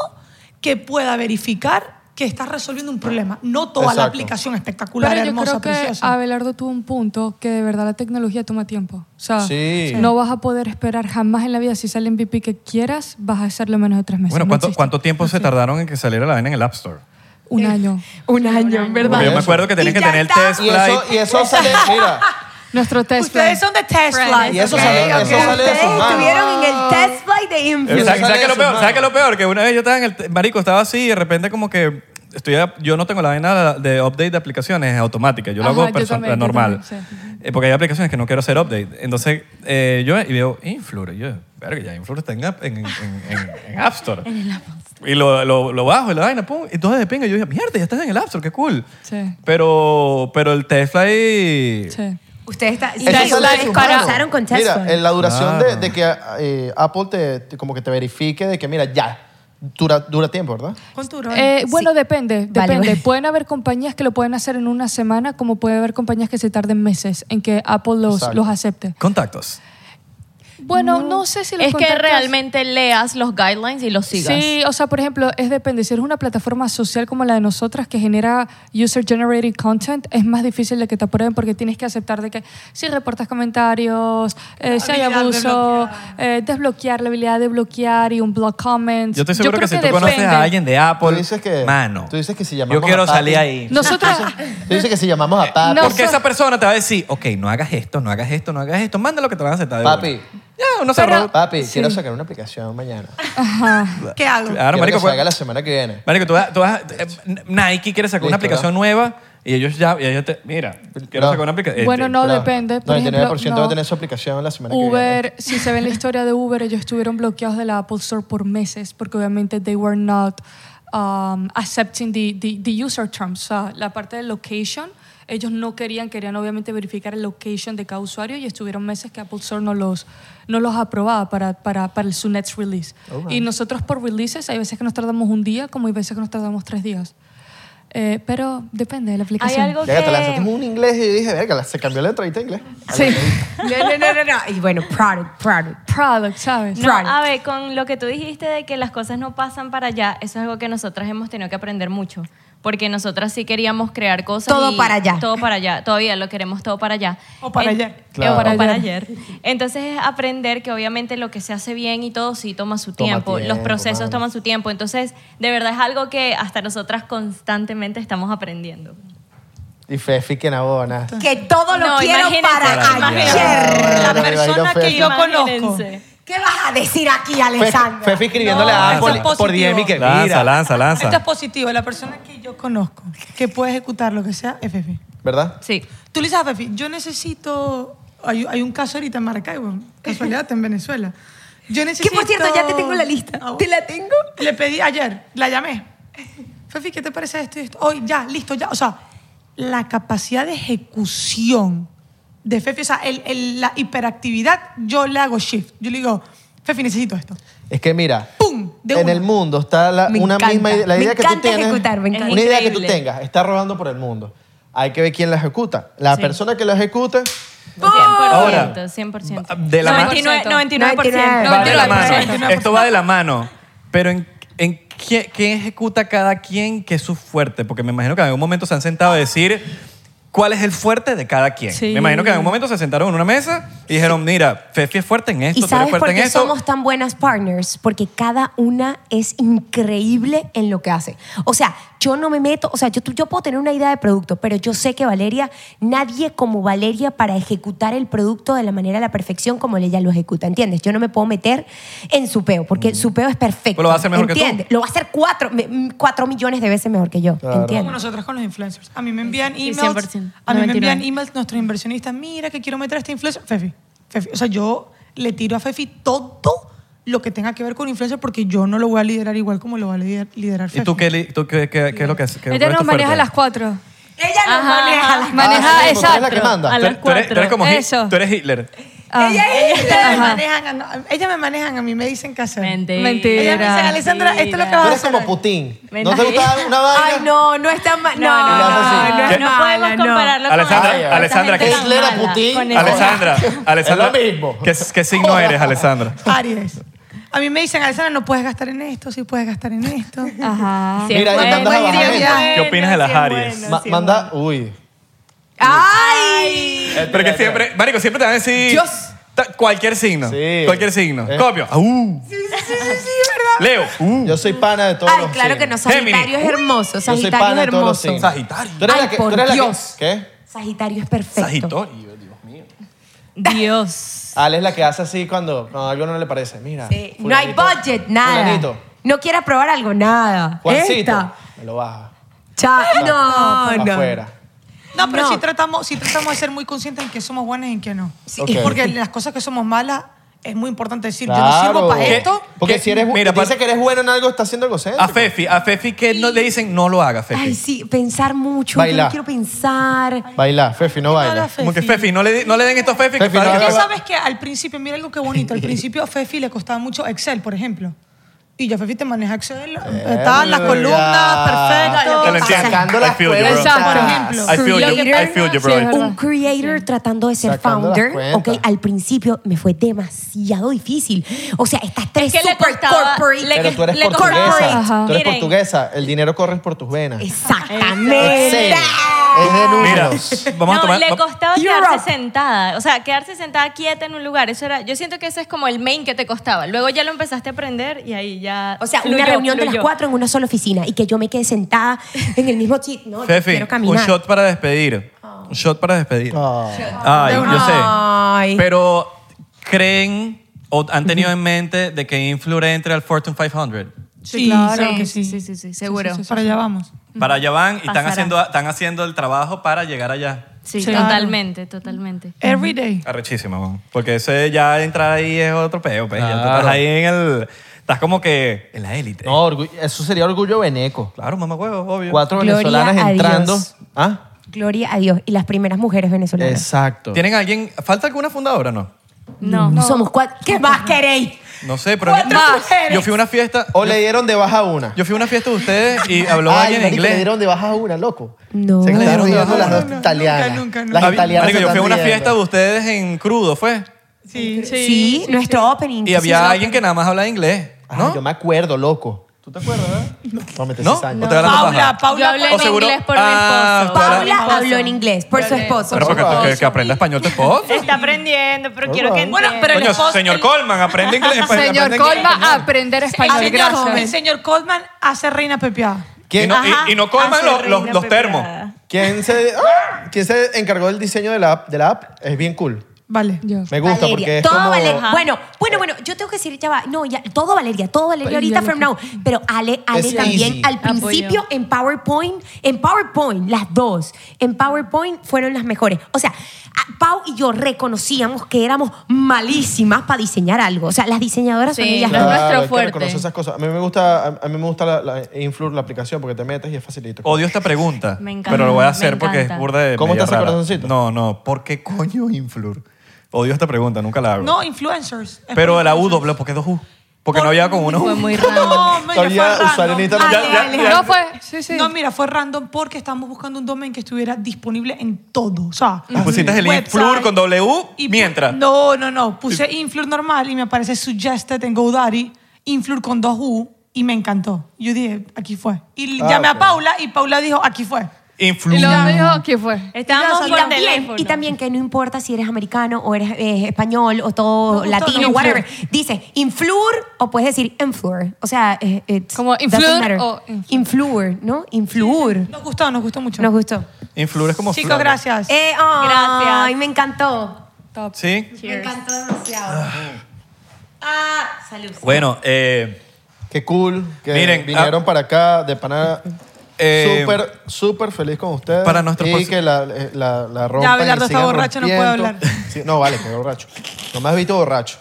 S5: que pueda verificar que estás resolviendo un problema. No toda la
S4: Exacto.
S5: aplicación espectacular,
S6: Pero yo
S5: hermosa,
S6: creo que
S5: preciosa.
S6: Abelardo tuvo un punto que de verdad la tecnología toma tiempo. O sea,
S4: Sí.
S6: no vas a poder esperar jamás en la vida si sale el MVP que quieras, vas a hacerlo en menos de tres meses.
S3: Bueno,
S6: No
S3: ¿cuánto,
S6: existe.
S3: cuánto tiempo se tardaron en que saliera la vaina en el App Store?
S6: Un año.
S2: Eh, Un año, en
S3: Porque yo
S2: verdad.
S3: me acuerdo que tenías que
S2: ya
S3: tener el
S2: está.
S3: test
S4: Y eso,
S3: flight.
S4: y eso sale, mira,
S6: Nuestro test
S5: Ustedes son de test flight.
S4: y eso
S5: ¿ok?
S4: sale, eso
S2: Ustedes
S4: sale de sus manos.
S2: estuvieron en el test flight de
S3: ¿Sabes
S4: eso
S2: Influor.
S4: sale
S3: sabes qué es
S4: de
S3: lo
S4: sus
S3: peor? ¿Sabes
S4: manos.
S3: qué es lo peor? Que una vez yo estaba en el... te- Marico, estaba así y de repente como que... Estoy a- yo no tengo la vaina de update de aplicaciones automática. Yo
S6: Ajá,
S3: lo hago
S6: yo
S3: perso-
S6: también,
S3: la
S6: yo
S3: normal.
S6: también, sí.
S3: Eh, porque hay aplicaciones que no quiero hacer update. Entonces eh, yo y veo Influre. Y yo, verga, ya Influre está en, app- en, en- en- en App Store. Y lo, lo, lo bajo y la vaina, pum. Y todo de pinga. Yo dije, mierda, ya estás en el App Store, qué cool.
S6: Sí.
S3: Pero, pero el Tesla ahí...
S6: Sí.
S2: Ustedes está- sí,
S4: Eso sale de
S2: ustedes
S4: sus manos.
S2: comenzaron con test
S4: Mira,
S2: flight.
S4: en la duración
S3: Claro.
S4: de, de que eh, Apple te, te- como que te verifique de que, mira, ya, dura, dura tiempo, ¿verdad?
S5: ¿Cuánto duró?
S6: Eh, bueno, depende,
S2: Vale,
S6: depende.
S2: vale.
S6: Pueden haber compañías que lo pueden hacer en una semana, como puede haber compañías que se tarden meses en que Apple los,
S4: Exacto.
S6: los acepte.
S3: Contactos.
S6: Bueno, no, sé si lo
S7: es que
S6: contactas-
S7: realmente leas los guidelines y los sigas.
S6: Sí, o sea, por ejemplo, es depende. Si eres una plataforma social como la de nosotras que genera user-generated content, es más difícil de que te aprueben porque tienes que aceptar de que si reportas comentarios, eh, si hay
S5: Habilidad de
S6: abuso, eh, desbloquear, la habilidad de bloquear y un block comment.
S3: Yo estoy seguro que, si tú conoces a alguien de Apple, mano,
S4: Tú dices que si
S3: yo
S4: llamamos
S3: quiero
S4: a papi-
S3: salir ahí. Eh,
S6: Nosotros,
S4: Tú dices que si llamamos a papi.
S6: No,
S3: Porque
S6: so-
S3: esa persona te va a decir, ok, no hagas esto, no hagas esto, no hagas esto, manda lo que te van a aceptar. de
S4: Papi,
S3: una. Ya,
S4: Ah,
S3: uno se
S6: Pero-
S3: arroba.
S4: papi,
S6: Sí.
S4: quiero Ah, sacar una aplicación mañana.
S5: ¿Qué hago?
S3: Claro,
S4: quiero
S3: marico,
S4: que salga
S3: pues-
S4: la semana que viene.
S3: Marico, tú vas, tú vas- eh, Nike quiere sacar una
S4: Listo,
S3: aplicación nueva y ellos ya, y ellos te, mira, quiero
S4: No.
S3: sacar una este, aplicación.
S6: Bueno, no,
S4: Claro.
S6: depende. Por
S4: 99%
S6: ejemplo,
S4: va
S6: no.
S4: a tener su aplicación la semana que viene.
S6: Uber, si se ve la historia de Uber, ellos estuvieron bloqueados de la Apple Store por meses porque obviamente they were not um, accepting the, the, the user terms. O sea, la parte de location, ellos no querían, querían obviamente verificar el location de cada usuario y estuvieron meses que Apple Store no los, no los aprobaba para, para, para su next release. Y nosotros por releases hay veces que nos tardamos un día como hay veces que nos tardamos tres días. Eh, pero depende de la
S7: Hay
S6: aplicación.
S7: algo
S4: Ya que te
S7: que...
S4: lanzaste un inglés y dije, verga, la- se cambió la entrevista a inglés.
S9: Sí. No, no, no, no, no. Y bueno, product, product.
S6: Product, ¿sabes?
S7: No,
S9: Right.
S7: a ver, con lo que tú dijiste de que las cosas no pasan para allá, eso es algo que nosotras hemos tenido que aprender mucho. Porque nosotras sí queríamos crear cosas.
S9: Todo
S7: y-
S9: para allá.
S7: Todo para allá. Todavía lo queremos todo para allá.
S5: O para ayer.
S7: eh,
S4: Claro.
S7: O para,
S6: Para
S7: ayer. Entonces es aprender que obviamente lo que se hace bien y todo sí toma su
S4: Toma
S7: tiempo. Los
S4: tiempo,
S7: procesos
S4: mano.
S7: toman su tiempo. Entonces, de verdad es algo que hasta nosotras constantemente estamos aprendiendo.
S4: Y Fefi que nabona.
S9: Que todo lo
S7: No,
S9: quiero
S7: imagínense,
S9: para
S7: imagínense.
S9: ayer.
S4: Claro,
S7: La
S4: me imagino
S7: persona que
S4: Fefi.
S7: yo
S4: Yo
S7: conozco.
S9: ¿Qué vas a decir aquí,
S4: Fefi,
S9: Alessandra?
S4: Fefi escribiéndole
S5: No,
S4: a
S5: eso
S4: Apple
S5: es
S4: por
S5: positivo.
S4: DM y que
S3: Lanza,
S4: mira.
S3: lanza,
S5: Esto es
S3: lanza.
S5: positivo. La persona que yo conozco que puede ejecutar lo que sea es Fefi.
S4: ¿Verdad?
S7: Sí.
S5: Tú le dices a Fefi, yo necesito... Hay, hay un caso ahorita en Maracaibo, casualidad, en Venezuela. Yo necesito...
S9: Que por cierto, ya te tengo la lista.
S5: Ah, bueno.
S9: ¿Te la tengo?
S5: Le pedí ayer, la llamé. Fefi, ¿qué te parece esto y esto? Hoy ya, listo, ya. O sea, la capacidad de ejecución de Fefi, o sea, el- el- la hiperactividad, yo le hago shift. Yo le digo, Fefi, necesito esto.
S4: Es que mira,
S5: ¡Pum! De
S4: en
S5: una.
S4: el mundo está la,
S9: Me
S4: una
S9: encanta.
S4: misma idea. La
S9: Me
S4: idea que tú
S9: encanta
S4: tienes,
S9: ejecutar, me encanta.
S4: Una idea que tú
S7: Increíble.
S4: tengas está rodando por el mundo. Hay que ver quién la ejecuta. La persona que la ejecute
S7: 100%.
S3: Ahora, ah,
S7: 100%.
S3: de la ma-
S7: 99,
S9: 99%.
S3: Va de la mano.
S5: 99%.
S3: Esto va de la mano. Pero en, en qué, qué ejecuta cada quien que es su fuerte. Porque me imagino que en algún momento se han sentado a decir cuál es el fuerte de cada quien.
S6: Sí.
S3: Me imagino que en algún momento se sentaron en una mesa y dijeron, mira, Fefi es fuerte en esto,
S2: ¿Y
S3: tú eres
S2: sabes por
S3: fuerte en
S2: qué
S3: esto.
S2: somos tan buenas partners? Porque cada una es increíble en lo que hace. O sea, yo no me meto, o sea, yo, tú- yo puedo tener una idea de producto, pero yo sé que Valeria, nadie como Valeria para ejecutar el producto de la manera a la perfección como ella lo ejecuta, ¿entiendes? Yo no me puedo meter en su peo, porque su peo es perfecto.
S3: Pero lo va a hacer mejor que tú.
S2: ¿entiendes? Lo va a hacer cuatro, me- cuatro millones de veces mejor que yo,
S5: Como
S2: ¿entiendes?
S5: nosotras con los influencers. A mí me envían
S7: Sí,
S5: emails.
S7: 100%,
S5: A mí me envían
S7: 99.
S5: emails nuestros inversionistas. Mira que quiero meter a este influencer. Fefi, Fefi. O sea, yo le tiro a Fefi todo lo que tenga que ver con influencer porque yo no lo voy a liderar igual como lo va a lider- liderar Fefi.
S3: ¿Y tú qué, li- tú qué- qué- qué es lo que haces? ¿Qué- cuál
S6: Ella
S3: es tu
S6: nos maneja
S3: fuerte?
S6: las cuatro.
S9: Ella lo
S7: Ajá,
S9: maneja.
S7: ajá.
S9: las-
S6: Maneja,
S4: sí, porque
S6: exacto.
S4: es la que manda.
S7: A
S3: Tú
S7: las
S3: eres- tú eres- tú eres como Hi-
S6: Eso.
S3: Tú eres Hitler.
S6: Ah.
S5: Ella, ella, me
S6: Ajá.
S5: manejan, a- no, ella me manejan a mí, me dicen qué hacer.
S7: Mentira.
S6: Mentira.
S5: Ella me dicen, Alessandra, esto es lo que
S4: tú
S5: vas a
S4: eres
S5: hacer.
S4: como Putin. ¿No te
S7: Mentira.
S4: gusta una vaina?
S9: Ay, no, no es tan mal. No,
S7: No,
S9: no,
S4: no,
S9: no,
S4: no,
S9: no, es
S7: no podemos
S9: mala, no.
S7: compararlo con
S3: Alessandra,
S7: esa- con esa
S3: Alessandra,
S7: gente
S3: ¿qué-
S7: tan
S4: Hitler a
S7: mala,
S4: Putin?
S7: con esa-
S3: Alessandra, Alessandra.
S4: Es lo mismo.
S3: ¿qué, qué signo eres, Alessandra?
S5: Aries. A mí me dicen, Alessandra, no puedes gastar en esto, sí puedes gastar en esto.
S6: Ajá.
S7: Sí,
S4: Mira,
S7: es
S4: ahí mandas a
S7: bueno,
S4: bajar
S7: sí es
S4: gente.
S7: bueno,
S3: ¿Qué opinas de
S7: sí
S3: las
S7: es
S3: Aries?
S7: bueno,
S4: Ma-
S7: sí es
S4: manda, uy.
S9: ¡Ay!
S3: Pero que siempre, marico, siempre te van a decir
S9: Dios.
S3: ta- cualquier signo,
S4: Sí.
S3: cualquier signo.
S4: Eh.
S3: Copio. Ah, uh. Leo. Uh.
S4: Yo soy pana de todos
S9: Ay,
S4: los
S9: claro que no.
S4: signos.
S9: Sagitario
S3: Géminis.
S9: es
S2: Uh,
S9: hermoso.
S4: Yo soy
S9: Sagitario
S4: pana
S9: es
S4: de todos los
S9: hermoso.
S4: signos.
S3: Sagitario.
S4: Tú eres
S9: Ay,
S4: la que,
S9: por
S4: tú eres la que-
S9: Dios.
S4: ¿Qué?
S2: Sagitario es perfecto.
S3: Sagitario, Dios mío.
S7: bueno. Dios.
S4: Ale Ah, es la que hace así cuando, cuando algo no le parece. Mira.
S9: Sí, No hay
S4: fulanito-
S9: budget, nada.
S4: fulanito,
S9: No quiere probar algo, nada.
S4: Juancito.
S9: Esta.
S4: Me lo baja.
S9: Cha- no,
S4: Pa'
S9: no.
S4: Afuera.
S5: No, pero
S9: No.
S5: Sí, tratamos, sí tratamos de ser muy conscientes en que somos buenas y en que no.
S4: Ok.
S5: Porque las cosas que somos malas es muy importante decir, yo no
S4: Claro.
S5: sirvo para
S4: ¿Qué?
S5: esto.
S4: Porque
S3: ¿Qué?
S4: si eres Mira,
S3: Mira,
S4: dice
S3: para-
S4: que eres bueno en algo, está haciendo algo serio.
S3: A Fefi, a Fefi que no le dicen no lo haga, Fefi.
S2: Ay, sí, pensar mucho, yo
S4: Baila.
S2: no quiero pensar.
S4: Baila, Fefi, no baila.
S5: hagas
S3: Como que Fefi, no le, di- no le den esto a Fefi.
S4: Fefi,
S3: que para-
S4: no
S5: Porque
S4: haga-
S5: sabes que al principio, mira algo que bonito, al principio a Fefi le costaba mucho Excel, por ejemplo. Y ya Fefi te maneja Excel, están las columnas, perfecto.
S10: Te lo entiendo.
S5: Sacando
S10: I feel you, bro.
S5: Exacto. Por ejemplo.
S10: I feel you, I feel you, bro.
S2: un creator tratando de ser
S10: Sacando las
S2: founder, ok,
S10: cuentas.
S2: al principio me fue demasiado difícil. O sea, estas tres
S7: que le
S2: super
S7: costaba-
S2: corporate.
S7: le-
S4: Pero tú eres
S7: le
S4: portuguesa.
S7: Ajá.
S4: Tú eres
S7: Miren.
S4: portuguesa. El dinero corre por tus venas.
S2: Exactamente.
S4: Es de números.
S7: no, le costaba
S2: You're
S7: quedarse
S2: up.
S7: sentada. O sea, quedarse sentada quieta en un lugar. Eso era, yo siento que ese es como el main que te costaba. Luego ya lo empezaste a aprender y ahí ya.
S2: O sea, una
S7: fluyó,
S2: reunión de las
S7: fluyó.
S2: cuatro en una sola oficina y que yo me quede sentada en el mismo chi- No, yo
S3: Fefi,
S2: quiero
S3: un
S2: caminar.
S3: shot para despedir. Un shot para despedir.
S4: Ah.
S3: Ay,
S5: De una-
S3: yo sé.
S9: Ay.
S3: Pero, ¿creen o han tenido en mente de que Influre entre al Fortune 500?
S5: Sí, claro
S7: sí,
S5: que
S7: sí,
S5: sí.
S7: sí, sí, sí, seguro.
S5: Sí, sí, sí, Para allá vamos.
S3: Para allá van y están
S7: Pasará.
S3: haciendo, están haciendo el trabajo para llegar allá.
S7: Sí,
S5: Sí.
S7: totalmente, totalmente.
S5: Every day.
S3: Arrechísima, man. Porque ese ya entrar ahí es otro peo, pues. Ya tú estás
S4: Claro.
S3: ahí en el. Estás como que en la élite.
S4: No, orgu- eso sería orgullo veneco.
S3: Claro, mamá huevo, obvio.
S4: Cuatro
S2: Gloria
S4: venezolanas
S2: a
S4: entrando.
S2: Dios.
S4: ¿Ah?
S2: Gloria a Dios. Y las primeras mujeres venezolanas.
S4: Exacto.
S3: ¿Tienen alguien? ¿Falta alguna fundadora no?
S7: No.
S2: Mm, Somos cuatro. ¿Qué más queréis?
S3: No sé, pero. este-
S2: Cuatro mujeres.
S3: Yo fui a una fiesta.
S4: O le dieron de baja una.
S3: Yo fui a una fiesta de ustedes y habló
S10: Ay,
S3: alguien en
S10: marico, le
S3: inglés.
S10: dieron de baja una, loco.
S2: No.
S10: Se
S3: Le
S10: están
S3: dieron de
S10: riendo
S3: baja
S10: las
S3: una.
S10: dos
S3: Nunca,
S10: italianas.
S5: nunca, nunca.
S10: Las
S3: Había-
S10: italianas
S3: marico,
S10: se
S3: yo fui a
S10: están
S3: una
S10: riendo.
S3: fiesta de ustedes en crudo, ¿fue?
S5: Sí.
S2: Sí, nuestro opening.
S3: Y había alguien que nada más hablaba inglés,
S10: Ay,
S3: ¿no?
S10: Yo me acuerdo, loco. ¿Tú te acuerdas? No, me
S3: ¿No? ¿O te hablan de
S5: Paula,
S3: paja?
S5: Paula,
S7: Yo hablé
S5: Paula.
S7: en inglés por mi
S3: Ah,
S7: esposo.
S3: claro.
S2: Paula habló en inglés por su esposo.
S3: Pero porque
S10: Paula.
S3: que, que aprenda español tu esposo.
S7: Está aprendiendo, pero quiero que
S5: Bueno,
S7: entienda.
S5: pero el
S3: Coño,
S5: esposo-
S3: señor
S5: el-
S3: Coleman, aprende inglés. aprende
S9: Señor
S3: inglés.
S9: Colma, a aprender español.
S5: el
S9: gracias.
S5: señor, el señor Goldman hace reina pepeada.
S3: Y
S4: ¿Quién,
S3: no, y, y
S2: Ah,
S3: no colman
S7: Hace
S3: los, los-
S7: reina
S3: los termos.
S7: pepeada.
S4: quién se, ah, quién se encargó del diseño de la app? De la app? Es bien cool.
S5: Vale.
S4: Me gusta
S2: Valeria,
S4: porque es
S2: todo
S4: como...
S2: Valeria. Bueno, bueno, bueno, yo tengo que decir, ya va. No, ya, todo Valeria, todo Valeria ahorita from now. Pero Ale, Ale
S4: Es
S2: también
S4: easy.
S2: al principio en PowerPoint, en PowerPoint, las dos, en PowerPoint fueron las mejores. O sea, a- Pau y yo reconocíamos que éramos malísimas para diseñar algo. O sea, las diseñadoras son
S7: Sí,
S2: ellas.
S7: claro.
S2: dos.
S7: nuestro
S4: hay que
S7: fuerte.
S4: reconocer esas cosas. A mí me gusta, a, a mí me gusta la, la Influr, la aplicación, porque te metes y es facilito.
S3: Odio esta pregunta.
S7: Me encanta,
S3: Pero lo voy a
S7: me
S3: hacer porque es
S7: encanta.
S3: burda de.
S4: ¿Cómo
S3: media
S4: está ese
S3: rara.
S4: corazoncito?
S3: No, no. ¿Por qué coño Influr? Odio esta pregunta, nunca la hago.
S5: No, influencers. Es
S3: pero
S5: por
S3: la U
S5: influencers.
S3: doble, ¿por qué dos U? Porque no había con uno.
S7: Fue
S3: U.
S7: muy raro.
S5: No, me
S4: Todavía
S5: fue random.
S4: usuario en Instagram.
S5: Ale,
S3: Ya,
S5: Ale.
S3: ya, ya.
S5: No,
S8: No fue, sí, sí.
S5: No, mira, fue random porque estábamos buscando un domain que estuviera disponible en todo. O sea,
S3: Y pusiste Pues el
S5: website.
S3: Influr con W
S5: Y pu-
S3: mientras.
S5: No, no, no. Puse Influr normal y me aparece Suggested en GoDaddy, Influr con dos U y me encantó. Yo dije, aquí fue. Y
S4: Ah,
S5: llamé
S4: ok.
S5: a Paula y Paula dijo, aquí fue.
S3: Influr.
S8: Y luego me dijo, ¿qué fue?
S7: Estábamos
S2: Y
S7: por
S2: también,
S7: teléfono.
S2: y también que no importa si eres americano o eres eh, español o todo
S5: No, todo
S2: latino,
S5: influr.
S2: whatever. Dice influr o puedes decir influr. O sea, eh, it's-
S8: Como
S2: doesn't
S8: influr
S2: matter.
S8: o
S2: influr, ¿no? Influr.
S5: Nos gustó, nos gustó mucho.
S2: Nos gustó.
S3: Influr es como.
S5: Chicos,
S3: flor.
S5: gracias.
S2: Eh, ay,
S7: Gracias.
S2: me encantó.
S3: Sí.
S7: Cheers.
S2: Me encantó demasiado. Ah, salud.
S3: Bueno, eh.
S4: Qué cool que
S3: Miren,
S4: vinieron
S3: ah,
S4: para acá de Panamá.
S3: eh,
S4: súper, súper feliz con ustedes.
S3: para nuestro
S4: Y
S3: pos-
S4: que la, eh, la, la rompan y
S5: Abelardo está
S4: sigan
S5: borracho, no puede
S4: rompiendo.
S5: hablar.
S4: Sí, no, vale, que borracho. Nomás visto borracho.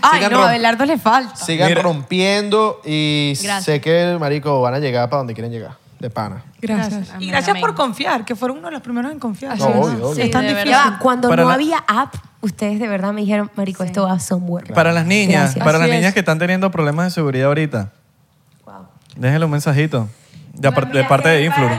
S9: Ay,
S4: Sigan
S9: no,
S4: rom-
S9: a Abelardo le falta.
S4: Sigan
S3: Mira.
S4: rompiendo y
S7: Gracias.
S4: sé que, marico, van a llegar para donde quieren llegar. De pana.
S5: Gracias.
S7: Gracias.
S5: Y gracias por
S7: Amén.
S5: confiar, que fueron uno de los primeros en confiar.
S4: No, obvio, obvio.
S7: Sí,
S5: Están
S7: de verdad.
S5: difíciles.
S2: Cuando
S3: Para
S2: no
S3: la-
S2: había app, ustedes de verdad me dijeron, marico, esto va somewhere.
S3: Para las niñas,
S2: Gracias.
S3: para las
S8: Así
S3: niñas
S8: es.
S3: que están teniendo problemas de seguridad ahorita. Déjenle un mensajito de, apar- de parte de Influr.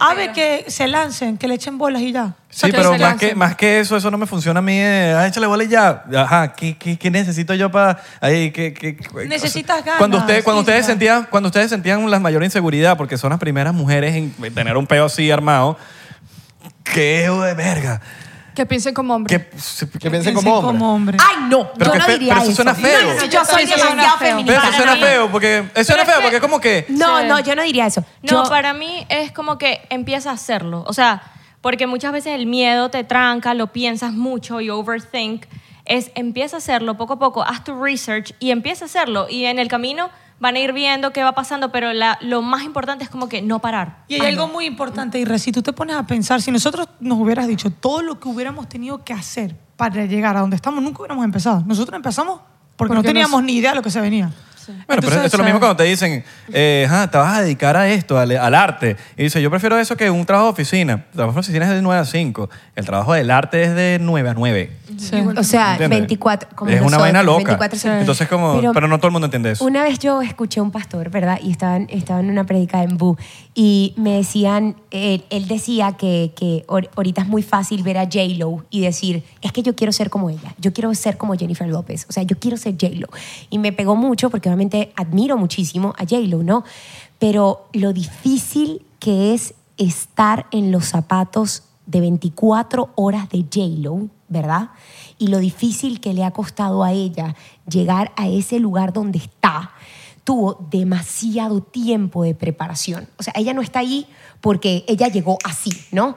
S5: Ave que se lancen, que le echen bolas y ya.
S3: Sí,
S8: que
S3: pero
S8: se
S3: más
S8: lancen.
S3: que, más que eso, eso no me funciona a mí. eh, ah, échale bola y ya. Ajá, ¿qué, qué, qué necesito yo para...? Ahí, ¿qué, qué- qué-
S5: Necesitas ganas,
S3: Cuando, usted, cuando, ustedes
S5: física.
S3: sentían, cuando ustedes sentían la mayor inseguridad, porque son las primeras mujeres en tener un peo así armado, ¿qué de verga?
S8: Que piensen como hombre.
S3: ¿Qué,
S4: Que piensen como hombre.
S5: Como hombre.
S2: Ay, no,
S3: Pero
S2: yo
S3: que
S2: no
S3: fe-
S2: diría
S3: pero eso suena feo.
S2: No, no, no,
S5: Sí,
S2: yo
S5: yo
S2: soy
S5: sé que suena
S2: demasiado
S5: feo.
S2: feminista.
S3: pero eso suena
S7: mí-
S3: feo, porque... Eso suena
S7: Pero es
S3: feo, porque
S7: que-
S3: es como que...
S2: No,
S8: Sí.
S2: no, yo no diría eso.
S7: No,
S2: Yo-
S7: para mí es como que empieza a hacerlo. O sea, porque muchas veces el miedo te tranca, lo piensas mucho y overthink. Es empieza a hacerlo poco a poco, haz tu research y empieza a hacerlo. Y en el camino van a ir viendo qué va pasando, pero la- lo más importante es como que no parar.
S5: Y hay algo muy importante, y si tú te pones a pensar, si nosotros nos hubieras dicho todo lo que hubiéramos tenido que hacer para llegar a donde estamos, nunca hubiéramos empezado. Nosotros empezamos porque, no
S8: Porque
S5: teníamos
S8: nos-
S5: ni idea de lo que se venía.
S3: Bueno, pero eso
S5: Entonces,
S3: es lo mismo cuando
S5: ¿sabes?
S3: te dicen, eh, "Ajá, te vas a dedicar a esto, al, al arte. Y dice, yo prefiero eso que un trabajo de oficina. El trabajo de oficina es de 9 a 5. El trabajo del arte es de 9 a 9.
S2: O sea,
S3: ¿Entiendes?
S2: 24. Como
S3: es una
S2: nosotros,
S3: vaina loca.
S2: 24, sí.
S3: Entonces, como, pero,
S2: Pero-
S3: no todo el mundo entiende eso.
S2: Una vez yo escuché a un pastor, ¿verdad? Y estaban, estaba en una predica en Bu y me decían, él, él decía que, que ahor- ahorita es muy fácil ver a J-Lo y decir, es que yo quiero ser como ella, yo quiero ser como Jennifer López, o sea, yo quiero ser J-Lo. Y me pegó mucho porque obviamente admiro muchísimo a J-Lo, ¿no? Pero lo difícil que es estar en los zapatos de 24 horas de J-Lo, ¿verdad? Y lo difícil que le ha costado a ella llegar a ese lugar donde está, tuvo demasiado tiempo de preparación. O sea, ella no está ahí porque ella llegó así, ¿no?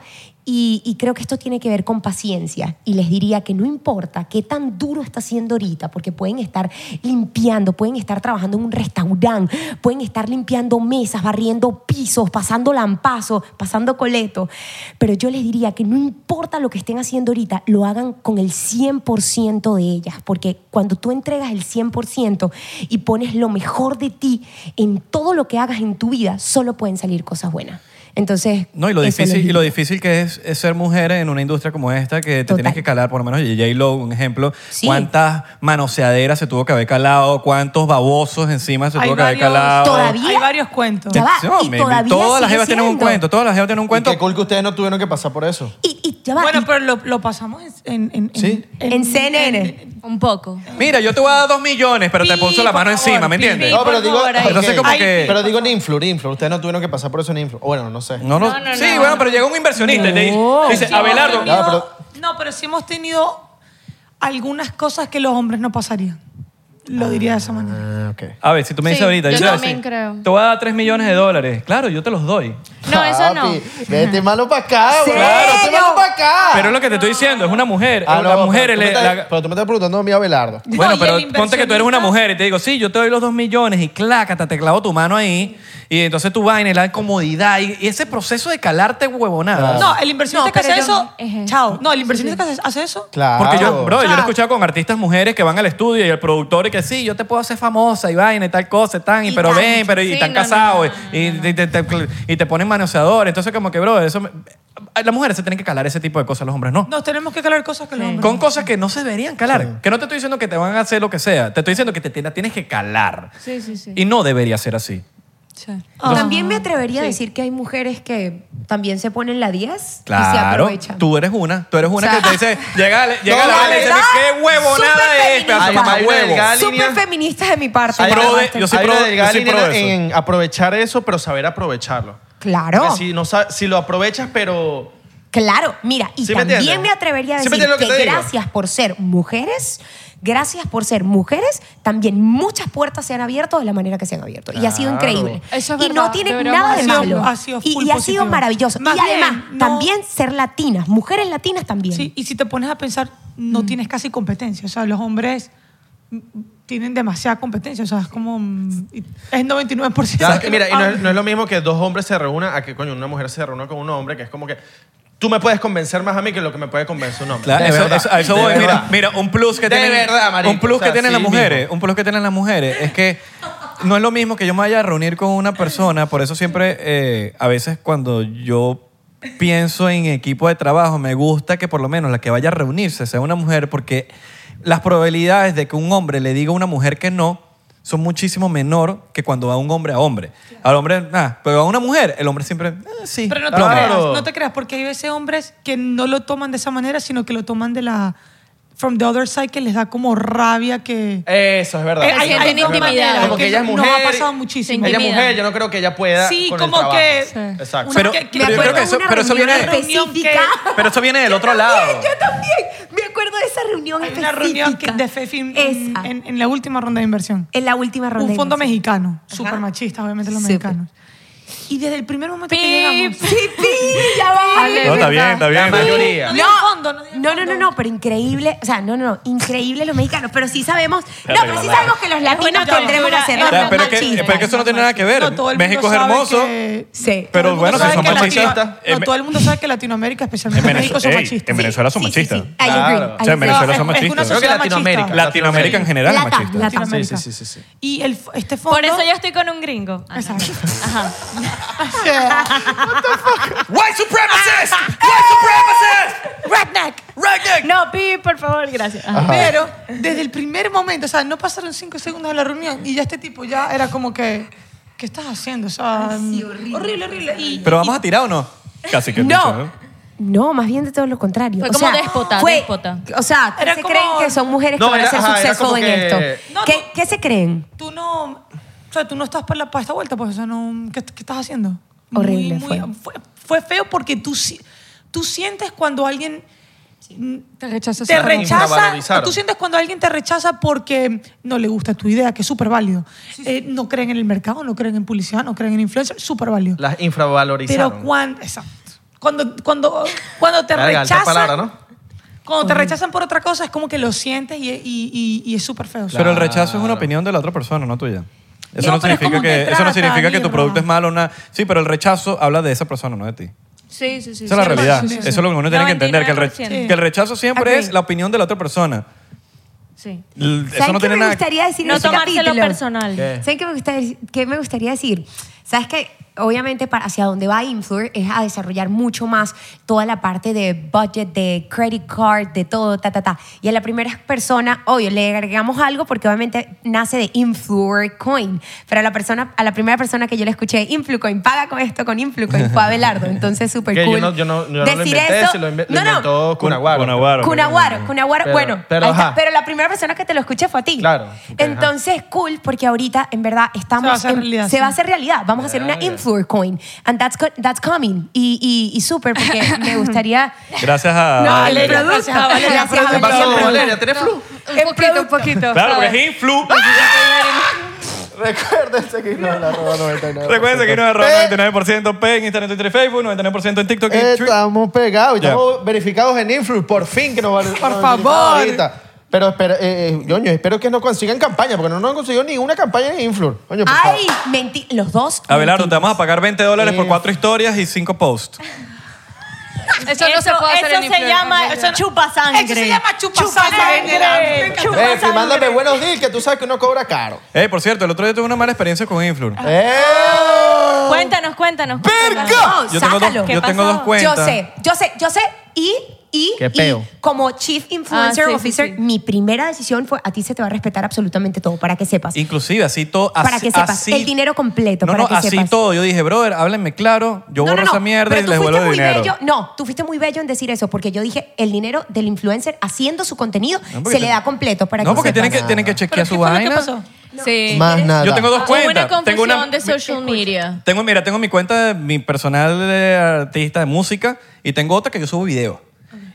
S2: Y, y creo que esto tiene que ver con paciencia. Y les diría que no importa qué tan duro está siendo ahorita, porque pueden estar limpiando, pueden estar trabajando en un restaurante, pueden estar limpiando mesas, barriendo pisos, pasando lampazos, pasando coleto. Pero yo les diría que no importa lo que estén haciendo ahorita, lo hagan con el 100% de ellas, porque cuando tú entregas el 100% y pones lo mejor de ti en todo lo que hagas en tu vida, solo pueden salir cosas buenas. Entonces,
S3: No, y lo,
S2: eso les
S3: difícil,
S2: digo.
S3: y lo difícil que es, es ser mujer en una industria como esta, que te tienes que calar, por lo menos J-Lo, un ejemplo, cuántas manoseaderas se tuvo que haber calado, cuántos babosos encima se
S5: Hay
S3: tuvo que haber
S5: varios,
S3: calado.
S5: hay varios cuentos.
S3: Sí, hombre, todas las jevas tienen un cuento, todas las jevas tienen un cuento.
S4: Qué cool que ustedes no tuvieron que pasar por eso.
S5: Bueno, pero lo, lo pasamos en, en,
S3: Sí.
S2: CNN.
S7: un poco.
S3: Mira, yo te voy a dar dos millones, pero te puso la mano encima, ¿me entiendes?
S4: No, pero digo,
S3: Entonces,
S4: ok.
S3: como que.
S4: pero digo en Influr, Influr. Ustedes no tuvieron que pasar por eso en Influr. O Bueno, no sé.
S3: No, no.
S5: No, no,
S3: sí,
S5: no.
S3: bueno, pero llega un inversionista y te dice,
S5: No.
S3: dice
S5: Sí,
S3: Abelardo.
S5: hemos tenido- No, pero sí hemos tenido algunas cosas que los hombres no pasarían. Lo diría de esa manera.
S3: A ver, si tú me dices
S5: Sí,
S3: ahorita,
S5: yo
S3: te voy a
S5: también
S3: decir,
S5: creo.
S3: Te voy a dar 3 millones de dólares. Claro, yo te los doy.
S7: No, eso no.
S10: Vete malo para acá, güey.
S3: Claro.
S10: Vete malo para
S4: Ah.
S10: acá.
S3: Pero es lo que te estoy diciendo, es una mujer.
S10: Ah,
S3: eh,
S10: no,
S3: la
S10: pero
S3: mujer
S10: tú
S3: es
S10: me
S3: la-
S10: estás- Pero tú me estás preguntando a mí, Abelardo.
S3: Bueno, pero ponte que tú eres una mujer y te digo, sí, yo te doy los dos millones y clácata, te clavo tu mano ahí y entonces tu vaina y la incomodidad y, y ese proceso de calarte huevonada.
S5: No, el inversionista
S9: No,
S5: que hace
S9: pero yo-
S5: eso. Chao. No, el inversionista que hace- hace eso.
S10: Claro.
S3: Porque yo, bro, yo lo he escuchado con artistas mujeres que van al estudio y el productor y que sí, yo te puedo hacer famosa y vaina y tal cosa, y tan, y, pero
S5: tal.
S3: ven, pero y
S5: Sí,
S3: están
S5: no, no,
S3: casados y, y te, te- y te ponen manoseador. Entonces, como que, bro, eso. me- las mujeres se tienen que calar ese tipo de cosas, los hombres no.
S5: Nos tenemos que calar cosas que los hombres.
S3: Con cosas que no se deberían calar. Que no te estoy diciendo que te van a hacer lo que sea. Te estoy diciendo que te, te la tienes que calar.
S5: Sí, sí, sí.
S3: Y no debería ser así.
S9: También me atrevería
S2: Ah. Sí.
S9: a decir que hay mujeres que también se ponen la 10 y se
S3: Claro,
S9: aprovechan.
S3: tú eres una. Tú eres una
S9: O sea-
S3: que te dice, llega, llega
S9: No,
S3: la
S9: la
S3: vaina y dice,
S9: verdad,
S3: qué huevonada
S9: súper
S3: es, pedazo de
S9: feminista.
S3: mamahuevo".
S9: Súper feministas de mi parte.
S4: Hay
S9: por
S4: una-
S9: supuesto.
S4: hay una delgada
S3: soy
S4: línea
S3: pro de
S4: en aprovechar eso, pero saber aprovecharlo.
S9: Claro.
S4: Porque Si, no, sa- si lo aprovechas, pero...
S2: Claro, mira, y
S4: ¿Sí me
S2: también
S4: entiendes?
S2: me, atrevería a
S4: ¿Sí me
S2: decir
S4: entiendes
S2: que,
S4: lo que te digo?
S2: gracias por ser mujeres, gracias por ser mujeres, también muchas puertas se han abierto de la manera que se han abierto. Y ha sido
S9: Claro.
S2: increíble.
S9: Eso es
S2: y no
S9: verdad,
S2: tiene
S9: deberíamos
S2: nada de
S9: hacerlo.
S2: malo.
S9: Ha sido
S2: y,
S9: full
S2: y ha
S9: positivo.
S2: sido maravilloso.
S5: Más
S2: y
S5: bien,
S2: además,
S5: no-
S2: también ser latinas, mujeres latinas también. Mm.
S5: Sí, y si te pones a pensar, no tienes casi competencia. O sea, los hombres mm, tienen demasiada competencia. O sea, es como. mm, y- Es 99%.
S4: Claro,
S5: que
S4: mira, y
S5: los
S4: no es,
S5: hombres-
S4: no es lo mismo que dos hombres se reúnan a que, coño, una mujer se reúna con un hombre, que es como que tú me puedes convencer más a mí que lo que me puede convencer un hombre.
S3: Claro,
S4: De
S3: eso-
S4: verdad.
S3: eso- a eso
S4: De
S3: voy.
S4: verdad.
S3: Mira, mira, un plus que
S4: De
S3: tienen,
S4: verdad, marico.
S3: un plus
S4: O sea,
S3: que tienen las
S4: sí
S3: mujeres, un plus que tienen las mujeres es que no es lo mismo que yo me vaya a reunir con una persona, por eso siempre eh, a veces cuando yo pienso en equipo de trabajo me gusta que por lo menos la que vaya a reunirse sea una mujer porque las probabilidades de que un hombre le diga a una mujer que no son muchísimo menor que cuando va un hombre a hombre. Al hombre, nada, pero a una mujer, el hombre siempre, "Ah, sí.
S5: Pero no te,
S3: plomo".
S5: creas, no te creas, porque hay veces hombres que no lo toman de esa manera, sino que lo toman de la. From the other side, que les da como rabia que.
S4: Eso es verdad.
S5: Eh, hay-
S4: Eso es
S5: hay
S4: verdad.
S5: dos maneras,
S4: Como que
S5: que
S4: ella es
S5: nos
S4: mujer.
S5: ha pasado muchísimo.
S4: Ella es
S5: Intimidan.
S4: mujer, yo no creo que ella pueda.
S5: Sí,
S4: con el
S5: como
S4: trabajo.
S5: que- Sí.
S4: Exacto.
S5: Una Pero- que- que
S3: Pero yo creo que
S2: acuerdo
S3: eso,
S2: de una
S3: pero eso
S2: reunión
S3: viene,
S2: específica.
S3: pero eso viene del otro lado.
S2: Yo también me acuerdo de esa reunión
S5: Hay una reunión que- de FEFIM en, en- en la última ronda de inversión.
S2: En la última
S5: ronda.
S2: de
S5: Un fondo mexicano, súper machista, obviamente los mexicanos. Y desde el primer momento que llegamos.
S2: Sí, ya va.
S3: No, está bien, está bien.
S4: La mayoría.
S5: No,
S2: No, no, no, no, pero increíble, o sea, no, no, no, increíble los mexicanos, pero sí sabemos, no,
S3: Espérate,
S2: pero sí
S3: mamá.
S2: sabemos que los
S5: buena
S2: latinos tendremos
S5: cultura,
S2: a ser
S5: es
S3: O sea,
S2: más
S3: pero, es que,
S2: machistas.
S3: pero es que eso no tiene nada que ver.
S5: No, todo el mundo
S3: México es
S5: sabe
S3: hermoso.
S5: que-
S2: Sí.
S3: Pero
S5: Todo el
S3: bueno,
S5: mundo
S3: si
S5: sabe
S3: son
S5: que Latino-
S3: machistas. Eh,
S5: No, todo el mundo sabe que Latinoamérica, especialmente México, son machistas.
S3: son
S5: Sí, sí, sí.
S2: I agree,
S3: O
S2: I
S3: sea, en
S2: agree.
S3: Venezuela son
S5: No, es- es una
S3: machistas.
S5: sociedad Creo que Latinoamérica, machista.
S3: Latinoamérica en general es machista.
S5: Latinoamérica. Y el, f- este fondo.
S7: Por eso yo estoy con un gringo. Ah, no, no. Ajá.
S11: White supremacist! White
S5: supremacist! Redneck!
S11: Redneck!
S5: No, Pi, por favor, gracias.
S11: Ajá.
S5: Pero desde el primer momento, o sea, no pasaron cinco segundos de la reunión y ya este tipo ya era como que, ¿qué estás haciendo? O sea, horrible, horrible. Y,
S3: ¿Pero vamos a tirar o no? Casi que
S2: No.
S3: mucho,
S2: No, más bien de todo lo contrario.
S7: Fue
S2: O
S7: como
S2: sea,
S7: déspota,
S2: fue-
S7: déspota.
S2: O sea, ¿qué
S7: Era
S2: se
S7: como-
S2: creen que son mujeres
S7: No,
S2: que van
S7: era-
S2: a ser
S7: ajá, era
S2: successful
S7: como
S2: en
S7: que-
S2: esto?
S5: No,
S2: ¿Qué, qué se creen?
S5: Tú no, o sea, tú no estás para, la, para esta vuelta, pues, o sea, no, ¿qué, qué estás haciendo?
S2: Horrible
S5: Muy- muy- fue. fue feo porque tú, si- tú sientes cuando alguien... Te rechaza. Te
S4: sí.
S5: rechaza.
S4: Infravalorizaron.
S5: Tú sientes cuando alguien te rechaza porque no le gusta tu idea, que es súper válido. Eh, no creen en el mercado, no creen en publicidad, no creen en influencer, súper válido.
S4: Las
S5: Pero
S4: infravalorizaron.
S5: cuando, exacto. Cuando, cuando, cuando te
S4: Verga, alta
S5: rechazan,
S4: palabra, ¿no?
S5: cuando te rechazan por otra cosa, es como que lo sientes y, y- y- y es súper feo.
S3: Pero el rechazo es una opinión de la otra persona, no tuya. Eso
S5: No,
S3: no,
S5: pero es
S3: significa
S5: como
S3: que,
S5: te
S3: eso no
S5: trata,
S3: significa que tu
S5: mierda.
S3: producto es malo. Una... Sí, pero el rechazo habla de esa persona, no de ti.
S7: Sí, sí, sí.
S3: Esa es la realidad. Eso es lo que uno tiene que entender, que el, re-
S7: 99%.
S3: que el rechazo siempre es la opinión de la otra persona.
S7: Sí.
S3: L- Eso
S2: ¿Saben
S3: no
S2: qué
S3: tiene
S2: me
S3: nada
S2: gustaría decir en
S7: No
S2: este
S7: tomárselo
S2: capítulo?
S7: personal. ¿Qué?
S2: ¿Saben qué me, gustaría, qué me gustaría decir? ¿Sabes que Obviamente para hacia dónde va Influer es a desarrollar mucho más toda la parte de budget, de credit card, de todo, ta, ta, ta. Y a la primera persona, obvio, le agregamos algo porque obviamente nace de Influer Coin. Pero a la, persona, a la primera persona que yo le escuché, Influcoin, paga con esto con Influcoin, fue Abelardo. Entonces, súper
S4: Que
S2: cool.
S4: yo no, yo no, yo no lo
S2: Decir
S4: inventé,
S2: eso-
S4: se lo, inve- lo
S2: No, no.
S4: inventó Cunaguaro.
S2: Cunaguaro, Cunaguaro,
S4: Pero-
S2: bueno,
S4: pero
S2: ahí está.
S4: ajá.
S2: Pero la primera persona que te lo escuché fue a ti.
S4: Claro.
S2: Entonces, cool, porque ahorita en verdad estamos.
S5: Se va a hacer
S2: en-
S5: realidad,
S2: se
S5: sí.
S2: va a hacer realidad. Vamos a hacer una influencer coin. And that's, co- that's coming. Y, y, y súper, porque me gustaría.
S3: Gracias a.
S2: No,
S3: a-
S2: Valeria,
S5: gracias a
S2: Valeria.
S5: Gracias a
S3: ¿Qué
S5: Valeria.
S3: pasó,
S5: Siempre.
S3: Valeria? ¿Tienes flu?
S2: Un poquito, un poquito.
S3: Claro, porque es
S10: Ah,
S3: influ.
S10: Recuerden seguirnos en arroba 99.
S3: Recuerden que no es 99% P en Instagram, Twitter y Facebook, 99% en TikTok y Twitter.
S10: Eh, Estamos pegados y
S3: Ya.
S10: estamos verificados en Influ. Por fin que nos van Por
S3: favor.
S10: Pero espera, eh, eh, Ñoño, espero que nos consigan campaña, porque no nos han conseguido ninguna campaña en Influ. Coño, por favor.
S2: Ay, mentí. Los dos.
S3: Abelardo, te vamos a pagar 20 dólares por cuatro historias y cinco posts.
S8: Eso no se puede hacer en influencer. Eso no-
S2: Eso se llama
S5: chupa
S8: sangre.
S10: Eh, Fli, mándame buenos deals, que tú sabes que uno cobra caro.
S3: Ey, Eh, por cierto, el otro día tuve una mala experiencia con Influr.
S7: Cuéntanos, cuéntanos.
S3: No, Yo tengo dos- sácalo. yo tengo dos cuentas.
S2: Yo sé, yo sé, yo sé. Y, y,
S3: Qué
S2: y
S3: peo.
S2: como Chief Influencer
S7: Ah, sí, sí,
S2: Officer, mi primera decisión fue: a ti se te va a respetar absolutamente todo, para que sepas.
S3: Inclusive, así todo.
S2: para que sepas. el dinero completo,
S3: No,
S2: para
S3: no,
S2: que
S3: así
S2: sepas.
S3: todo. Yo dije, brother, háblenme claro, yo
S2: No,
S3: borro
S2: no, no,
S3: esa mierda
S2: pero
S3: y
S2: tú
S3: les
S2: fuiste
S3: vuelvo el
S2: muy
S3: dinero.
S2: bello. No, tú fuiste muy bello en decir eso, porque yo dije, el dinero del influencer haciendo su contenido
S3: No, porque
S2: se le
S3: te-
S2: da completo para
S3: no,
S2: que
S3: porque tienen
S2: sepas.
S3: que, tienen que chequear su vaina.
S7: Sí.
S3: Más nada. Yo tengo dos
S7: Hubo Una
S3: cuentas.
S7: confusión
S3: Tengo una-
S7: de social media.
S3: Tengo, mira, tengo mi cuenta de mi personal de artista de música y tengo otra que yo subo videos.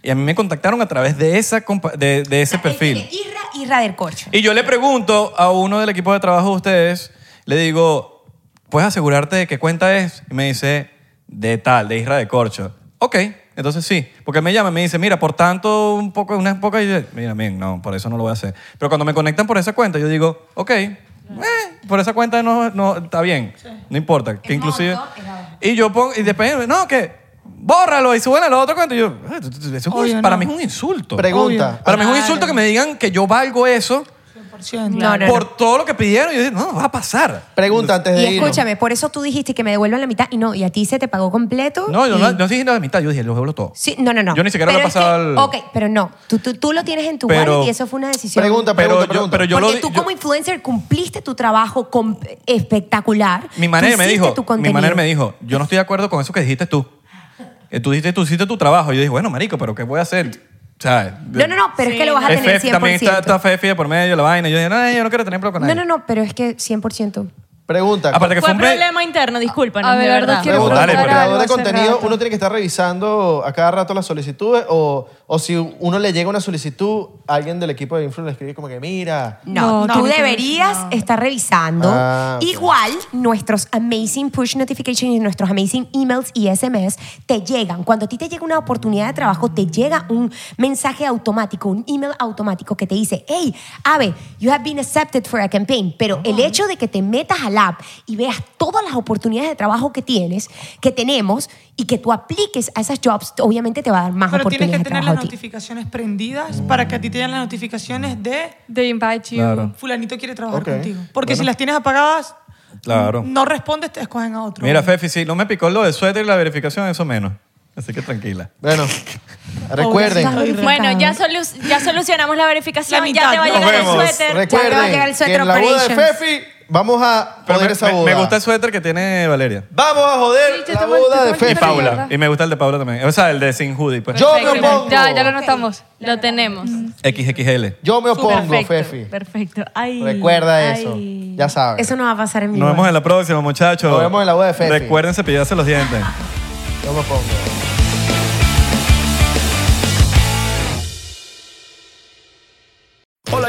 S3: Y a mí me contactaron a través de, esa compa- de, de ese perfil.
S2: Irra, Irra del Corcho.
S3: Y yo le pregunto a uno del equipo de trabajo de ustedes, le digo, ¿puedes asegurarte de qué cuenta es? Y me dice, de tal, de Isra de Corcho. Ok, entonces sí. Porque él me llama y me dice, mira, por tanto, un poco, unas pocas... y yo, Mira, bien, no, por eso no lo voy a hacer. Pero cuando me conectan por esa cuenta, yo digo, ok, eh, por esa cuenta no, no está bien. No importa. Que inclusive... Y yo pongo, y después, no, que bórralo y suben a la otra cuenta. Y yo, "Ah, eso es un-
S10: Obvio
S3: para
S10: no.
S3: mí es un insulto.
S10: Pregunta.
S3: Para mí es un insulto que me digan que yo valgo eso
S2: No, no,
S3: por
S2: no.
S3: todo lo que pidieron. Yo dije, no, va a pasar.
S10: Pregunta antes
S2: Y escúchame, por eso tú dijiste que me devuelvan la mitad y no, y a ti se te pagó completo.
S3: No, yo
S2: y-
S3: no, no dije nada de mitad, yo dije, lo devuelvo todo.
S2: Sí, no, no, no.
S3: Yo ni siquiera
S2: Pero
S3: lo he
S2: es
S3: pasado
S2: que-
S3: al-
S2: Ok, pero no. Tú, tú, tú lo tienes en tu
S3: Pero-
S2: wallet y eso fue una decisión.
S3: pero yo, pero yo lo
S2: Porque
S3: di-
S2: tú
S3: yo-
S2: como influencer cumpliste tu trabajo com- espectacular.
S3: mi manera
S2: Tú
S3: me
S2: hiciste
S3: dijo,
S2: tu
S3: mi
S2: contenido.
S3: manera me dijo, yo no estoy de acuerdo con eso que dijiste tú. Eh, Tú dijiste, tú hiciste tu trabajo. Yo dije, bueno, marico, pero ¿qué voy a hacer? O sea,
S2: No, no, no, pero es que lo vas a
S3: es
S2: tener
S3: Fefi, También
S2: 100%.
S3: está, está Fefi de por medio, la vaina. Yo dije, no, yo no quiero tener problemas con
S2: No,
S3: nadie.
S2: no, no, pero es que 100%.
S10: Pregunta.
S3: Aparte que fue,
S7: Fue
S3: un break.
S7: problema interno, discúlpanos.
S2: A
S7: de
S2: Abelardo
S7: verdad.
S10: Pregunta,
S3: dale,
S10: como
S3: pero-
S10: creador de
S3: Hace
S10: contenido,
S3: rato.
S10: uno tiene que estar revisando a cada rato las solicitudes o, o si uno le llega una solicitud, alguien del equipo de Influ le escribe como que, mira.
S2: No, tú deberías estar revisando.
S10: Ah, ok.
S2: Igual, nuestros amazing push notifications y nuestros amazing emails y SMS te llegan. Cuando a ti te llega una oportunidad de trabajo, te llega un mensaje automático, un email automático que te dice, hey, Ave, you have been accepted for a campaign. Pero el
S5: Ah.
S2: hecho de que te metas al app y veas todas las oportunidades de trabajo que tienes, que tenemos, y que tú apliques a esas jobs, obviamente te va a dar más
S5: Pero tienes que
S2: oportunidades de
S5: tener
S2: trabajo
S5: las
S2: a ti.
S5: notificaciones prendidas para que a ti te lleguen las notificaciones de
S6: They invite you.
S3: Claro.
S5: fulanito quiere trabajar
S3: Ok.
S5: contigo. Porque
S3: Bueno.
S5: si las tienes apagadas,
S3: Claro.
S5: No respondes, te escogen a otro.
S3: Mira, Fefi, si no me picó lo del suéter y la verificación, eso menos. Así que tranquila.
S10: Bueno, recuerden.
S7: Bueno, ya, solu- ya solucionamos la verificación,
S10: La
S7: ya te va a
S10: mitad,
S7: llegar el
S3: nos vemos.
S7: suéter.
S10: Recuerden que en la boda de Fefi vamos a
S3: Pero
S10: poner
S3: me,
S10: esa
S3: me-
S10: boda.
S3: me gusta el suéter que tiene Valeria.
S10: Vamos a joder la boda de Fefi.
S3: Y Paula. Y me gusta el de Paula también. O sea, el de sin hoodie. Pues.
S10: Yo me opongo.
S7: Ya, ya lo anotamos. Lo tenemos.
S3: XXL.
S10: Yo me opongo,
S7: Perfecto,
S10: Fefi.
S7: Perfecto. Ay,
S10: Recuerda eso.
S7: ay.
S10: Ya sabes.
S2: Eso no va a pasar en mi
S3: Nos
S2: boda.
S3: vemos en la próxima, muchachos.
S10: Nos vemos en la boda de Fefi.
S3: Recuerden cepillarse los dientes.
S10: Yo me opongo.
S12: Hola,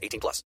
S13: 18 plus.